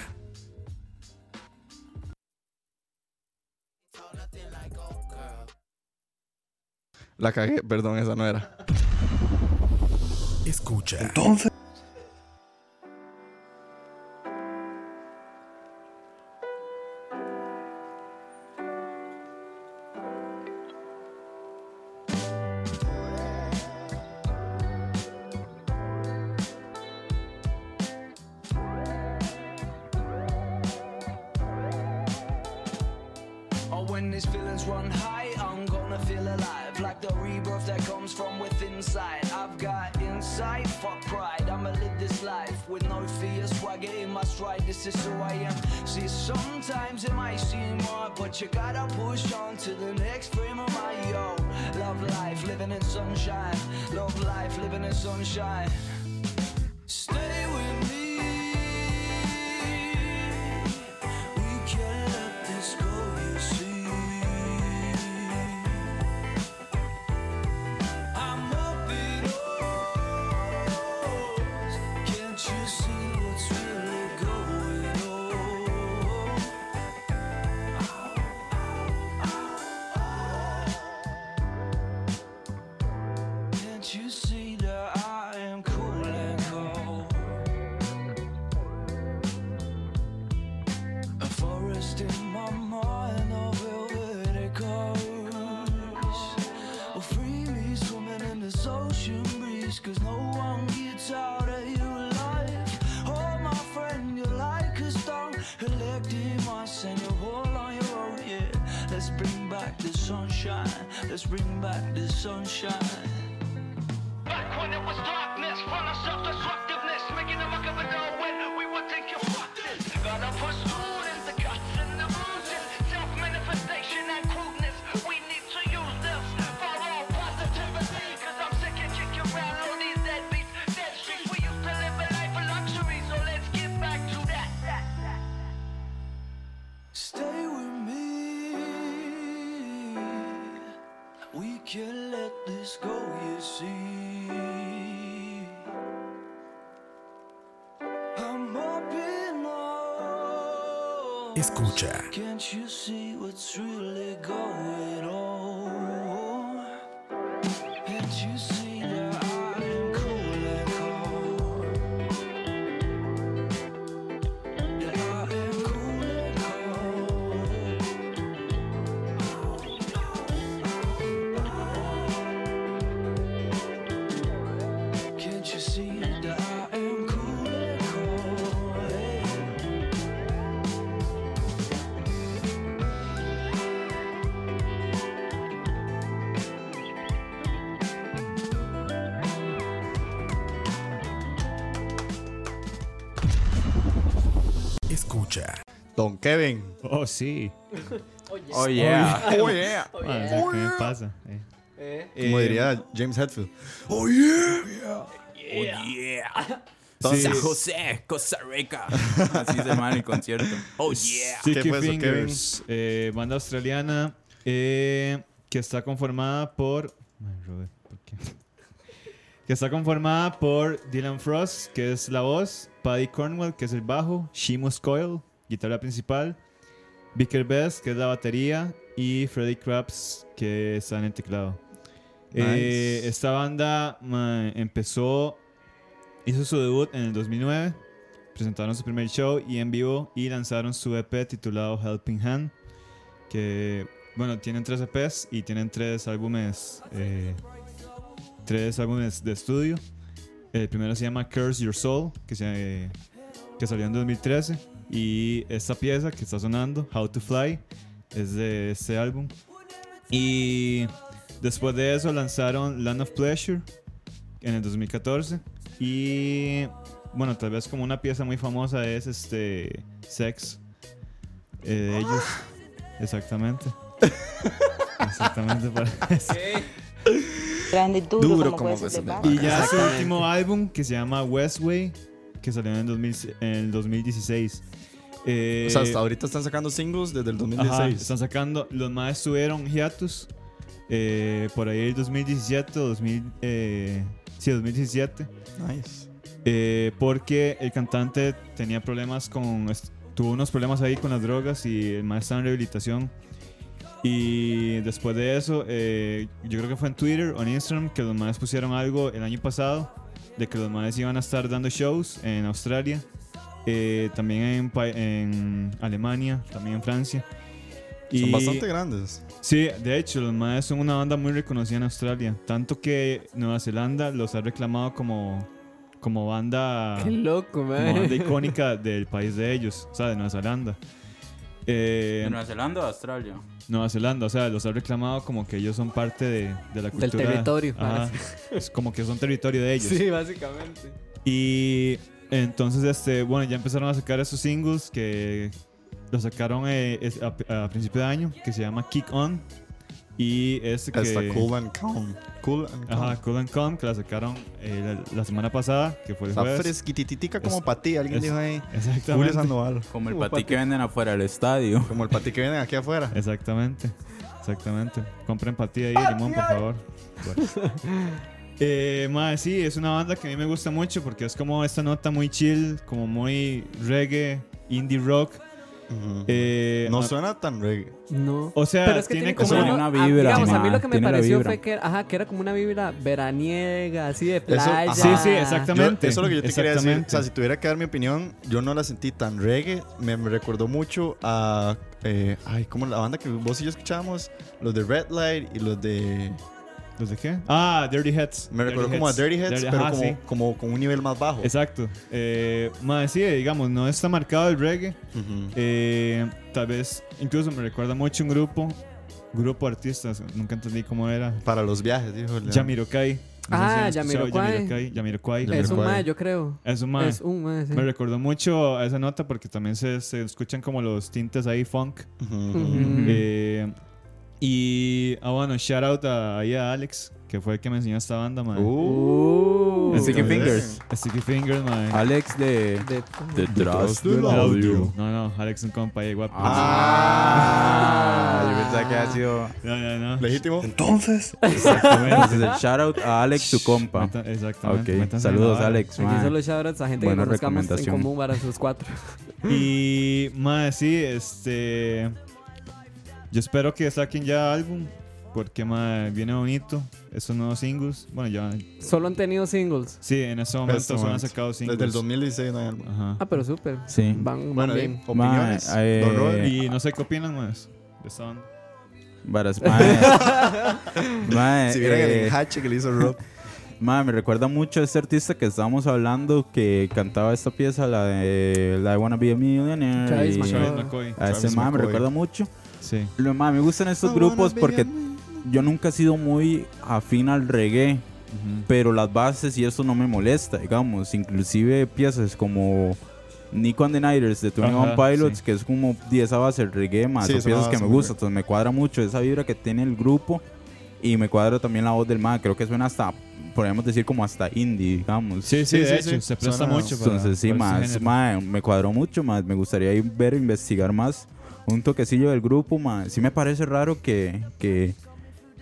S3: La cagué, perdón, esa no era.
S2: Escucha.
S1: Oh, when these feelings run high, I'm gonna feel alive. Like the rebirth that comes from within inside. I've got insight, fuck pride. I'ma live this life with no fear, swagger in my stride. This is who I am. See, sometimes it might seem hard, but you gotta push on to the next frame of my yo. Love life, living in sunshine. Love life, living in sunshine. Stay with me. We can't let this go, you see. I'm up in arms. Can't you see what's really going on? Can't you see that I am cool and cold? A forest in my mind of velvet echoes. Well, freely swimming in this ocean breeze, cause no one gets out of your life. Oh, my friend, you're like a stone. Collecting mice and you're all on your own, yeah. Let's bring back the sunshine. Let's bring back the sunshine.
S9: Back when it was darkness, full of self-destructiveness, making a muck of it all when we were thinking, fuck this. Gotta push through it, the guts and the illusion, self-manifestation and crudeness. We need to use this for all positivity, cause I'm sick of kicking around all these dead beats, dead streets. We used to live a life of luxury, so let's get back to that.
S1: Stay with me. We can't let this go, you see. I'm up in arms.
S2: Escucha.
S1: Can't you see what's really going on? Can't you see that I am cool and calm? That I am cool and calm. Can't you see that I am cool and calm? Hey.
S2: Escucha.
S3: Don Kevin.
S7: Oh, sí.
S8: Oh, yeah.
S3: Oh, yeah.
S7: Mae, o sea, ¿Qué me pasa? Eh.
S3: Como
S7: Eh,
S3: diría James Hetfield.
S2: Oh yeah.
S3: Entonces,
S7: Sí.
S8: José, Costa Rica. Así se llama el concierto. Oh, yeah.
S7: Sticky
S3: ¿Qué fue eso,
S7: Fingers, eh, banda australiana eh, que está conformada por. Ay, Robert, ¿por qué? que está conformada por Dylan Frost, que es la voz, Paddy Cornwell, que es el bajo, Seamus Coyle, guitarra principal, Vicker Best, que es la batería, y Freddy Krabs, que está en el teclado. Eh,
S3: Nice.
S7: esta banda ma, empezó, hizo su debut en el 2009 presentaron su primer show y en vivo y lanzaron su EP titulado Helping Hand, que bueno, tienen tres E EPs y tienen tres álbumes, eh, tres álbumes de estudio. El primero se llama Curse Your Soul, que, se, que salió en 2013. Y esta pieza que está sonando, How to Fly, es de este álbum. Y después de eso lanzaron Land of Pleasure en el 2014. Y bueno, tal vez como una pieza muy famosa es este Sex eh, de ellos.
S3: Ah.
S7: Exactamente. Exactamente para eso.
S6: Grande y duro,
S10: Duro
S6: como,
S10: como
S6: huesos de
S10: huesos de
S6: vaca.
S10: vaca.
S7: Y ya su
S10: Exactamente.
S7: último álbum que se llama Westway, que salió en el, 2000 en el 2016. Eh,
S3: o sea, hasta ahorita están sacando singles desde el
S7: ajá,
S3: 2016.
S7: están sacando, los más tuvieron hiatus eh, por ahí el 2017, 2000, eh, sí, 2017,
S3: nice.
S7: eh, porque el cantante tenía problemas con, est- tuvo unos problemas ahí con las drogas y el más está en rehabilitación. Y después de eso, eh, yo creo que fue en Twitter o en Instagram que los más pusieron algo el año pasado de que los madres iban a estar dando shows en Australia, eh, también en, pa- en Alemania, también en Francia.
S3: Son
S7: Y-
S3: bastante grandes.
S7: Sí, de hecho, los madres son una banda muy reconocida en Australia, tanto que Nueva Zelanda los ha reclamado como, como banda
S4: Qué loco,
S7: Ah. como
S4: man.
S7: banda icónica del país de ellos, o sea, de Nueva Zelanda. Eh,
S8: ¿De Nueva Zelanda o Australia?
S7: Nueva Zelanda, o sea, los ha reclamado como que ellos son parte de, de la cultura.
S4: territorio, Ah,
S7: Ajá. Es como que son territorio de ellos.
S4: Sí, básicamente.
S7: Y entonces, este, bueno, ya empezaron a sacar esos singles que los sacaron eh, es- a, a principio de año, que se llama Kick On. Y este que...
S3: Hasta Cool and Calm. Cool and Calm.
S7: Ajá, Cool and Calm, que la sacaron eh, la, la semana pasada, que fue el
S3: Está
S7: jueves.
S3: fresquititica
S7: Es-
S3: como para ti. Alguien
S7: es-
S3: dijo ahí. Julio
S7: Exactamente.
S3: Sandoval.
S8: Como el
S3: Como
S8: patí
S3: patí.
S8: que venden afuera del estadio.
S3: Como el pati que vienen aquí afuera.
S7: Exactamente, exactamente. Compren patilla ahí de limón, por favor. Bueno. Eh, mae, sí, es una banda que a mí me gusta mucho porque es como esta nota muy chill, como muy reggae, indie rock.
S3: Ujú.
S7: Eh,
S3: no
S7: a-
S3: suena tan reggae.
S4: No.
S7: O sea,
S4: Pero es que
S7: tiene
S4: tiene,
S7: como-
S4: como
S8: Tiene una
S4: a-
S8: vibra,
S4: digamos, a
S8: ma,
S4: mí lo que me
S8: tiene la
S4: pareció
S8: vibra.
S4: fue que, ajá, que era como una vibra veraniega, así de
S3: Eso-
S4: playa.
S3: ajá.
S7: Sí, sí, exactamente.
S3: Yo- eso es lo que yo te quería decir.
S7: Exactamente.
S3: O sea, si tuviera que dar mi opinión, yo no la sentí tan reggae. Me, me recordó mucho a. eh, ay, como la banda que vos y yo escuchábamos. Los de Red Light y los de.
S7: ¿Los de qué? Ah, Dirty Heads.
S3: Me recordó como a Dirty Heads, pero
S7: ajá,
S3: como,
S7: sí.
S3: como con un nivel más bajo.
S7: Exacto. Eh, mae, sí, digamos, no está marcado el reggae.
S3: Ujú.
S7: Eh, tal vez, incluso me recuerda mucho un grupo, grupo de artistas, nunca entendí cómo era.
S3: Para los viajes, dijo. León.
S7: Yamiroquai. No sé
S4: Ah,
S7: han escuchado
S4: Yamiroquai.
S7: Yamiroquai. Yamiroquai.
S4: Es un
S3: Yamiroquai.
S4: mae, yo creo.
S7: Es un mae.
S4: Es un mae, sí.
S7: Me recordó mucho a esa nota porque también se, se escuchan como los tintes ahí funk.
S3: Ujú.
S4: Ujú.
S8: Mm.
S7: Eh, y, ah, bueno, shout out a, ahí a Alex, que fue el que me enseñó esta banda, man.
S4: Uh,
S8: Así que
S3: tal vez.
S8: Uh, Fingers.
S7: Sticky Fingers, man.
S8: Alex de...
S4: de-
S8: Detrás
S3: del audio.
S7: No, no, Alex un compa ahí guapo.
S8: Ah, yo pensaba que había sido...
S7: No, no, no.
S3: Legítimo.
S8: Exactamente. es el shout out a Alex, tu compa.
S7: Meta- Exactamente.
S8: Ok,
S7: métanse en la
S8: saludos
S7: vara.
S8: Alex.
S4: Ah. Aquí
S8: man.
S4: solo shoutouts a gente que
S8: Buena
S4: conozcamos en
S8: recomendación.
S4: común para sus cuatro.
S7: Y más sí, este. Yo espero que saquen ya álbum. Porque más viene bonito. Esos nuevos singles. Bueno, ya.
S4: Solo han tenido singles.
S7: Sí, en estos
S3: Este
S7: momentos han
S3: momento.
S7: sacado singles.
S3: Desde el 2016 no hay álbum.
S7: Ajá.
S4: Ah, pero súper.
S8: Sí.
S4: Van, van
S3: Bueno,
S4: bien.
S3: eh, opiniones.
S8: Ma, eh,
S3: Don Robert.
S7: Y no sé qué opinan más. de esta banda.
S8: Varas, mae. Mae,
S3: Si vieran
S8: eh,
S3: el hache que le hizo Rob.
S8: mae, me recuerda mucho a este artista que estábamos hablando que cantaba esta pieza, la de la de Wanna Be a Millionaire.
S4: Travis
S8: y-
S4: McCoy.
S7: Travis McCoy.
S8: A este
S3: Travis
S8: mae me
S3: McCoy.
S8: recuerda mucho.
S7: Sí.
S8: Lo mae, me gustan estos grupos porque yo nunca he sido muy afín al reggae, pero las bases y eso no me molesta, digamos. Inclusive piezas como Nico and the Niners de Tony One
S7: Ajá,
S8: Pilots,
S7: sí.
S8: que es como 10 a base el reggae más,
S3: Sí,
S8: son
S3: es una
S8: piezas que
S3: base
S8: me
S3: muy
S8: gusta,
S3: buena.
S8: entonces me cuadra mucho esa vibra que tiene el grupo y me cuadra también la voz del man, creo que suena hasta, podríamos decir como hasta indie, digamos.
S7: Sí, sí,
S3: Sí,
S7: de
S3: sí,
S7: hecho,
S3: sí.
S7: se presta
S3: Suena-
S7: mucho para.
S8: Entonces sí,
S7: para
S8: más,
S7: ese género.
S8: mae, me cuadró mucho más, me gustaría ir ver, investigar más un toquecillo del grupo, más. Sí me parece raro que, que,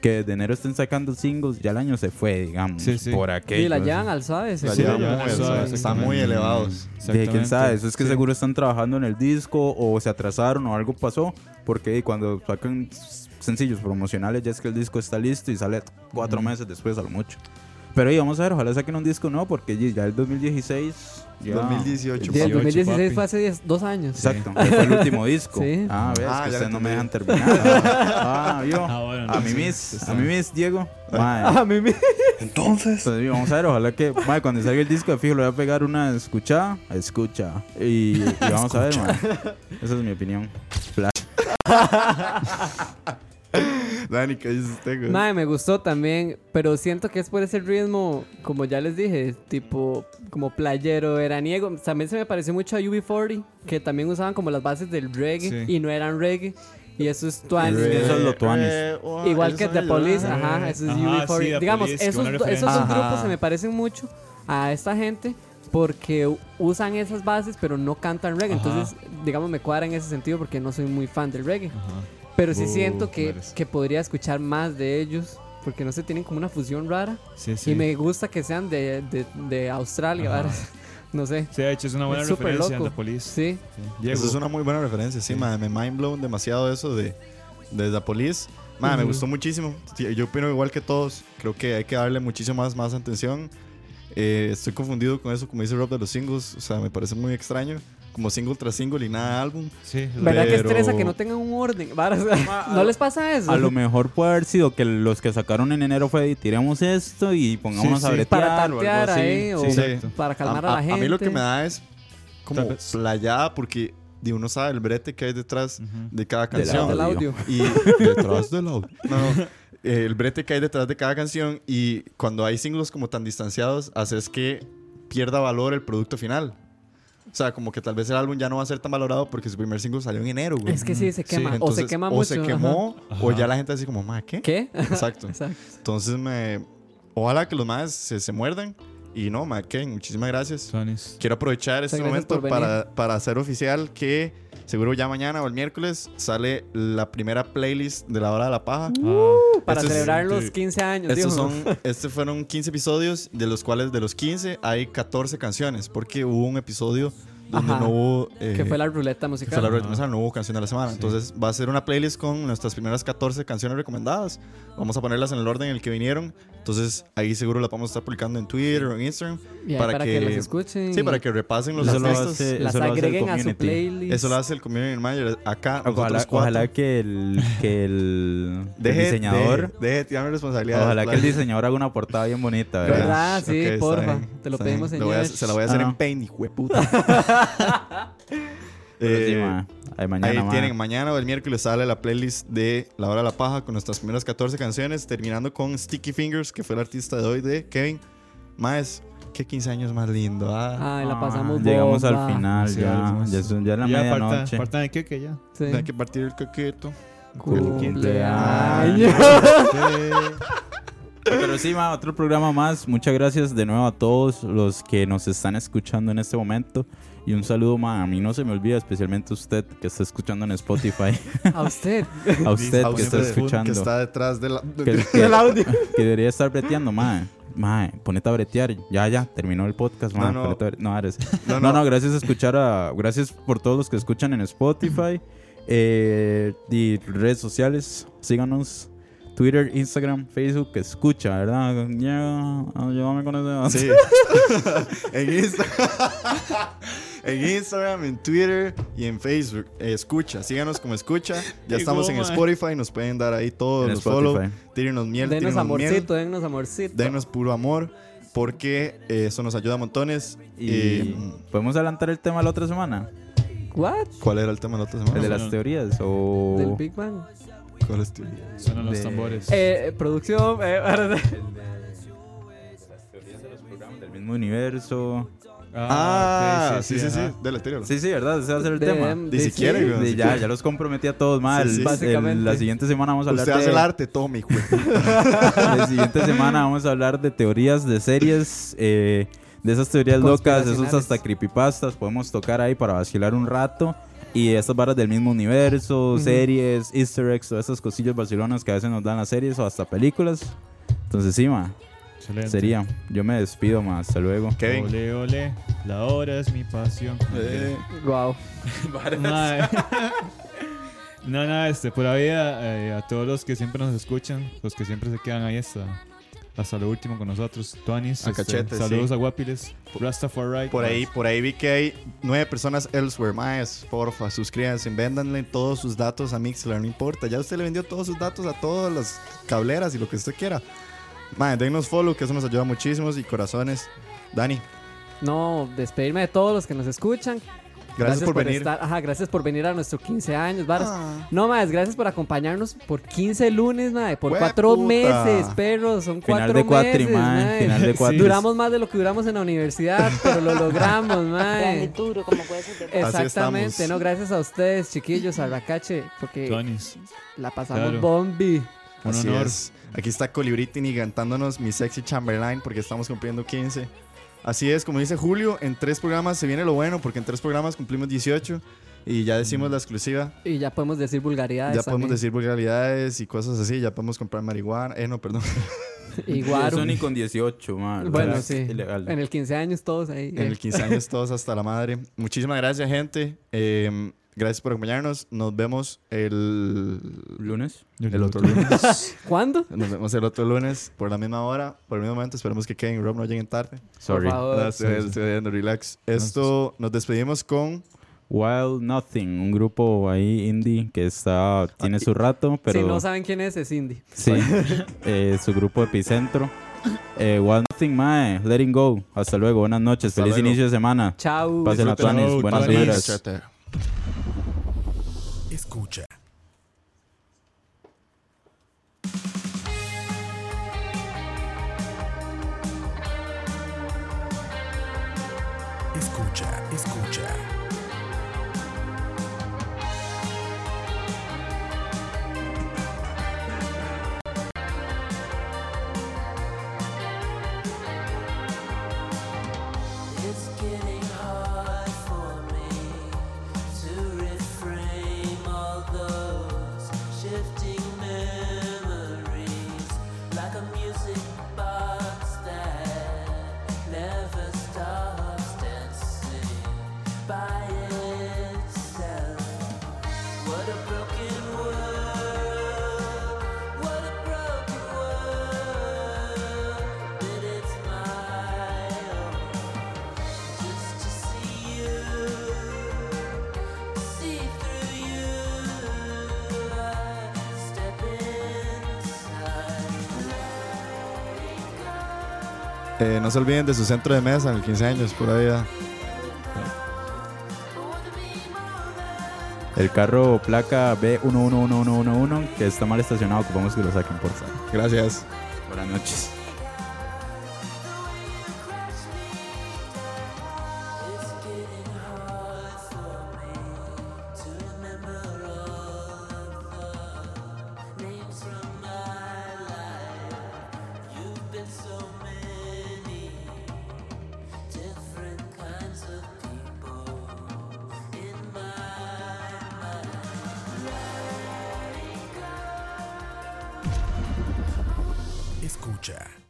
S8: que desde enero estén sacando singles, ya el año se fue, digamos,
S7: Sí, sí.
S8: por aquello.
S4: Y la llevan al suave.
S3: La
S7: Sí,
S3: llevan
S7: ya,
S3: muy
S7: eso,
S3: elevados, Están muy
S7: exactamente.
S3: elevados.
S8: De quién
S7: Exactamente.
S8: sabe, eso es que
S7: Sí.
S8: seguro están trabajando en el disco o se atrasaron o algo pasó, porque cuando sacan s- sencillos promocionales ya es que el disco está listo y sale cuatro meses después a lo mucho. Pero ahí vamos a ver, ojalá saquen un disco nuevo porque ye- ya el 2016. ya-
S3: 2018.
S4: Y el
S7: 18,
S4: 2016
S7: papi.
S4: fue hace 10 dos años.
S8: Exacto, que fue el último disco.
S4: Sí.
S8: Ah, ves,
S3: Ah,
S8: que
S3: ya
S8: ustedes no me dejan
S3: entendí.
S8: terminar. Ah, yo.
S7: Ah, bueno,
S8: a
S7: no,
S8: mi
S7: sí,
S8: miss,
S7: sí, sí.
S8: a mi miss, Diego. Mae.
S4: A mí me-
S8: Entonces, yo, vamos a ver, ojalá que mae, cuando salga el disco de fijo le voy a pegar una escuchada, escucha. Y, y vamos a ver, mae. Esa es mi opinión. Flash.
S3: Dani, ¿qué dices usted, güey?
S4: Mae, me gustó también, pero siento que es por ese ritmo, como ya les dije, tipo como playero, veraniego. También se me pareció mucho a UB40, que también usaban como las bases del reggae
S7: Sí.
S4: y no eran reggae. Y eso es tuanis.
S8: Reggae.
S4: Eso-
S8: Esos los tuanis.
S3: Eh, oh,
S4: Igual
S3: esos
S4: que
S3: son
S4: The
S3: ellos,
S4: Police,
S3: ¿verdad?
S4: ajá, eso es
S7: Ajá,
S4: UB40.
S7: sí, The
S4: Digamos,
S7: Police, qué
S4: esos,
S7: buena
S4: do- esos dos
S8: referencia.
S4: grupos
S8: Ajá.
S4: se me parecen mucho a esta gente porque u- usan esas bases pero no cantan reggae.
S7: Ajá.
S4: Entonces, digamos, me cuadra en ese sentido porque no soy muy fan del reggae. Pero sí
S7: Uh,
S4: siento que,
S7: madres.
S4: que podría escuchar más de ellos porque no sé, tienen como una fusión rara.
S7: Sí, sí.
S4: Y me gusta que sean de, de, de Australia,
S7: Ajá.
S4: varas. no sé.
S7: Sí, de hecho, es una buena
S4: es súper
S7: referencia
S4: loco.
S7: de Police.
S4: Sí.
S7: Sí.
S3: Eso
S7: Diego.
S3: es una muy buena referencia, sí, madre, me mind blown demasiado eso de, de The Police. Madre, me
S4: Ujú.
S3: gustó muchísimo. Sí, Yo opino igual que todos. Creo que hay que darle muchísimo más, más atención. Eh, estoy confundido con eso, como dice Rob, de los singles. O sea, me parece muy extraño. Como single tras single y nada de álbum.
S7: Sí, es
S4: ¿Verdad que
S3: Pero-
S4: estresa que no tengan un orden? varas? ¿No les pasa eso?
S8: A lo mejor puede haber sido que los que sacaron en enero fue "Y tiremos esto y pongamos
S7: Sí,
S8: a
S7: sí.
S8: bretear
S4: Para
S8: o algo
S4: tantear
S8: así".
S4: ahí o
S3: Sí, exacto.
S4: para calmar a, la gente.
S3: mí lo que me da es como
S7: Tal vez.
S3: playada porque de uno sabe el brete que hay detrás de cada
S8: Del
S3: canción.
S4: del audio.
S3: Y detrás del audio. No, no. Eh, el brete que hay detrás de cada canción y cuando hay singles como tan distanciados, haces que pierda valor el producto final. O sea, como que tal vez el álbum ya no va a ser tan valorado porque su primer single salió en enero, güey.
S4: Es que sí, se
S3: Sí,
S4: quema. o se
S3: entonces,
S4: quema
S3: o
S4: mucho.
S3: se
S4: ajá.
S3: quemó, o
S7: Ajá.
S3: ya la gente así como, ma, ¿qué?
S4: ¿Qué?
S3: Exacto.
S4: Exacto.
S3: Entonces, me... ojalá que los más se, se muerdan. Y no, ma, Kevin, muchísimas gracias.
S7: Sonis.
S3: Quiero aprovechar este
S4: Muchas gracias
S3: momento
S4: por
S3: para, para hacer oficial que seguro ya mañana o el miércoles sale la primera playlist de la hora de la paja.
S4: Mm, Uh.
S7: Ah,
S4: Para
S3: Estos-
S4: celebrar los
S7: sí.
S4: 15 años, dijo.
S3: Estos son, estos Este fueron 15 episodios, de los cuales de los 15 hay 14 canciones, porque hubo un episodio donde
S4: Ajá.
S3: no hubo... eh,
S4: que fue la
S3: que
S4: ruleta
S3: fue
S4: musical.
S3: la red mesa, no hubo canción de la semana. Entonces va a ser una playlist con nuestras primeras 14 canciones recomendadas. Vamos a ponerlas en el orden en el que vinieron. Entonces ahí seguro las vamos a estar publicando en Twitter o en Instagram.
S4: Y ahí para, que, las escuchen.
S3: Sí, para que repasen los
S8: Eso lo
S3: artistas.
S8: hace-
S4: Las
S8: Eso lo hace el
S4: agreguen a su
S8: community.
S4: playlist.
S3: Eso lo hace el community manager acá.
S8: Ojalá,
S3: nosotros cuatro.
S8: ojalá que el, que el, el
S3: Deje-
S8: diseñador.
S3: Deje, deje de tirarme responsabilidad.
S8: Ojalá que el diseñador haga una portada bien bonita, ¿verdad?
S4: ¿Verdad? Ah, Sí, porfa. Te lo pedimos, señor.
S3: Se la voy a hacer
S8: Ah,
S3: en
S8: no.
S3: Paint, hijo de puta.
S8: Pero sí,
S3: Eh,
S8: ma, ay, mañana,
S3: Ahí
S8: ma.
S3: tienen, mañana o el miércoles sale la playlist de La Hora de la Paja con nuestras primeras 14 canciones, terminando con Sticky Fingers, que fue el artista de hoy de Kevin. Más, qué 15 años más lindo. Ah,
S4: Ay, la
S8: Ah,
S4: pasamos
S8: Llegamos
S4: bomba.
S8: al final,
S7: Sí,
S8: Ah, ya.
S7: vamos.
S8: Ya, son- ya es la
S7: ya
S8: medianoche.
S7: parta, parta de queque ya.
S4: Sí.
S3: Hay que partir el coqueto.
S4: Cumpleaños.
S8: Pero sí, ma, otro programa más. Muchas gracias de nuevo a todos los que nos están escuchando en este momento. Y un saludo, ma. A mí no se me olvida, especialmente a usted que está escuchando en Spotify.
S4: A usted.
S8: a usted
S3: A usted
S8: que está escuchando.
S3: que está detrás de la... de-
S8: que,
S3: de-
S8: que- que debería estar breteando, mae. Mae, ponete a bretear. Ya, ya, terminó el podcast, mae.
S3: No, no.
S8: Ponete a bre- No, eres-
S3: No, no.
S8: no, no, gracias a escuchar a. Gracias por todos los que escuchan en Spotify eh, y redes sociales. Síganos. Twitter, Instagram, Facebook, que escucha, ¿verdad? Ya, ah, llévame con ese.
S3: Sí. en, Instagram, en Instagram, en Twitter y en Facebook. Eh, Escucha, síganos como escucha. Ya
S7: Qué
S3: estamos en
S7: goma.
S3: Spotify, nos pueden dar ahí todos
S8: En
S3: los
S8: Spotify.
S3: follow. Tírenos miel,
S4: Denos
S3: tírenos miel.
S4: amorcito, denos amorcito.
S3: Denos puro amor, porque eh, eso nos ayuda a montones.
S8: Y
S3: Eh,
S8: podemos adelantar el tema la otra semana.
S4: ¿What?
S3: ¿Cuál era el tema de la otra
S8: El de
S3: semana?
S8: las teorías. O.
S3: Oh.
S4: Del Big Bang.
S3: ¿Cuál es tu idea?
S7: Suenan los
S8: De-
S7: tambores.
S4: Eh, eh, producción. eh,
S8: del mismo universo.
S3: Ah,
S7: ok,
S3: sí, sí, sí,
S7: ajá.
S3: de la teoría.
S8: Sí, sí, ¿verdad? Ese va a ser el
S4: de-
S8: tema.
S4: de-
S3: Ni
S4: sí.
S3: siquiera, güey.
S8: Sí,
S3: Así
S8: ya,
S3: que-
S8: ya los comprometí a todos mal.
S3: Sí, sí.
S4: Básicamente.
S8: la siguiente semana vamos a hablar
S3: Usted hace
S8: de,
S3: el arte, todo mi hijo.
S8: La siguiente semana vamos a hablar de teorías de series, eh, de esas teorías locas, esos
S4: Conspiracionales.
S8: hasta creepypastas. Podemos tocar ahí para vacilar un rato. Y estas varas del mismo universo, series, easter eggs, todas esas cosillas vacilonas que a veces nos dan las series o hasta películas. Entonces, sí, ma,
S7: Excelente.
S8: sería. Yo me despido, ma. Hasta luego.
S3: Kevin.
S7: Ole, ole. La hora es mi pasión.
S3: Eh,
S4: Wow.
S7: Mae. eh, No, nada, este, por ahí a, eh, a todos los que siempre nos escuchan, los que siempre se quedan ahí hasta, hasta lo último con nosotros. Tuanis, este,
S3: A cachete,
S7: saludos
S3: sí.
S7: a Guapiles, Rastafari.
S3: Por ahí, por ahí vi que hay nueve personas elsewhere más. Porfa, suscríbanse, véndanle todos sus datos a Mixler, no importa. Ya usted le vendió todos sus datos a todas las cableras y lo que usted quiera. Madre, denos follow, que eso nos ayuda muchísimo y corazones. Dani,
S4: No, despedirme de todos los que nos escuchan.
S3: gracias, por, venir.
S4: estar- ajá, gracias por venir a nuestro 15 años, varas. No, más, gracias por acompañarnos por 15 lunes, madre, por
S3: Hue
S4: 4
S3: puta.
S4: meses, perros, son 4
S8: Final de cuatri,
S4: meses,
S8: mae.
S4: mae.
S8: Final de
S7: Sí.
S8: cuatri.
S4: Duramos más de lo que duramos en la universidad, pero lo logramos,
S6: Grande
S4: mae.
S6: duro como huesos de vaca.
S4: Exactamente,
S3: estamos.
S4: no, gracias a ustedes, chiquillos, a Racache, porque
S7: Tuanis,
S4: la pasamos
S7: claro.
S4: bombi.
S7: un
S3: Así
S7: honor.
S3: es. Aquí está Colibritini cantándonos mi sexy Chamberlain porque estamos cumpliendo 15. Así es, como dice Julio, en tres programas se viene lo bueno porque en tres programas cumplimos 18 y ya
S7: Mm.
S3: decimos la exclusiva.
S4: Y ya podemos decir
S7: Ah,
S4: vulgaridades.
S3: Ya podemos
S4: también.
S3: decir vulgaridades y cosas así, ya podemos comprar marihuana. Eh, no, perdón.
S4: Y
S8: Eso
S4: guaro.
S8: ni con 18, man.
S4: Bueno,
S8: ¿verdad?
S4: sí.
S8: Ilegal.
S4: En el 15 años todos ahí.
S3: En el 15 años todos hasta la madre. Muchísimas gracias, gente. Eh, gracias por acompañarnos. Nos vemos el,
S8: ¿Lunes?
S3: el otro lunes.
S4: ¿Cuándo?
S3: Nos vemos el otro lunes por la misma hora, por el mismo momento. Esperemos que Kevin y Rob no lleguen tarde.
S8: Sorry.
S4: Por favor.
S3: No, estoy- estoy viendo, relax. Esto nos despedimos con
S8: Wild Nothing, un grupo ahí indie que está tiene su rato, pero
S4: Si no saben quién es, es Indy.
S8: sí, eh, su grupo epicentro. Eh, Wild Nothing, mae, letting go. Hasta luego, buenas noches,
S3: Hasta
S8: feliz
S3: luego.
S8: inicio de semana.
S4: Chao.
S8: Pasen a
S3: Disfruten.
S8: Tuanis, buenas
S3: Tuanis.
S8: vibras.
S2: Escucha. Escucha, escucha.
S1: It's getting hard for me to reframe all those shifting memories like a music box that never stops dancing by itself. What a broken world! What a broken world! But it's my own. Just to see you, see through you, step inside.
S3: Eh, no se olviden de su centro de mesa en el 15 años, pura vida.
S8: El carro placa B111111 que está mal estacionado, ocupamos que lo saquen por favor.
S3: Gracias.
S8: Buenas noches.
S1: It's getting hard for me to remember all the names from my life. You've been so many different kinds of people in my mind.
S2: Escucha.